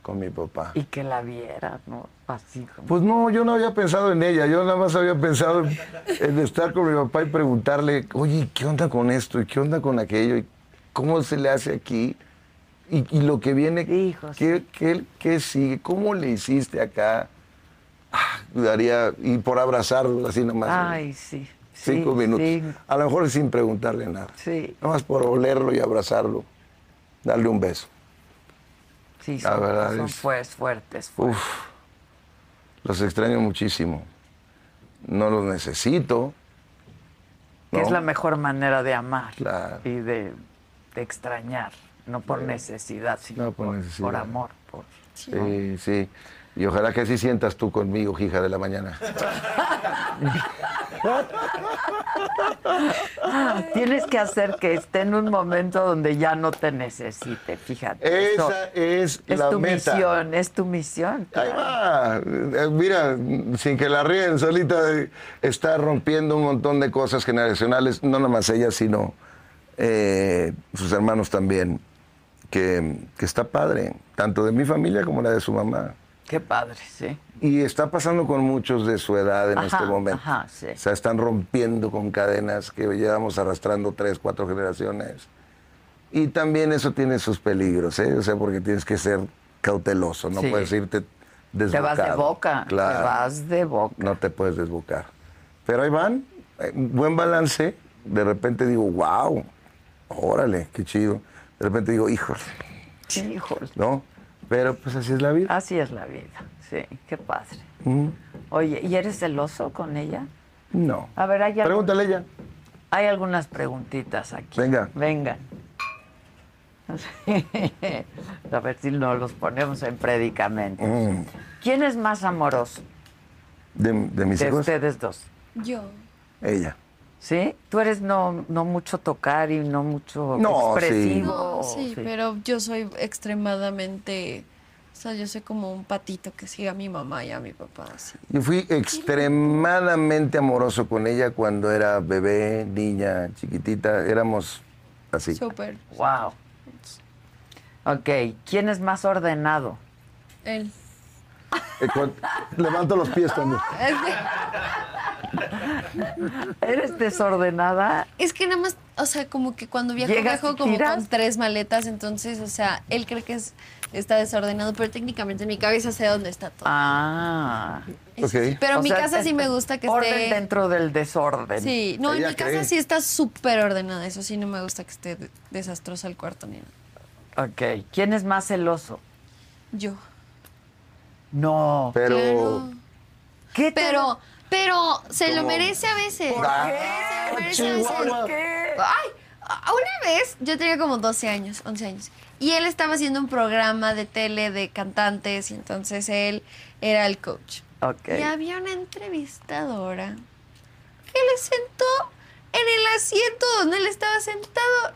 con mi papá.
Y que la viera, ¿no? Así como.
Pues no, yo no había pensado en ella, yo nada más había pensado en, en estar con mi papá y preguntarle, oye, ¿qué onda con esto? ¿Y qué onda con aquello? ¿Y ¿Cómo se le hace aquí? ¿Y, y lo que viene?
Hijos.
¿qué, qué, qué sigue? ¿Cómo le hiciste acá? Ah, daría, y por abrazarlo así nomás.
Ay, sí. sí,
cinco minutos.
sí,
A lo mejor sin preguntarle nada.
Sí.
Nada más por olerlo y abrazarlo. Darle un beso.
Sí,
La
son,
verdad
son
es-
pues fuertes. fuertes.
Uf, los extraño muchísimo. No los necesito.
Que es
¿no?
la mejor manera de amar
Claro.
y de, de extrañar, no por necesidad, sino
No por
por,
necesidad.
por amor. Por...
Sí, sí. Y ojalá que así sientas tú conmigo, hija de la mañana.
Tienes que hacer que esté en un momento donde ya no te necesite, fíjate. eso
Esa es,
es
la
tu
meta.
misión, es tu misión.
Ahí va. Eh, Mira, sin que la ríen, solita eh, está rompiendo un montón de cosas generacionales, no nada más ella, sino eh, sus hermanos también, que, que está padre, tanto de mi familia como la de su mamá.
Qué padre, sí.
Y está pasando con muchos de su edad en
Ajá,
este momento.
ajá, sí.
O sea, están rompiendo con cadenas que llevamos arrastrando tres, cuatro generaciones. Y también eso tiene sus peligros, ¿eh? O sea, porque tienes que ser cauteloso, no
Sí.
puedes irte
Te
desbocado.
vas de boca,
Claro.
te vas de boca.
No te puedes desbocar. Pero ahí van, eh, buen balance. De repente digo, wow, órale, qué chido. De repente digo, híjole,
Híjole.
¿no? Pero pues así es la vida.
Así es la vida, sí, qué padre.
Mm.
Oye, ¿y eres celoso con ella?
No.
A ver, hay algo-
Pregúntale ella.
Hay algunas preguntitas aquí.
Venga.
Vengan. A ver si no los ponemos en predicamento.
Mm.
¿Quién es más amoroso
De, de mis
de
hijos.
ustedes dos?
Yo.
Ella.
¿Sí? Tú eres no, no mucho tocar y no mucho
No, sí.
expresivo.
No, sí, pero yo soy extremadamente. O sea, yo soy como un patito que sigue a mi mamá y a mi papá. Así.
Yo fui extremadamente amoroso con ella cuando era bebé, niña, chiquitita. Éramos así.
Súper.
Wow. Ok, ¿quién es más ordenado?
Él.
Eh, con- Levanto los pies también.
Es que,
¿Eres desordenada?
es que nada más o sea, como que cuando viajo,
Llegas y
viajo como
tiras.
con tres maletas, entonces, o sea, él cree que es, está desordenado, pero técnicamente en mi cabeza sé dónde está todo.
Ah.
Ok.
Pero
O
mi
sea,
casa sí
es-
me gusta que
orden
esté...
dentro del desorden.
Sí, no, en
Ella
mi casa
cree.
sí está súper ordenada, eso sí, no me gusta que esté de- desastrosa el cuarto ni nada.
Ok. ¿Quién es más celoso?
Yo.
No.
Pero.
Claro.
¿Qué te-
Pero, pero se lo
¿Cómo?
merece a veces. Ah,
¿Por qué?
Se lo merece a veces.
Chihuahua.
Ay, a- una vez yo tenía como 12 años, 11 años. Y él estaba haciendo un programa de tele de cantantes y entonces él era el coach.
Ok.
Y había una entrevistadora que le sentó en el asiento donde él estaba sentado.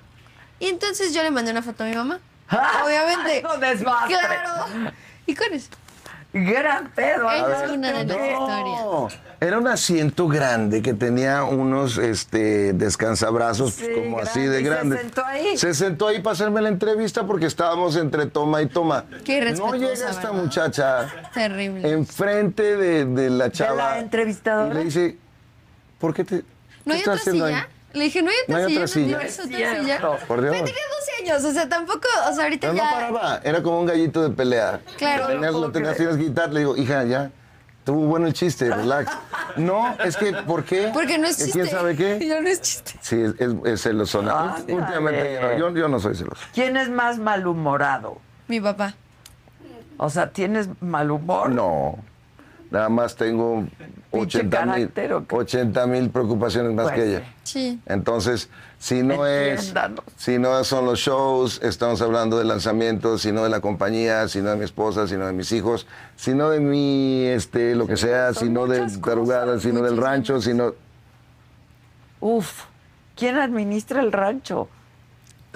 Y entonces yo le mandé una foto a mi mamá. Obviamente.
No desbastre.
Claro. Y con eso.
Gran pedo.
Ella
Adela.
es una de las historias.
No, era un asiento grande que tenía unos este, descansabrazos pues,
Sí,
como así
grande,
de
y se
grande.
sentó ahí.
Se sentó ahí para hacerme la entrevista porque estábamos entre toma y toma.
Qué
no
respetuosa,
llega esta
¿verdad?
muchacha
Terrible.
enfrente de, de la chava.
entrevistadora?
Y le dice, ¿por qué te
¿No
qué
hay
estás
otra
haciendo
silla?
ahí?"
Le dije, ¿no hay
No
otra
hay
silla?
otra silla.
tienes
No es
otra silla?
cierto.
Por Dios.
Pero tenía 12 años, o sea, tampoco, o sea, ahorita
Pero no
ya...
paraba, era como un gallito de pelea.
Claro.
Lo tenías,
No
lo
puedo
tenías,
creer.
tienes que quitar. Le digo, hija, ya, estuvo bueno el chiste, relax. No, es que, ¿por qué?
Porque no es
¿Que
chiste.
¿Quién sabe qué?
Ya no es chiste.
Sí, es, es- es celosona.
Ándale.
Últimamente ya no, yo, yo no soy celoso.
¿Quién es más malhumorado?
Mi papá.
O sea, ¿tienes mal humor?
No. Nada más tengo
Pinche
80 mil,
carácter, ¿o qué?
80 mil preocupaciones más
Pues
que
sí.
ella.
Sí.
Entonces, si no es,
Entiéndanos.
si no son los shows, estamos hablando de lanzamientos, si no de la compañía, si no de mi esposa, si no de mis hijos, si no de mi, este, lo que sea, si
son
no de
muchas cosas,
tarugadas, si no del rancho, si no...
Uf. ¿Quién administra el rancho?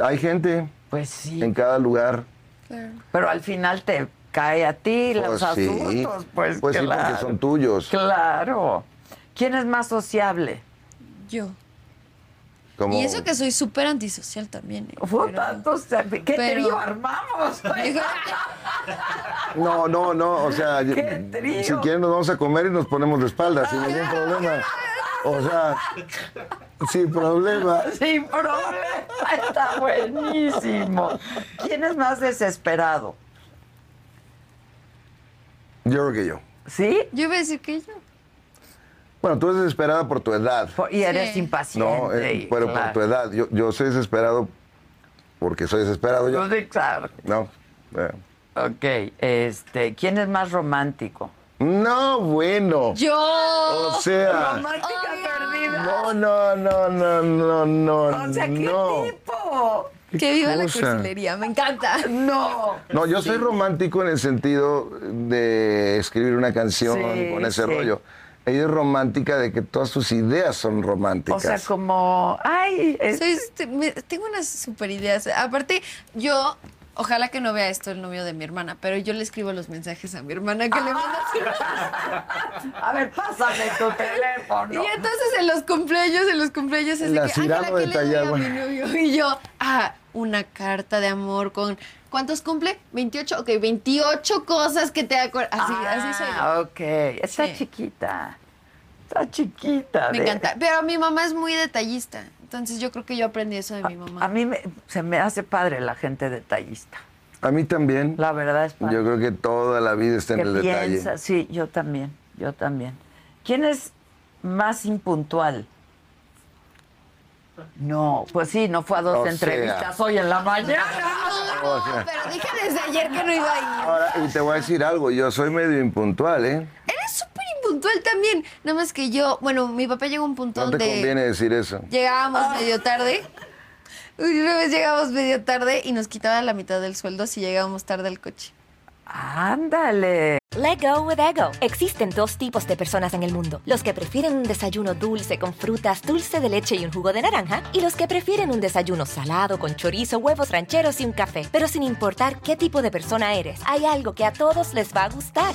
Hay gente
Pues sí.
en cada lugar.
Claro.
Pero al final te cae a ti los
Pues sí.
asuntos. Pues,
Pues sí, porque
claro.
son tuyos.
Claro. ¿Quién es más sociable?
Yo.
Como...
Y eso que soy súper antisocial también. ¿eh?
Fue
Pero-
tanto, ¿Qué te
pero-
digo? Armamos.
Digo,
No, no, no, o sea, yo-
¡Qué trío!
si quieren nos vamos a comer y nos ponemos de espaldas sin ningún problema. O sea, sin problema.
Sin problema. Está buenísimo. ¿Quién es más desesperado?
Yo creo que yo.
¿Sí?
Yo iba a decir que yo.
Bueno, tú eres desesperada por tu edad.
Por- Y eres
Sí.
impaciente.
No, eh,
y
pero por
claro.
tu edad. Yo, yo soy desesperado porque soy desesperado yo.
Pues sí, claro.
No. eh.
Ok, este, ¿quién es más romántico?
No, bueno.
Yo.
O sea.
Romántica perdida.
No, no, no, no, no, no.
O sea, ¿qué
no.
tipo?
que viva la
cosa.
cursilería, me encanta.
No.
No, yo soy romántico en el sentido de escribir una canción
Sí,
con ese
sí.
rollo. Ella es romántica de que todas sus ideas son
O
románticas.
sea, como, ay, es-
Soy- te- me- tengo unas super ideas. Aparte, yo, ojalá que no vea esto el novio de mi hermana, pero yo le escribo los mensajes a mi hermana que le mando.
a ver, pásame tu teléfono.
Y entonces en los cumpleaños, en los cumpleaños es de
La
que, "Ángela,
Cirano de
¿qué le doy a
Tallagua".
mi novio? Y yo, ah, una carta de amor con... ¿Cuántos cumple? 28, ok, 28 cosas que te acuerdas. Así, así soy. yo.
Ah, ok, está
Sí.
chiquita, está chiquita.
Me
de-
encanta. Pero mi mamá es muy detallista. Entonces yo creo que yo aprendí eso de
Ah,
mi
A
mamá.
mí me- se me hace padre la gente detallista.
A mí también.
La verdad es padre.
Yo creo que toda la vida está en el
que
detalle.
piensa, sí, yo también, yo también. ¿Quién es más impuntual? No, pues sí, no fue a dos
O sea.
entrevistas hoy en la mañana.
No, Ah, pero dije desde ayer que no iba a ir.
Ahora, y te voy a decir algo, yo soy medio impuntual, ¿eh?
Eres súper impuntual también. Nada más que yo, bueno, mi papá llegó a un punto
No te
donde...
conviene decir eso.
Llegábamos
Ah.
medio tarde. Una vez llegábamos medio tarde y nos quitaban la mitad del sueldo si llegábamos tarde al coche.
Ándale.
Let go with ego. Existen dos tipos de personas en el mundo: los que prefieren un desayuno dulce con frutas, dulce de leche y un jugo de naranja, y los que prefieren un desayuno salado con chorizo, huevos rancheros y un café. Pero sin importar qué tipo de persona eres, hay algo que a todos les va a gustar.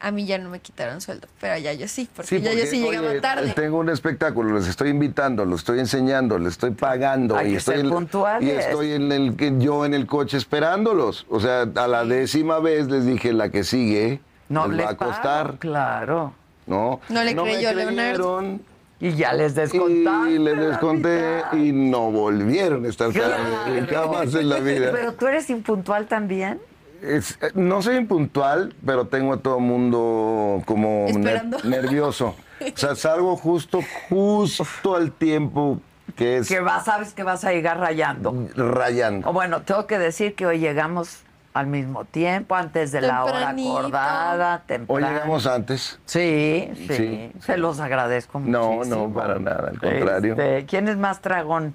A mí ya no me quitaron sueldo, pero allá yo sí, porque,
Sí,
ya yo
porque,
sí llegaba
oye,
tarde.
Tengo un espectáculo, les estoy invitando, los estoy enseñando, les estoy pagando
Hay
y
que
estoy,
ser
en,
puntuales.
y estoy en el que- yo en el coche esperándolos. O sea, a la décima vez les dije la que sigue
no
les
les
va a
pago,
costar,
claro.
¿no?
No le
me
creyó Leonardo.
creyeron,
Y ya les descontaste.
Y les
la
desconté
mitad.
y no volvieron a estar
Claro.
tarde, jamás en la vida.
Pero tú eres impuntual también.
Es- eh, no soy impuntual, pero tengo a todo el mundo como ner-
Esperando.
nervioso. O sea, salgo justo, justo al tiempo que es
Que vas, sabes que vas a llegar
Mm.
rayando. O
rayando.
bueno, tengo que decir que hoy llegamos al mismo tiempo, antes de
Tempranito.
la hora acordada, temprano.
Hoy llegamos antes.
Sí, sí,
Sí.
Se los agradezco
No,
muchísimo.
no, para nada, al contrario.
Este, ¿Quién es más tragón?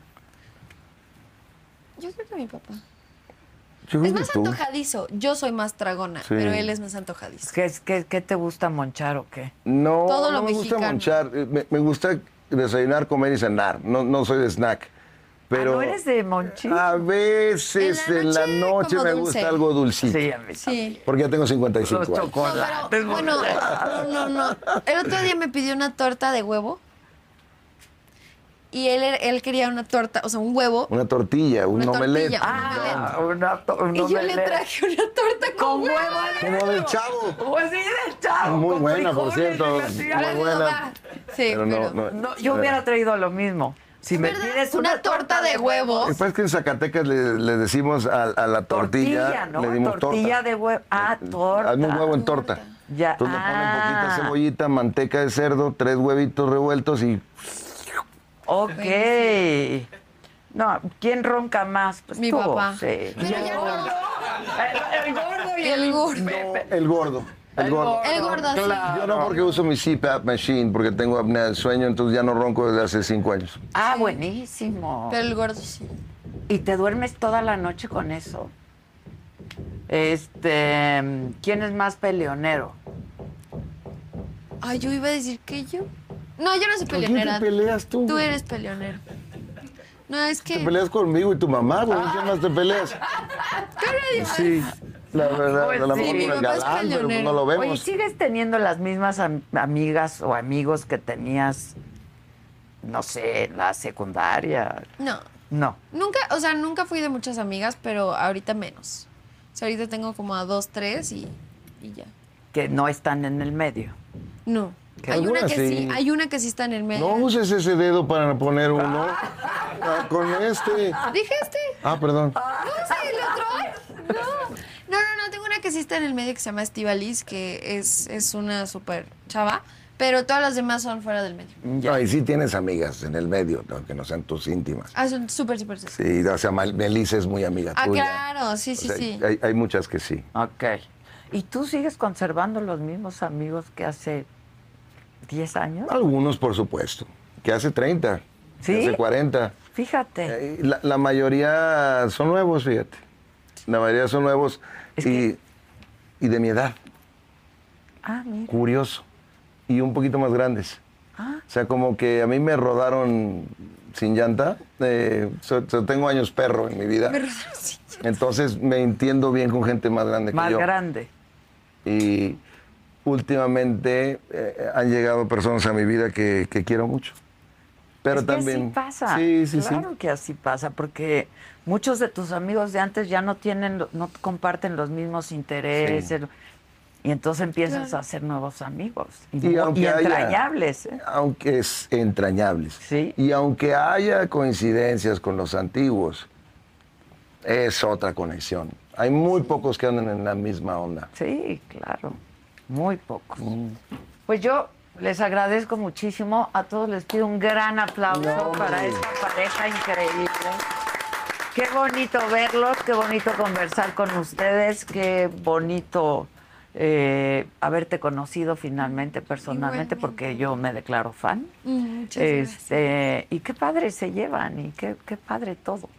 Yo creo que mi papá.
Yo creo
Es
que
más
tú.
antojadizo. Yo soy más tragona,
Sí.
pero él es más antojadizo.
¿Qué, es- qué, qué te gusta monchar o qué? Ah,
No,
Todo
no
lo
me gusta
mexicano.
monchar. Eh, Me, me gusta desayunar, comer y cenar. No, no soy de snack.
Ah,
Pero Ah,
¿no eres de monchis?
A veces en
En la
la noche,
noche, como
me
dulce.
gusta algo dulcito.
Sí, a mí
Sí.
Porque ya tengo
también.
55
Los
años.
No,
chocolates.
pero, bueno, no, no, no. El otro día me pidió una torta de huevo. Y él, er, él quería una torta, o sea, un huevo.
Una tortilla, un
Una
omelette.
tortilla.
Ah, una to- un
y yo le
omelette.
traje una torta con,
con
huevo.
huevo.
Como del chavo.
Pues sí, del chavo.
Muy
con
buena, por
frijoles,
cierto.
y
Muy
así,
Gracias,
buena.
papá. Sí,
Pero no,
pero,
no.
No, yo hubiera traído lo mismo. Si me
¿Verdad?
pides
Una
una,
torta de huevo.
Después pues que en Zacatecas le, le decimos a, a la tortilla,
tortilla, ¿no?
le dimos Eh,
tortilla de huevo. Ah, torta. Ah,
Hazme un huevo en torta.
Ya.
Entonces le ponen
Ah.
poquita cebollita, manteca de cerdo, tres huevitos revueltos y
Ok. No, ¿quién ronca más? Pues
Mi
tú,
papá.
Sí.
Pero ya no.
El, el gordo y el,
El gordo.
el gordo. El gordo.
El gordo, sí.
Yo no porque uso mi CPAP machine, porque tengo apnea del sueño, entonces ya no ronco desde hace cinco años.
Ah, buenísimo.
Pero el gordo sí.
¿Y te duermes toda la noche con eso? Este, ¿quién es más peleonero?
Ay, yo iba a decir que yo. No, yo no soy
¿Con quién te
peleonera.
peleas tú?
Tú eres peleonero. No, es que.
Te peleas conmigo y tu mamá, güey. ¿Con ¿Quién más te peleas? Sí, la verdad,
Pues
a lo
sí,
mejor
mi
por el
papá es
galán, pero
peleonero.
no lo vemos.
Oye, ¿sigues teniendo las mismas am- amigas o amigos que tenías, no sé, en la secundaria?
No.
No.
Nunca, o sea, nunca fui de muchas amigas, pero ahorita menos. O sea, ahorita tengo como a dos, tres y, y ya.
que no están en el medio.
No.
Que
Hay una
algunas
que sí.
sí.
hay una que sí está en el medio.
No uses ese dedo para poner uno. Ah, Con este.
Dije este.
Ah, perdón.
No, sí, el otro. No. No, no, no, tengo una que sí está en el medio que se llama Estivalis, que es, es una súper chava, pero todas las demás son fuera del medio.
No, y sí tienes amigas en el medio, aunque no sean tus íntimas.
Ah, son súper, súper. súper.
Sí, o sea, Mal- Melissa es muy amiga
Ah,
tuya.
claro, sí,
O
sí,
sea,
sí.
Hay, hay muchas que sí.
Ok. ¿Y tú sigues conservando los mismos amigos que hace 10 años?
Algunos, por supuesto, que hace 30,
¿Sí?
que hace 40.
Fíjate.
Eh, La, la mayoría son nuevos, fíjate. La mayoría son nuevos
Es
y, y de mi edad,
Ah, mira.
curioso, y un poquito más grandes.
Ah.
O sea, como que a mí me rodaron sin llanta. eh, so- so tengo años perro en mi vida.
Me rodaron sin
Entonces me entiendo bien con gente más grande que
Más
yo.
grande.
Y últimamente eh, han llegado personas a mi vida que, que quiero mucho. Pero
Es que
también.
así pasa.
Sí, sí,
claro
sí.
que así pasa, porque muchos de tus amigos de antes ya no tienen, lo- no comparten los mismos intereses. Y entonces empiezas a hacer nuevos amigos. Y,
Y
mu-
aunque
y
haya-
entrañables. ¿eh?
Aunque es entrañables.
Sí.
Y aunque haya coincidencias con los antiguos, es otra conexión. Hay muy pocos que andan en la misma onda.
Sí, claro. Muy pocos. Pues yo les agradezco muchísimo. A todos les pido un gran aplauso para esta pareja increíble. Qué bonito verlos, qué bonito conversar con ustedes, qué bonito eh, haberte conocido finalmente personalmente,
Igualmente.
porque yo me declaro fan.
Mm, Muchas gracias.
Este, y qué padre se llevan y qué, qué padre todo.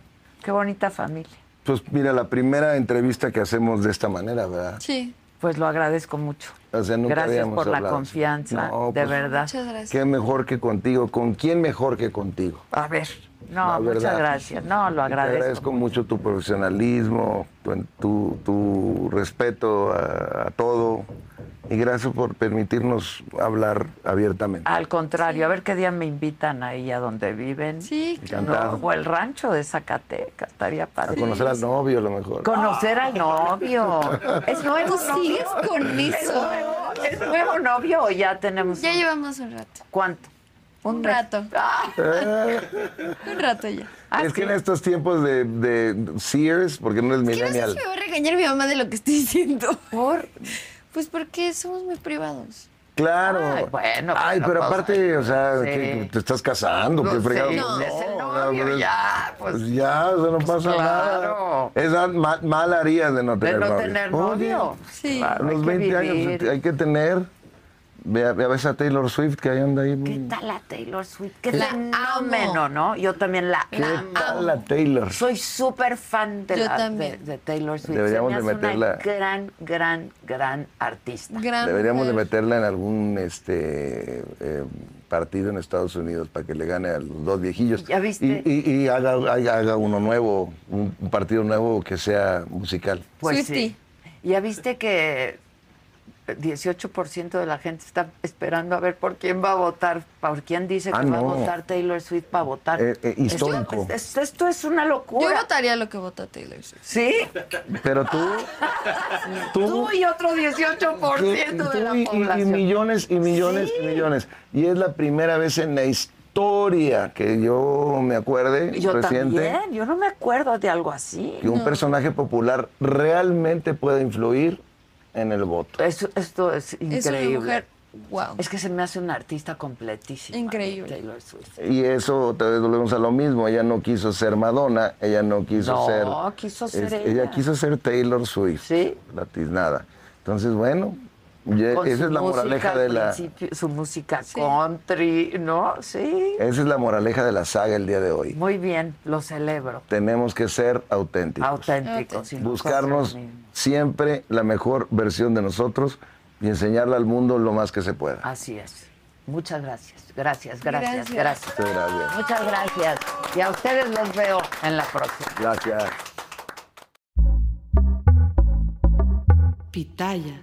Qué bonita familia.
Pues mira, la primera entrevista que hacemos de esta manera, ¿verdad?
Sí.
Pues lo agradezco mucho.
O sea, nunca
gracias
habíamos
por la
hablado.
confianza,
No,
de
pues,
verdad.
Muchas gracias.
¿Qué mejor que contigo? ¿Con quién mejor que contigo?
A ver,
La
no, muchas
verdad.
gracias. No, lo
Y Te
agradezco.
agradezco mucho tu profesionalismo, tu, tu- tu respeto a, a todo y gracias por permitirnos hablar abiertamente.
Al contrario, a ver qué día me invitan ahí a donde viven.
Sí,
Encantado.
o el rancho de Zacatecas, estaría
A
padre.
conocer al novio a lo mejor.
Conocer al novio. Ah. ¿Es nuevo
¿Tú
novio?
sigues con
¿Es
eso?
nuevo, ¿Es nuevo novio o ya tenemos?
Ya llevamos un rato.
¿Cuánto?
Un
mes?
rato.
Ah,
Un rato ya.
ah,
Eh, es que
sí.
en estos tiempos de, de Sears, porque no eres
¿Qué no sé
millennial.
si me va a regañar mi mamá de lo que estoy diciendo? ¿Por? Pues porque somos muy privados.
Claro.
Ay, bueno,
Ay,
bueno,
pero
pues,
aparte, o sea,
sí.
¿qué- te estás casando,
Pues
qué fregado.
sí, es el
o sea,
novio,
pues,
ya, pues,
ya, o sea, no pasa
claro.
nada. Es mal, mal harías de no
De
tener
no
novio.
tener
Oye,
novio.
Sí.
A
Claro, hay
los
que
20 años
vivir.
hay que tener. Ve a, ve a veces a Taylor Swift que ahí anda ahí.
¿Qué tal la Taylor Swift? Qué
La
fenómeno,
amo.
¿no? Yo también la,
¿Qué
amo.
tal la Taylor?
Soy súper fan de,
Yo
la, de,
también.
de Taylor Swift.
Deberíamos
Se me
de
hace
meterla.
Una gran, gran, gran artista.
Gran
Deberíamos de
Pues.
mujer.
meterla en algún este eh, partido en Estados Unidos para que le gane a los dos viejillos.
¿Ya viste?
Y, y- y haga, haga- haga uno nuevo, un, un partido nuevo que sea musical.
Pues sí.
Swiftie.
Ya viste que 18% de la gente está esperando a ver por quién va a votar, por quién dice que
Ah,
va a
no.
votar Taylor Swift para votar.
Eh, eh, histórico.
Esto, esto- esto es una
Yo
locura.
votaría lo que vota Taylor Swift.
¿Sí?
Pero tú, tú,
Tú y otro 18%
tú
de la
y- y- y,
población.
millones y millones y millones. Y es la primera vez en la historia que yo me acuerde
yo
reciente.
también, yo no me acuerdo de algo así.
que un personaje popular realmente pueda influir en el voto.
Eso- esto es increíble.
Es una mujer. Wow.
Es que se me hace una artista completísima.
Increíble.
Taylor Swift.
Y eso otra vez volvemos a lo mismo. Ella no quiso ser Madonna, ella no quiso
No,
ser.
quiso ser
ella.
ella.
quiso ser Taylor Swift.
Sí.
La tiznada. Entonces, bueno, ya-
Con
Eh, esa
su
es la
música
moraleja
al
de la.
principio, Su música country, ¿no? Sí.
Esa es la moraleja de la saga el día de hoy.
Muy bien, lo celebro.
Tenemos que ser auténticos.
Auténtico. si no,
pues, Buscarnos
cosas mismas.
siempre la mejor versión de nosotros y enseñarla al mundo lo más que se pueda.
Así es. Muchas gracias. Gracias, gracias,
Gracias.
gracias.
Muchas gracias.
Muchas gracias. Y a ustedes los veo en la próxima.
Gracias.
Pitaya.